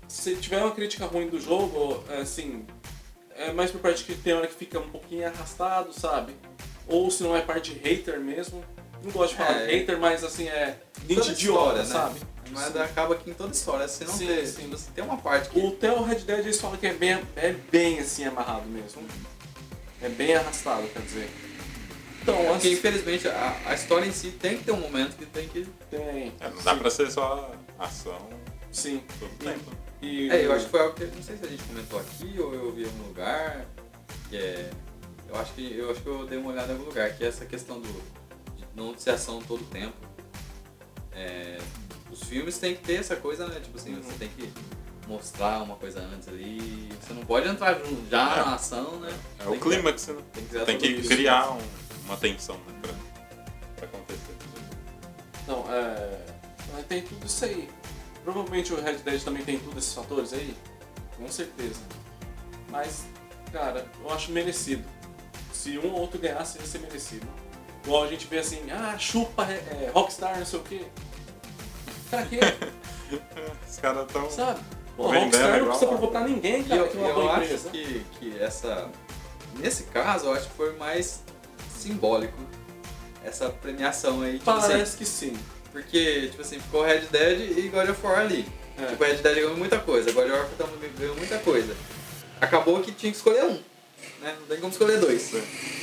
[SPEAKER 3] se tiver uma crítica ruim do jogo, assim, é mais por parte que tem hora que fica um pouquinho arrastado, sabe? Ou se não é parte de hater mesmo. Não gosto de falar
[SPEAKER 1] É.
[SPEAKER 3] hater, mas assim, é gente
[SPEAKER 1] Toda história,
[SPEAKER 3] idiota,
[SPEAKER 1] né?
[SPEAKER 3] sabe?
[SPEAKER 1] Mas
[SPEAKER 3] Sim.
[SPEAKER 1] acaba que em toda história, se não
[SPEAKER 3] Sim,
[SPEAKER 1] ter,
[SPEAKER 3] sim.
[SPEAKER 1] você tem uma parte que
[SPEAKER 3] O Theo Red Dead eles falam que é bem, é bem assim amarrado mesmo. É bem arrastado, quer dizer. Então,
[SPEAKER 1] Porque,
[SPEAKER 3] assim,
[SPEAKER 1] infelizmente, a, a história em si tem que ter um momento que tem que.
[SPEAKER 3] tem.
[SPEAKER 2] É, não dá pra ser só ação
[SPEAKER 3] Sim.
[SPEAKER 2] todo o
[SPEAKER 3] E-
[SPEAKER 2] tempo.
[SPEAKER 3] E,
[SPEAKER 1] É, eu acho que foi algo que. Não sei se a gente comentou aqui ou eu vi em algum lugar. Que é. Eu acho que eu, acho que eu dei uma olhada em algum lugar, que é essa questão do, de não ser ação todo o tempo. É, os filmes têm que ter essa coisa, né? Tipo assim,
[SPEAKER 3] Uhum.
[SPEAKER 1] você tem que mostrar uma coisa antes ali. Você não pode entrar junto já
[SPEAKER 2] É.
[SPEAKER 1] na ação, né?
[SPEAKER 2] É
[SPEAKER 1] Tem
[SPEAKER 2] o
[SPEAKER 1] que-
[SPEAKER 2] clímax, né?
[SPEAKER 1] Tem que, criar
[SPEAKER 2] Tem
[SPEAKER 1] tudo
[SPEAKER 2] que
[SPEAKER 1] isso.
[SPEAKER 2] criar um- uma tensão né, pra, pra acontecer.
[SPEAKER 3] Não, é. mas Tem tudo isso aí. Provavelmente o Red Dead também tem todos esses fatores aí. Com certeza. Mas, cara, eu acho merecido. Se um ou outro ganhasse, ia ser merecido. Igual a gente vê assim, ah, chupa é, Rockstar, não sei o quê. Pra quê?
[SPEAKER 2] Os caras tão.
[SPEAKER 3] Sabe? Pô,
[SPEAKER 2] Vendendo
[SPEAKER 3] Rockstar não
[SPEAKER 2] né? igual
[SPEAKER 3] precisa
[SPEAKER 2] a-
[SPEAKER 3] provocar ninguém,
[SPEAKER 1] E
[SPEAKER 3] cara,
[SPEAKER 1] eu,
[SPEAKER 3] que é uma
[SPEAKER 1] eu
[SPEAKER 3] boa
[SPEAKER 1] acho
[SPEAKER 3] empresa.
[SPEAKER 1] que, que essa. Nesse caso, eu acho que foi mais simbólico essa premiação aí. Tipo assim,
[SPEAKER 3] Parece que sim.
[SPEAKER 1] porque, tipo assim, ficou Red Dead e God of War ali.
[SPEAKER 3] É.
[SPEAKER 1] Tipo, Red Dead ganhou muita coisa, God of War também ganhou muita coisa. Acabou que tinha que escolher um, né? Não tem como escolher dois.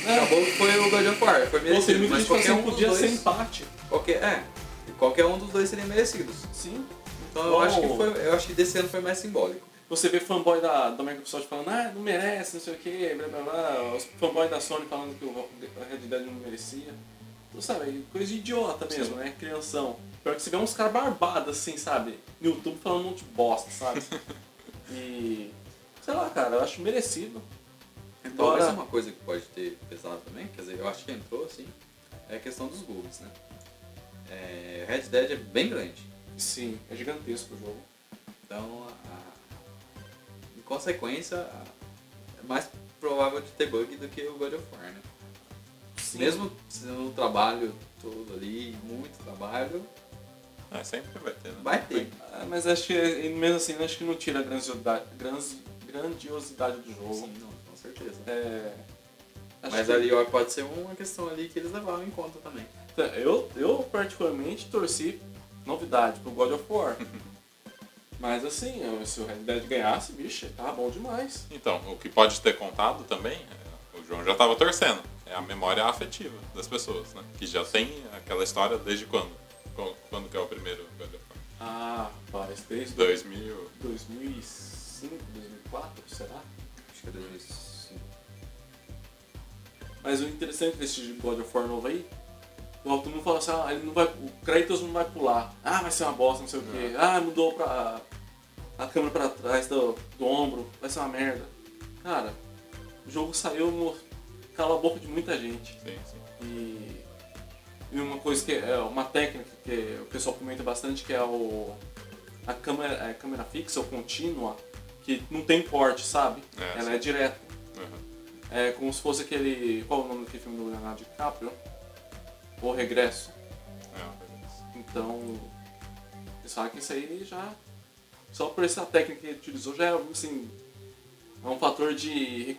[SPEAKER 3] É,
[SPEAKER 1] Acabou que foi o God of War, foi
[SPEAKER 3] ou
[SPEAKER 1] merecido.
[SPEAKER 3] seja, muita
[SPEAKER 1] Mas
[SPEAKER 3] gente
[SPEAKER 1] qualquer
[SPEAKER 3] fala assim,
[SPEAKER 1] um dos
[SPEAKER 3] podia ser
[SPEAKER 1] dois.
[SPEAKER 3] empate.
[SPEAKER 1] Qualquer, é, e qualquer um dos dois seria merecidos.
[SPEAKER 3] Sim.
[SPEAKER 1] Então eu
[SPEAKER 3] Bom.
[SPEAKER 1] acho que foi. Eu acho que desse ano foi mais simbólico.
[SPEAKER 3] Você vê fanboy da, da Microsoft falando, ah, não merece, não sei o que, blá blá blá. Os fanboy da Sony falando que o a Red Dead não merecia. Então, sabe, coisa de idiota mesmo, né? Crianção. Pior que você vê uns caras barbados, assim, sabe? No YouTube falando um monte de bosta, sabe? E. Sei lá, cara, eu acho merecido.
[SPEAKER 1] Talvez
[SPEAKER 3] Agora-
[SPEAKER 1] Então, é uma coisa que pode ter pesado também, quer dizer, eu acho que entrou assim, é a questão dos gols, né? É, Red Dead é bem grande,
[SPEAKER 3] Sim, é gigantesco o jogo.
[SPEAKER 1] então, a- em consequência, a- é mais provável de ter bug do que o God of War, né?
[SPEAKER 3] Sim.
[SPEAKER 1] Mesmo sendo um trabalho todo ali, muito trabalho,
[SPEAKER 2] É, sempre vai ter, né?
[SPEAKER 1] vai ter.
[SPEAKER 3] Ah, mas acho que, e mesmo assim, acho que não tira a grandiosidade, grandes- grandiosidade do jogo.
[SPEAKER 1] Sim, não, com certeza.
[SPEAKER 3] É, acho
[SPEAKER 1] Mas
[SPEAKER 3] que-
[SPEAKER 1] ali ó, pode ser uma questão ali que eles levaram em conta também.
[SPEAKER 3] Então, Eu, eu particularmente torci, novidade, pro God of War. Mas assim, eu- se o Red Dead ganhasse, bicho, tá bom demais.
[SPEAKER 2] Então, o que pode ter contado também, é, o João já tava torcendo, é a memória afetiva das pessoas, né? Que já tem aquela história desde quando? Qu- Quando que é o primeiro God of War?
[SPEAKER 3] Ah, rapaz, desde
[SPEAKER 2] 2000.
[SPEAKER 3] 2005, 2004, será?
[SPEAKER 1] Acho que é 2005.
[SPEAKER 3] Mas o interessante desse God of War novo aí, logo todo mundo fala assim, ah, ele não vai, o Kratos não vai pular. Ah, vai ser uma bosta, não sei o quê. Ah, mudou pra, a câmera pra trás do, do ombro, vai ser uma merda. Cara, o jogo saiu no cala a boca de muita gente.
[SPEAKER 2] Sim, sim.
[SPEAKER 3] E, e uma coisa que é uma técnica é que o pessoal comenta bastante que é o a câmera, a câmera fixa ou contínua, que não tem porte, sabe?
[SPEAKER 2] É,
[SPEAKER 3] Ela
[SPEAKER 2] sim.
[SPEAKER 3] é direta.
[SPEAKER 2] Uhum.
[SPEAKER 3] É como se fosse aquele. Qual é o nome daquele filme do Leonardo DiCaprio? O Regresso.
[SPEAKER 2] É,
[SPEAKER 3] Então, eles falam que isso aí já. Só por essa técnica que ele utilizou já é assim. É um fator de.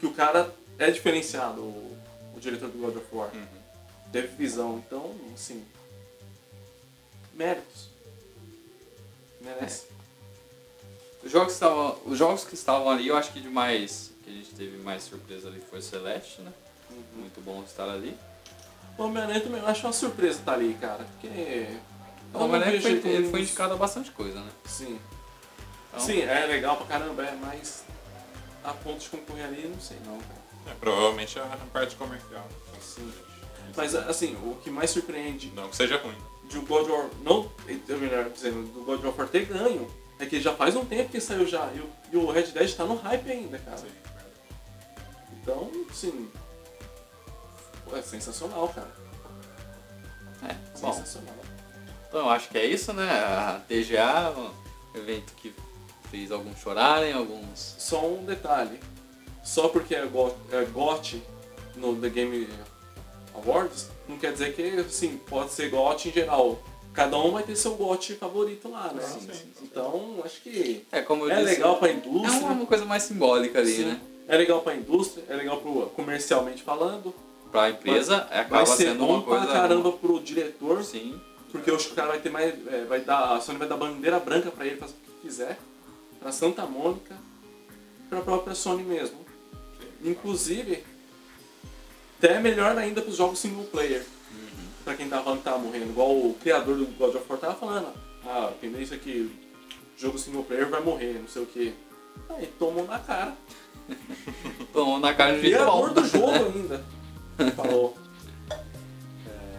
[SPEAKER 3] que o cara é diferenciado, o, o diretor do God of War.
[SPEAKER 2] Uhum.
[SPEAKER 3] Teve visão, então, assim. Méritos. Merece.
[SPEAKER 1] Os jogos, que estavam, os jogos que estavam ali, eu acho que de mais. que a gente teve mais surpresa ali foi o Celeste, né?
[SPEAKER 3] Uhum.
[SPEAKER 1] Muito bom estar ali.
[SPEAKER 3] O Homem-Aranha também eu acho uma surpresa estar ali, cara. Porque.
[SPEAKER 1] Então, O Homem-Aranha
[SPEAKER 3] eu
[SPEAKER 1] foi,
[SPEAKER 3] vejo como
[SPEAKER 1] ele foi
[SPEAKER 3] um-
[SPEAKER 1] indicado a bastante coisa, né?
[SPEAKER 3] Sim.
[SPEAKER 1] Então-
[SPEAKER 3] Sim, é legal pra caramba, é, mas. A ponto de concorrer ali, não sei não, cara.
[SPEAKER 2] É, provavelmente a parte comercial.
[SPEAKER 3] Sim. Mas assim, o que mais surpreende
[SPEAKER 2] Não que seja ruim.
[SPEAKER 3] de o God of War não, ou melhor dizendo, do God of War ter ganho, é que já faz um tempo que saiu já, e o, e o Red Dead tá no hype ainda, cara.
[SPEAKER 2] Sim.
[SPEAKER 3] Então, sim. pô, É sensacional, cara.
[SPEAKER 1] É, bom.
[SPEAKER 3] Sensacional.
[SPEAKER 1] Então eu acho que é isso, né? A TGA, um evento que fez alguns chorarem, alguns.
[SPEAKER 3] Só um detalhe. Só porque é, go é GOT no The Game Awards, não quer dizer que, assim, pode ser GOT em geral. Cada um vai ter seu GOT favorito lá, né?
[SPEAKER 1] Sim,
[SPEAKER 2] sim, sim.
[SPEAKER 3] Então, acho que
[SPEAKER 1] É como eu
[SPEAKER 3] é
[SPEAKER 1] disse.
[SPEAKER 3] legal pra
[SPEAKER 1] É
[SPEAKER 3] indústria.
[SPEAKER 1] uma, uma coisa mais simbólica ali,
[SPEAKER 3] Sim.
[SPEAKER 1] né?
[SPEAKER 3] É legal pra indústria, é legal pro, comercialmente falando.
[SPEAKER 1] Pra empresa, acaba
[SPEAKER 3] Vai ser
[SPEAKER 1] sendo uma
[SPEAKER 3] bom
[SPEAKER 1] coisa.
[SPEAKER 3] pra caramba pro diretor,
[SPEAKER 1] Sim.
[SPEAKER 3] porque o cara vai ter mais. é, vai dar, a Sony vai dar bandeira branca pra ele fazer o que quiser. Pra Santa Mônica, pra própria Sony mesmo. Inclusive, até melhor ainda pros jogos single player. Pra quem tava falando que tava morrendo, igual o criador do God of War tava falando. Ah, a tendência é que jogo single player vai morrer, não sei o que. Aí tomou na cara.
[SPEAKER 1] Tomou Então, na cara de jeito
[SPEAKER 3] Criador
[SPEAKER 1] bom.
[SPEAKER 3] do jogo ainda. Falou.
[SPEAKER 1] É.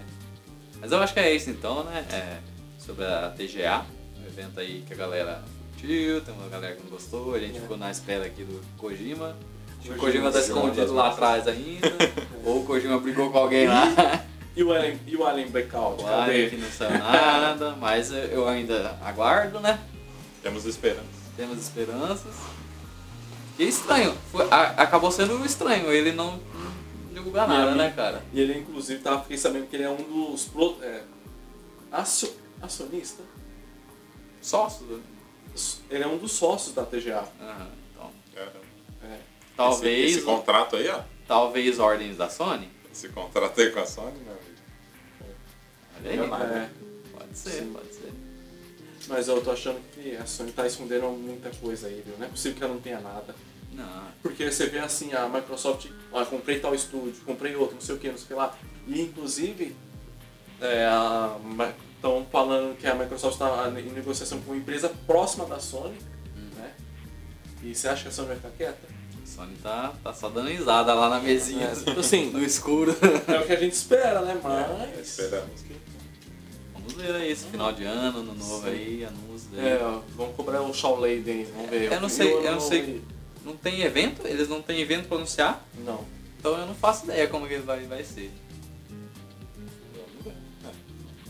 [SPEAKER 1] Mas eu acho que é isso então, né? É, sobre a TGA, um evento aí que a galera curtiu, tem uma galera que não gostou, a gente
[SPEAKER 3] É.
[SPEAKER 1] ficou na espera aqui do Kojima. Acho que O
[SPEAKER 3] Kojima
[SPEAKER 1] Kojima
[SPEAKER 3] é
[SPEAKER 1] tá
[SPEAKER 2] se mandou
[SPEAKER 1] escondido
[SPEAKER 2] as
[SPEAKER 1] lá
[SPEAKER 2] mãos.
[SPEAKER 1] atrás ainda, ou o Kojima brigou com alguém lá,
[SPEAKER 3] E o Alien, e o Alien Blackout?
[SPEAKER 1] lá que
[SPEAKER 3] Cadê?
[SPEAKER 1] não saiu nada, mas eu- eu ainda aguardo, né?
[SPEAKER 2] Temos esperança.
[SPEAKER 1] Temos esperanças. E é estranho, foi- a- acabou sendo estranho ele não divulgar
[SPEAKER 3] E a
[SPEAKER 1] nada,
[SPEAKER 3] mim-
[SPEAKER 1] né, cara?
[SPEAKER 3] E ele, inclusive, tá, fiquei sabendo que ele é um dos. Pro, é, acio- acionista?
[SPEAKER 1] Sócio, né?
[SPEAKER 3] Ele é um dos sócios da TGA.
[SPEAKER 1] Aham, então,
[SPEAKER 2] Caramba.
[SPEAKER 3] É.
[SPEAKER 1] talvez, um
[SPEAKER 2] Esse, esse contrato aí, ó.
[SPEAKER 1] talvez ordens da Sony.
[SPEAKER 2] Esse contrato aí com a Sony, né? meu amigo.
[SPEAKER 1] Olha aí,
[SPEAKER 3] É,
[SPEAKER 1] Pode ser,
[SPEAKER 3] Sim.
[SPEAKER 1] pode ser.
[SPEAKER 3] mas eu tô achando que a Sony tá escondendo muita coisa aí, viu? Não é possível que ela não tenha nada.
[SPEAKER 1] Não.
[SPEAKER 3] Porque você vê assim, a Microsoft, ah, comprei tal estúdio, comprei outro, não sei o que, não sei o que lá. E inclusive, é, estão falando que a Microsoft está em negociação com uma empresa próxima da Sony, né? E você acha que a Sony vai ficar quieta?
[SPEAKER 1] A Sony tá, tá só dando risada lá na mesinha.
[SPEAKER 3] É, tipo assim.
[SPEAKER 1] No escuro.
[SPEAKER 3] É o que a gente espera, né? Mas.
[SPEAKER 2] Esperamos que.
[SPEAKER 1] Vamos ver aí esse final de ano, ano novo
[SPEAKER 3] Sim.
[SPEAKER 1] aí, anúncio
[SPEAKER 3] É,
[SPEAKER 1] aí.
[SPEAKER 3] ó, vamos cobrar o Shaw Lady, vamos ver.
[SPEAKER 1] Eu não
[SPEAKER 3] E
[SPEAKER 1] sei-
[SPEAKER 3] o
[SPEAKER 1] eu não
[SPEAKER 3] ano
[SPEAKER 1] sei-
[SPEAKER 3] novo
[SPEAKER 1] Não tem evento? Eles não têm evento pra anunciar?
[SPEAKER 3] aí? Não.
[SPEAKER 1] Então eu não faço ideia como que vai, vai ser.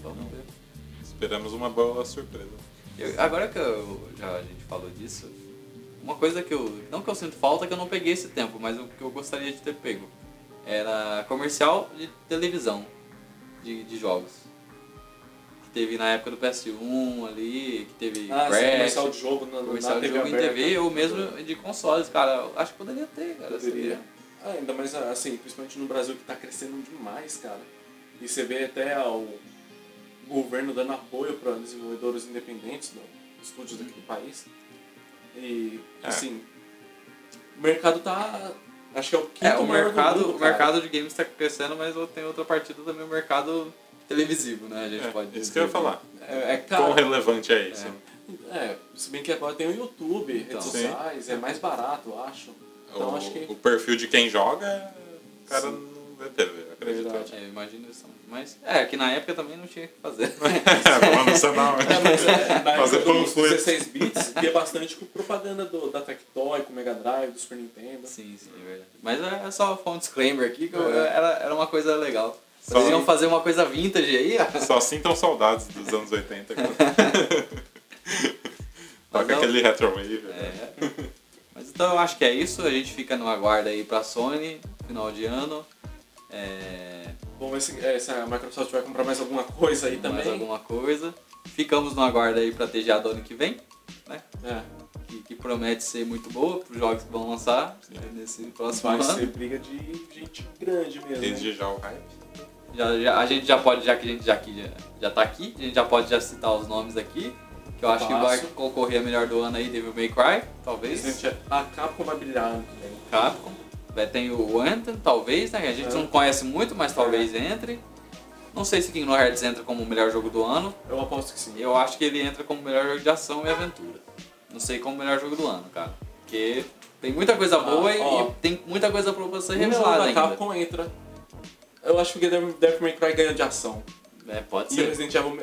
[SPEAKER 1] Vamos ver.
[SPEAKER 2] Esperamos uma boa surpresa.
[SPEAKER 1] Eu- agora que eu- já a gente falou disso, uma coisa que eu. Não que eu sinto falta é que eu não peguei esse tempo, mas o que eu gostaria de ter pego. Era comercial de televisão de, de jogos. Que teve na época do PS1 ali, que teve
[SPEAKER 3] Ah, esse
[SPEAKER 1] Crash,
[SPEAKER 3] comercial de jogo na, na
[SPEAKER 1] comercial de
[SPEAKER 3] TV
[SPEAKER 1] jogo em
[SPEAKER 3] aberta.
[SPEAKER 1] TV ou mesmo de consoles, cara. Eu Acho que poderia ter, cara.
[SPEAKER 3] Poderia.
[SPEAKER 1] seria-
[SPEAKER 3] Ah, ainda mais assim, principalmente no Brasil que tá crescendo demais, cara. E você vê até o governo dando apoio para desenvolvedores independentes do estúdios aqui do país. E
[SPEAKER 2] É.
[SPEAKER 3] assim, o mercado tá. Acho que é o quinto
[SPEAKER 1] É, o
[SPEAKER 3] maior
[SPEAKER 1] mercado,
[SPEAKER 3] do mundo,
[SPEAKER 1] o
[SPEAKER 3] cara.
[SPEAKER 1] mercado de games está crescendo, mas tem outra partida também, o mercado televisivo, né? A gente
[SPEAKER 2] É,
[SPEAKER 1] pode
[SPEAKER 2] isso que eu ia
[SPEAKER 1] dizer.
[SPEAKER 2] falar.
[SPEAKER 3] É, é
[SPEAKER 2] Quão
[SPEAKER 3] caro.
[SPEAKER 2] relevante é isso?
[SPEAKER 3] É, se bem que agora tem o YouTube,
[SPEAKER 1] Então.
[SPEAKER 3] redes
[SPEAKER 2] Sim.
[SPEAKER 3] sociais, é mais barato, eu acho. Então
[SPEAKER 2] o,
[SPEAKER 3] acho que.
[SPEAKER 2] o perfil de quem joga, o cara
[SPEAKER 3] Sim.
[SPEAKER 2] não vê TV, eu acredito.
[SPEAKER 3] Verdade.
[SPEAKER 1] É, eu imagino isso. Mas é, que na época também não tinha o que fazer.
[SPEAKER 2] Vamos anunciar
[SPEAKER 3] É, mas
[SPEAKER 2] onde.
[SPEAKER 3] é, na
[SPEAKER 2] Fazer
[SPEAKER 3] época do
[SPEAKER 2] panfleto.
[SPEAKER 3] 16 bits via bastante com propaganda do, da Tectoy, com o Mega Drive, do Super Nintendo.
[SPEAKER 1] sim, sim, é verdade. Mas é é só foi um disclaimer aqui que eu-
[SPEAKER 3] É.
[SPEAKER 1] era, era uma coisa legal.
[SPEAKER 2] Só-
[SPEAKER 1] Vocês iam fazer uma coisa vintage aí, ó.
[SPEAKER 2] Só sintam saudades dos anos 80. cara. Toca
[SPEAKER 1] não-
[SPEAKER 2] aquele retrowave. né?
[SPEAKER 1] É. Mas então eu acho que é isso. A gente fica no aguardo aí pra Sony, final de ano. É,
[SPEAKER 3] Vamos ver se, é, se a Microsoft vai comprar mais alguma coisa aí também.
[SPEAKER 1] mais alguma coisa. Ficamos no aguardo aí pra TGA do ano que vem,
[SPEAKER 3] É,
[SPEAKER 1] que, que promete ser muito boa pros jogos que vão lançar né, nesse próximo
[SPEAKER 3] vai
[SPEAKER 1] ano.
[SPEAKER 3] ser briga de gente grande mesmo. né?
[SPEAKER 2] Entende já o hype. tá
[SPEAKER 1] Já, já- a gente já pode, já que a gente já, aqui, já, já tá aqui, a gente já pode já citar os nomes aqui. Que eu acho que vai
[SPEAKER 3] Passo.
[SPEAKER 1] concorrer a melhor do ano aí, Devil May Cry, talvez.
[SPEAKER 3] Gente, a Capcom vai brilhar ano que vem.
[SPEAKER 1] Capcom. Vai- Tem o Anthem, talvez, né? que A gente
[SPEAKER 3] É.
[SPEAKER 1] não conhece muito, mas talvez entre. Não sei se Kingdom Hearts entra como o melhor jogo do ano.
[SPEAKER 3] Eu aposto que sim.
[SPEAKER 1] Eu acho que ele entra como o melhor jogo de ação e aventura. Não sei como o melhor jogo do ano, cara. Porque tem muita coisa boa e-
[SPEAKER 3] Ah, ó.
[SPEAKER 1] e tem muita coisa boa pra ser
[SPEAKER 3] O jogo
[SPEAKER 1] revelada
[SPEAKER 3] da
[SPEAKER 1] ainda.
[SPEAKER 3] Capcom entra. Eu acho que o Devil Devil May Cry ganha de ação.
[SPEAKER 1] É, pode
[SPEAKER 3] E o
[SPEAKER 1] ser.
[SPEAKER 3] Resident Evil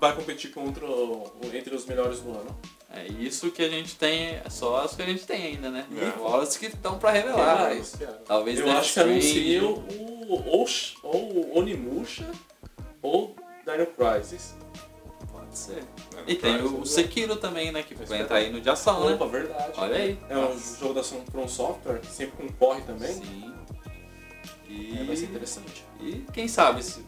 [SPEAKER 3] vai competir contra o- entre os melhores do ano.
[SPEAKER 1] É isso que a gente tem, é só as que a gente tem ainda, né?
[SPEAKER 2] É.
[SPEAKER 1] Fora as que estão pra revelar.
[SPEAKER 3] Claro,
[SPEAKER 1] mas
[SPEAKER 3] claro.
[SPEAKER 1] Talvez
[SPEAKER 3] É. Eu
[SPEAKER 1] Death
[SPEAKER 3] acho que é um anuncia
[SPEAKER 1] Stranding.
[SPEAKER 3] o, ou, ou o Onimusha ou Dino Crisis.
[SPEAKER 1] Pode ser.
[SPEAKER 2] né?
[SPEAKER 1] E tem o,
[SPEAKER 2] Price.
[SPEAKER 1] o Sekiro também, né? Que vai entrar aí no de ação, né?
[SPEAKER 3] Opa, verdade.
[SPEAKER 1] Olha aí.
[SPEAKER 3] É um jogo da Som- From Software, que sempre concorre também.
[SPEAKER 1] Sim.
[SPEAKER 3] É, vai ser
[SPEAKER 1] E,
[SPEAKER 3] interessante.
[SPEAKER 1] e quem sabe se.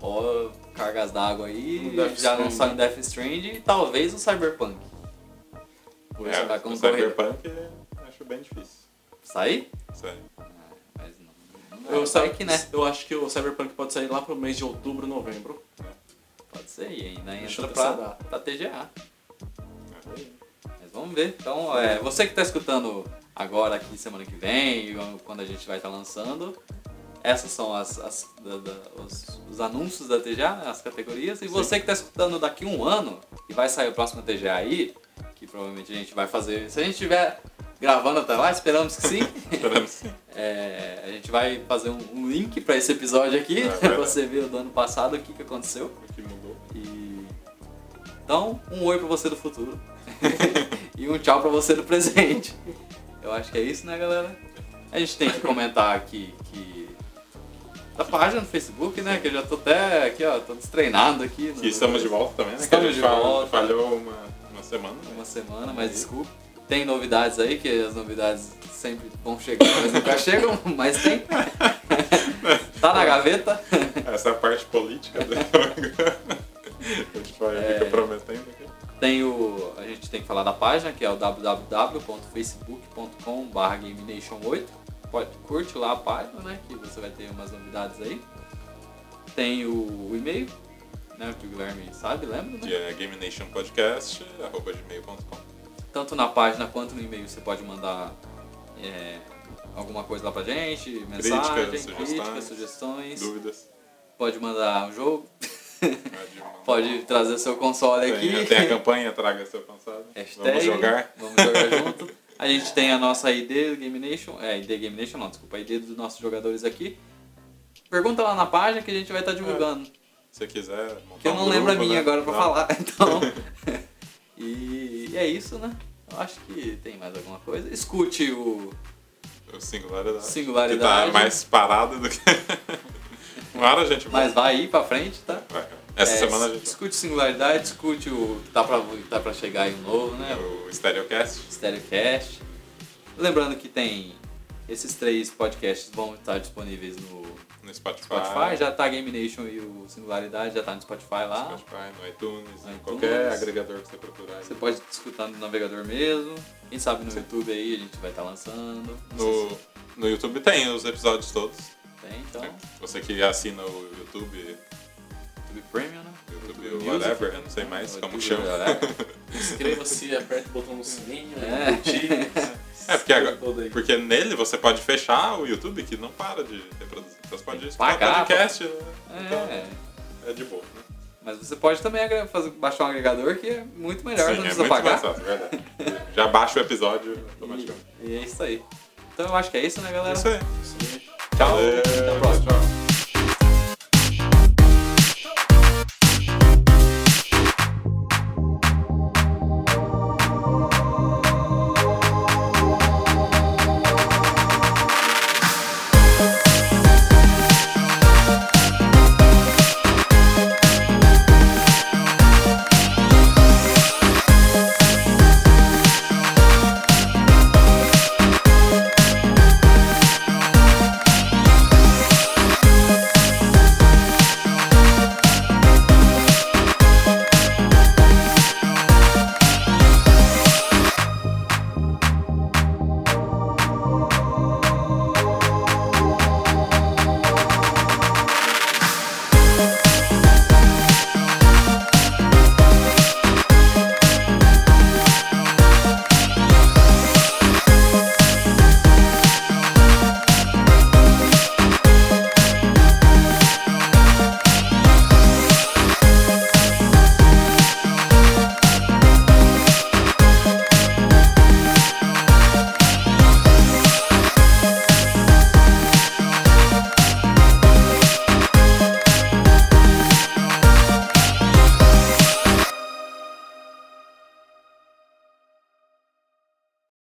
[SPEAKER 1] Ó, cargas d'água aí.
[SPEAKER 3] Um Death
[SPEAKER 1] Já
[SPEAKER 3] Stranding.
[SPEAKER 1] lançaram Death Strand e talvez o Cyberpunk. Por isso
[SPEAKER 2] É,
[SPEAKER 1] vai
[SPEAKER 2] o
[SPEAKER 1] concorrer.
[SPEAKER 2] Cyberpunk eu acho bem difícil. né?
[SPEAKER 1] Sair?
[SPEAKER 2] Sério.
[SPEAKER 3] Ah,
[SPEAKER 1] Mas não. não
[SPEAKER 3] Eu,
[SPEAKER 1] vai
[SPEAKER 3] sabe,
[SPEAKER 1] que, né?
[SPEAKER 3] eu acho que o Cyberpunk pode sair lá pro mês de outubro, novembro.
[SPEAKER 1] Pode ser, e ainda
[SPEAKER 3] Deixa
[SPEAKER 1] entra
[SPEAKER 3] eu pensar
[SPEAKER 1] pra,
[SPEAKER 3] lá.
[SPEAKER 1] pra TGA.
[SPEAKER 2] Aí,
[SPEAKER 1] Mas vamos ver. Então, é, você que está escutando agora aqui semana que vem, e quando a gente vai estar lançando, essas são as, as- da- da- os, os anúncios da TGA, né, as categorias. E você que está escutando daqui um ano e vai sair o próximo TGA aí, que provavelmente a gente vai fazer. Se a gente estiver gravando até lá, esperamos que sim.
[SPEAKER 2] Esperamos.
[SPEAKER 1] É, a gente vai fazer um, um link para esse episódio aqui,
[SPEAKER 2] É,
[SPEAKER 1] para
[SPEAKER 2] verdade.
[SPEAKER 1] você ver o do ano passado o que, que aconteceu.
[SPEAKER 2] o que mudou.
[SPEAKER 1] E... Então, um oi pra você do futuro. e um tchau pra você do presente. Eu acho que é isso, né, galera? A gente tem que comentar aqui que. Da página no Facebook, né? Que eu já tô até aqui, ó, tô destreinado aqui. no-
[SPEAKER 2] Que estamos de volta também, né?
[SPEAKER 1] Estamos
[SPEAKER 2] que a gente
[SPEAKER 1] de
[SPEAKER 2] fal-
[SPEAKER 1] volta.
[SPEAKER 2] falhou uma, uma semana, né?
[SPEAKER 1] Uma semana, mas desculpa. Tem novidades aí, que as novidades sempre vão chegar, mas nunca chegam, mas tem. tá na gaveta.
[SPEAKER 2] Essa parte política do jogo. a gente vai,
[SPEAKER 1] É.
[SPEAKER 2] fica prometendo aqui.
[SPEAKER 1] Tem o. A gente tem que falar da página, que é o www.facebook.com.br GameNation8. Pode, curte lá a página, né? Que você vai ter umas novidades aí. Tem o, o e-mail, né? Que o Guilherme sabe, lembra? Né?
[SPEAKER 2] Que é gamenationpodcast.gmail.com
[SPEAKER 1] Tanto na página quanto no e-mail você pode mandar é, alguma coisa lá pra gente, mensagem, críticas,
[SPEAKER 2] sugestões.
[SPEAKER 1] sugestões.
[SPEAKER 2] Dúvidas? é
[SPEAKER 1] Pode mandar um jogo,
[SPEAKER 2] Pode mandar.
[SPEAKER 1] pode trazer seu console
[SPEAKER 2] Tem,
[SPEAKER 1] aqui.
[SPEAKER 2] tem a campanha Traga Seu Cansado.
[SPEAKER 1] Hashtag,
[SPEAKER 2] Vamos jogar.
[SPEAKER 1] Vamos jogar junto. A gente tem a nossa ID do Game Nation. É, ID Game Nation não, desculpa, ID dos nossos jogadores aqui. Pergunta lá na página que a gente vai estar divulgando.
[SPEAKER 2] Se quiser montar
[SPEAKER 1] que eu
[SPEAKER 2] um
[SPEAKER 1] não lembro a
[SPEAKER 2] É. grupo,
[SPEAKER 1] minha
[SPEAKER 2] né?
[SPEAKER 1] agora pra
[SPEAKER 2] Não.
[SPEAKER 1] falar, então. e, e é isso, né? Eu acho que tem mais alguma coisa. Escute o.
[SPEAKER 2] O Singularidade.
[SPEAKER 1] Singularidade.
[SPEAKER 2] Que tá mais parado do que... Uma hora a gente
[SPEAKER 1] Mas
[SPEAKER 2] volta.
[SPEAKER 1] vai aí pra frente, tá?
[SPEAKER 2] Vai. Essa
[SPEAKER 1] É,
[SPEAKER 2] semana a
[SPEAKER 1] es-
[SPEAKER 2] gente...
[SPEAKER 1] Escute singularidade, escute o que tá pra, que tá pra chegar aí um novo, né?
[SPEAKER 2] O Stereocast.
[SPEAKER 1] Stereocast. Lembrando que tem esses três podcasts vão estar disponíveis no
[SPEAKER 2] No Spotify.
[SPEAKER 1] Spotify, já tá a Game Nation e o Singularidade já tá no Spotify lá.
[SPEAKER 2] Spotify, no iTunes, em
[SPEAKER 1] iTunes.
[SPEAKER 2] qualquer agregador que você procurar.
[SPEAKER 1] Você pode escutar no navegador mesmo. Quem sabe no YouTube aí a gente vai estar lançando. Não sei
[SPEAKER 2] No, no YouTube tem os episódios todos.
[SPEAKER 1] se tem, então.
[SPEAKER 2] Você que assina o YouTube,
[SPEAKER 1] YouTube Premium, né?
[SPEAKER 2] YouTube,
[SPEAKER 1] Music,
[SPEAKER 2] whatever, eu não sei mais
[SPEAKER 1] né?
[SPEAKER 2] como
[SPEAKER 1] YouTube
[SPEAKER 2] chama.
[SPEAKER 1] whatever.
[SPEAKER 3] Inscreva-se, aperta o botão no sininho,
[SPEAKER 1] É.
[SPEAKER 2] É, porque agora-
[SPEAKER 3] Todo aí.
[SPEAKER 2] Porque nele você pode fechar o YouTube que não para de reproduzir. Então Você pode
[SPEAKER 1] Tem que
[SPEAKER 2] escutar
[SPEAKER 1] pagar,
[SPEAKER 2] podcast, né?
[SPEAKER 1] É.
[SPEAKER 2] Então é de boa, né?
[SPEAKER 1] Mas você pode também agre- fazer, baixar um agregador que é muito melhor, não
[SPEAKER 2] Sim, é
[SPEAKER 1] precisa
[SPEAKER 2] muito
[SPEAKER 1] pagar.
[SPEAKER 2] mais fácil, é verdade. Já baixa o episódio automaticamente.
[SPEAKER 1] E, e é isso aí. Então eu acho que é isso, né, galera?
[SPEAKER 2] É isso aí.
[SPEAKER 3] Sim.
[SPEAKER 2] Valeu.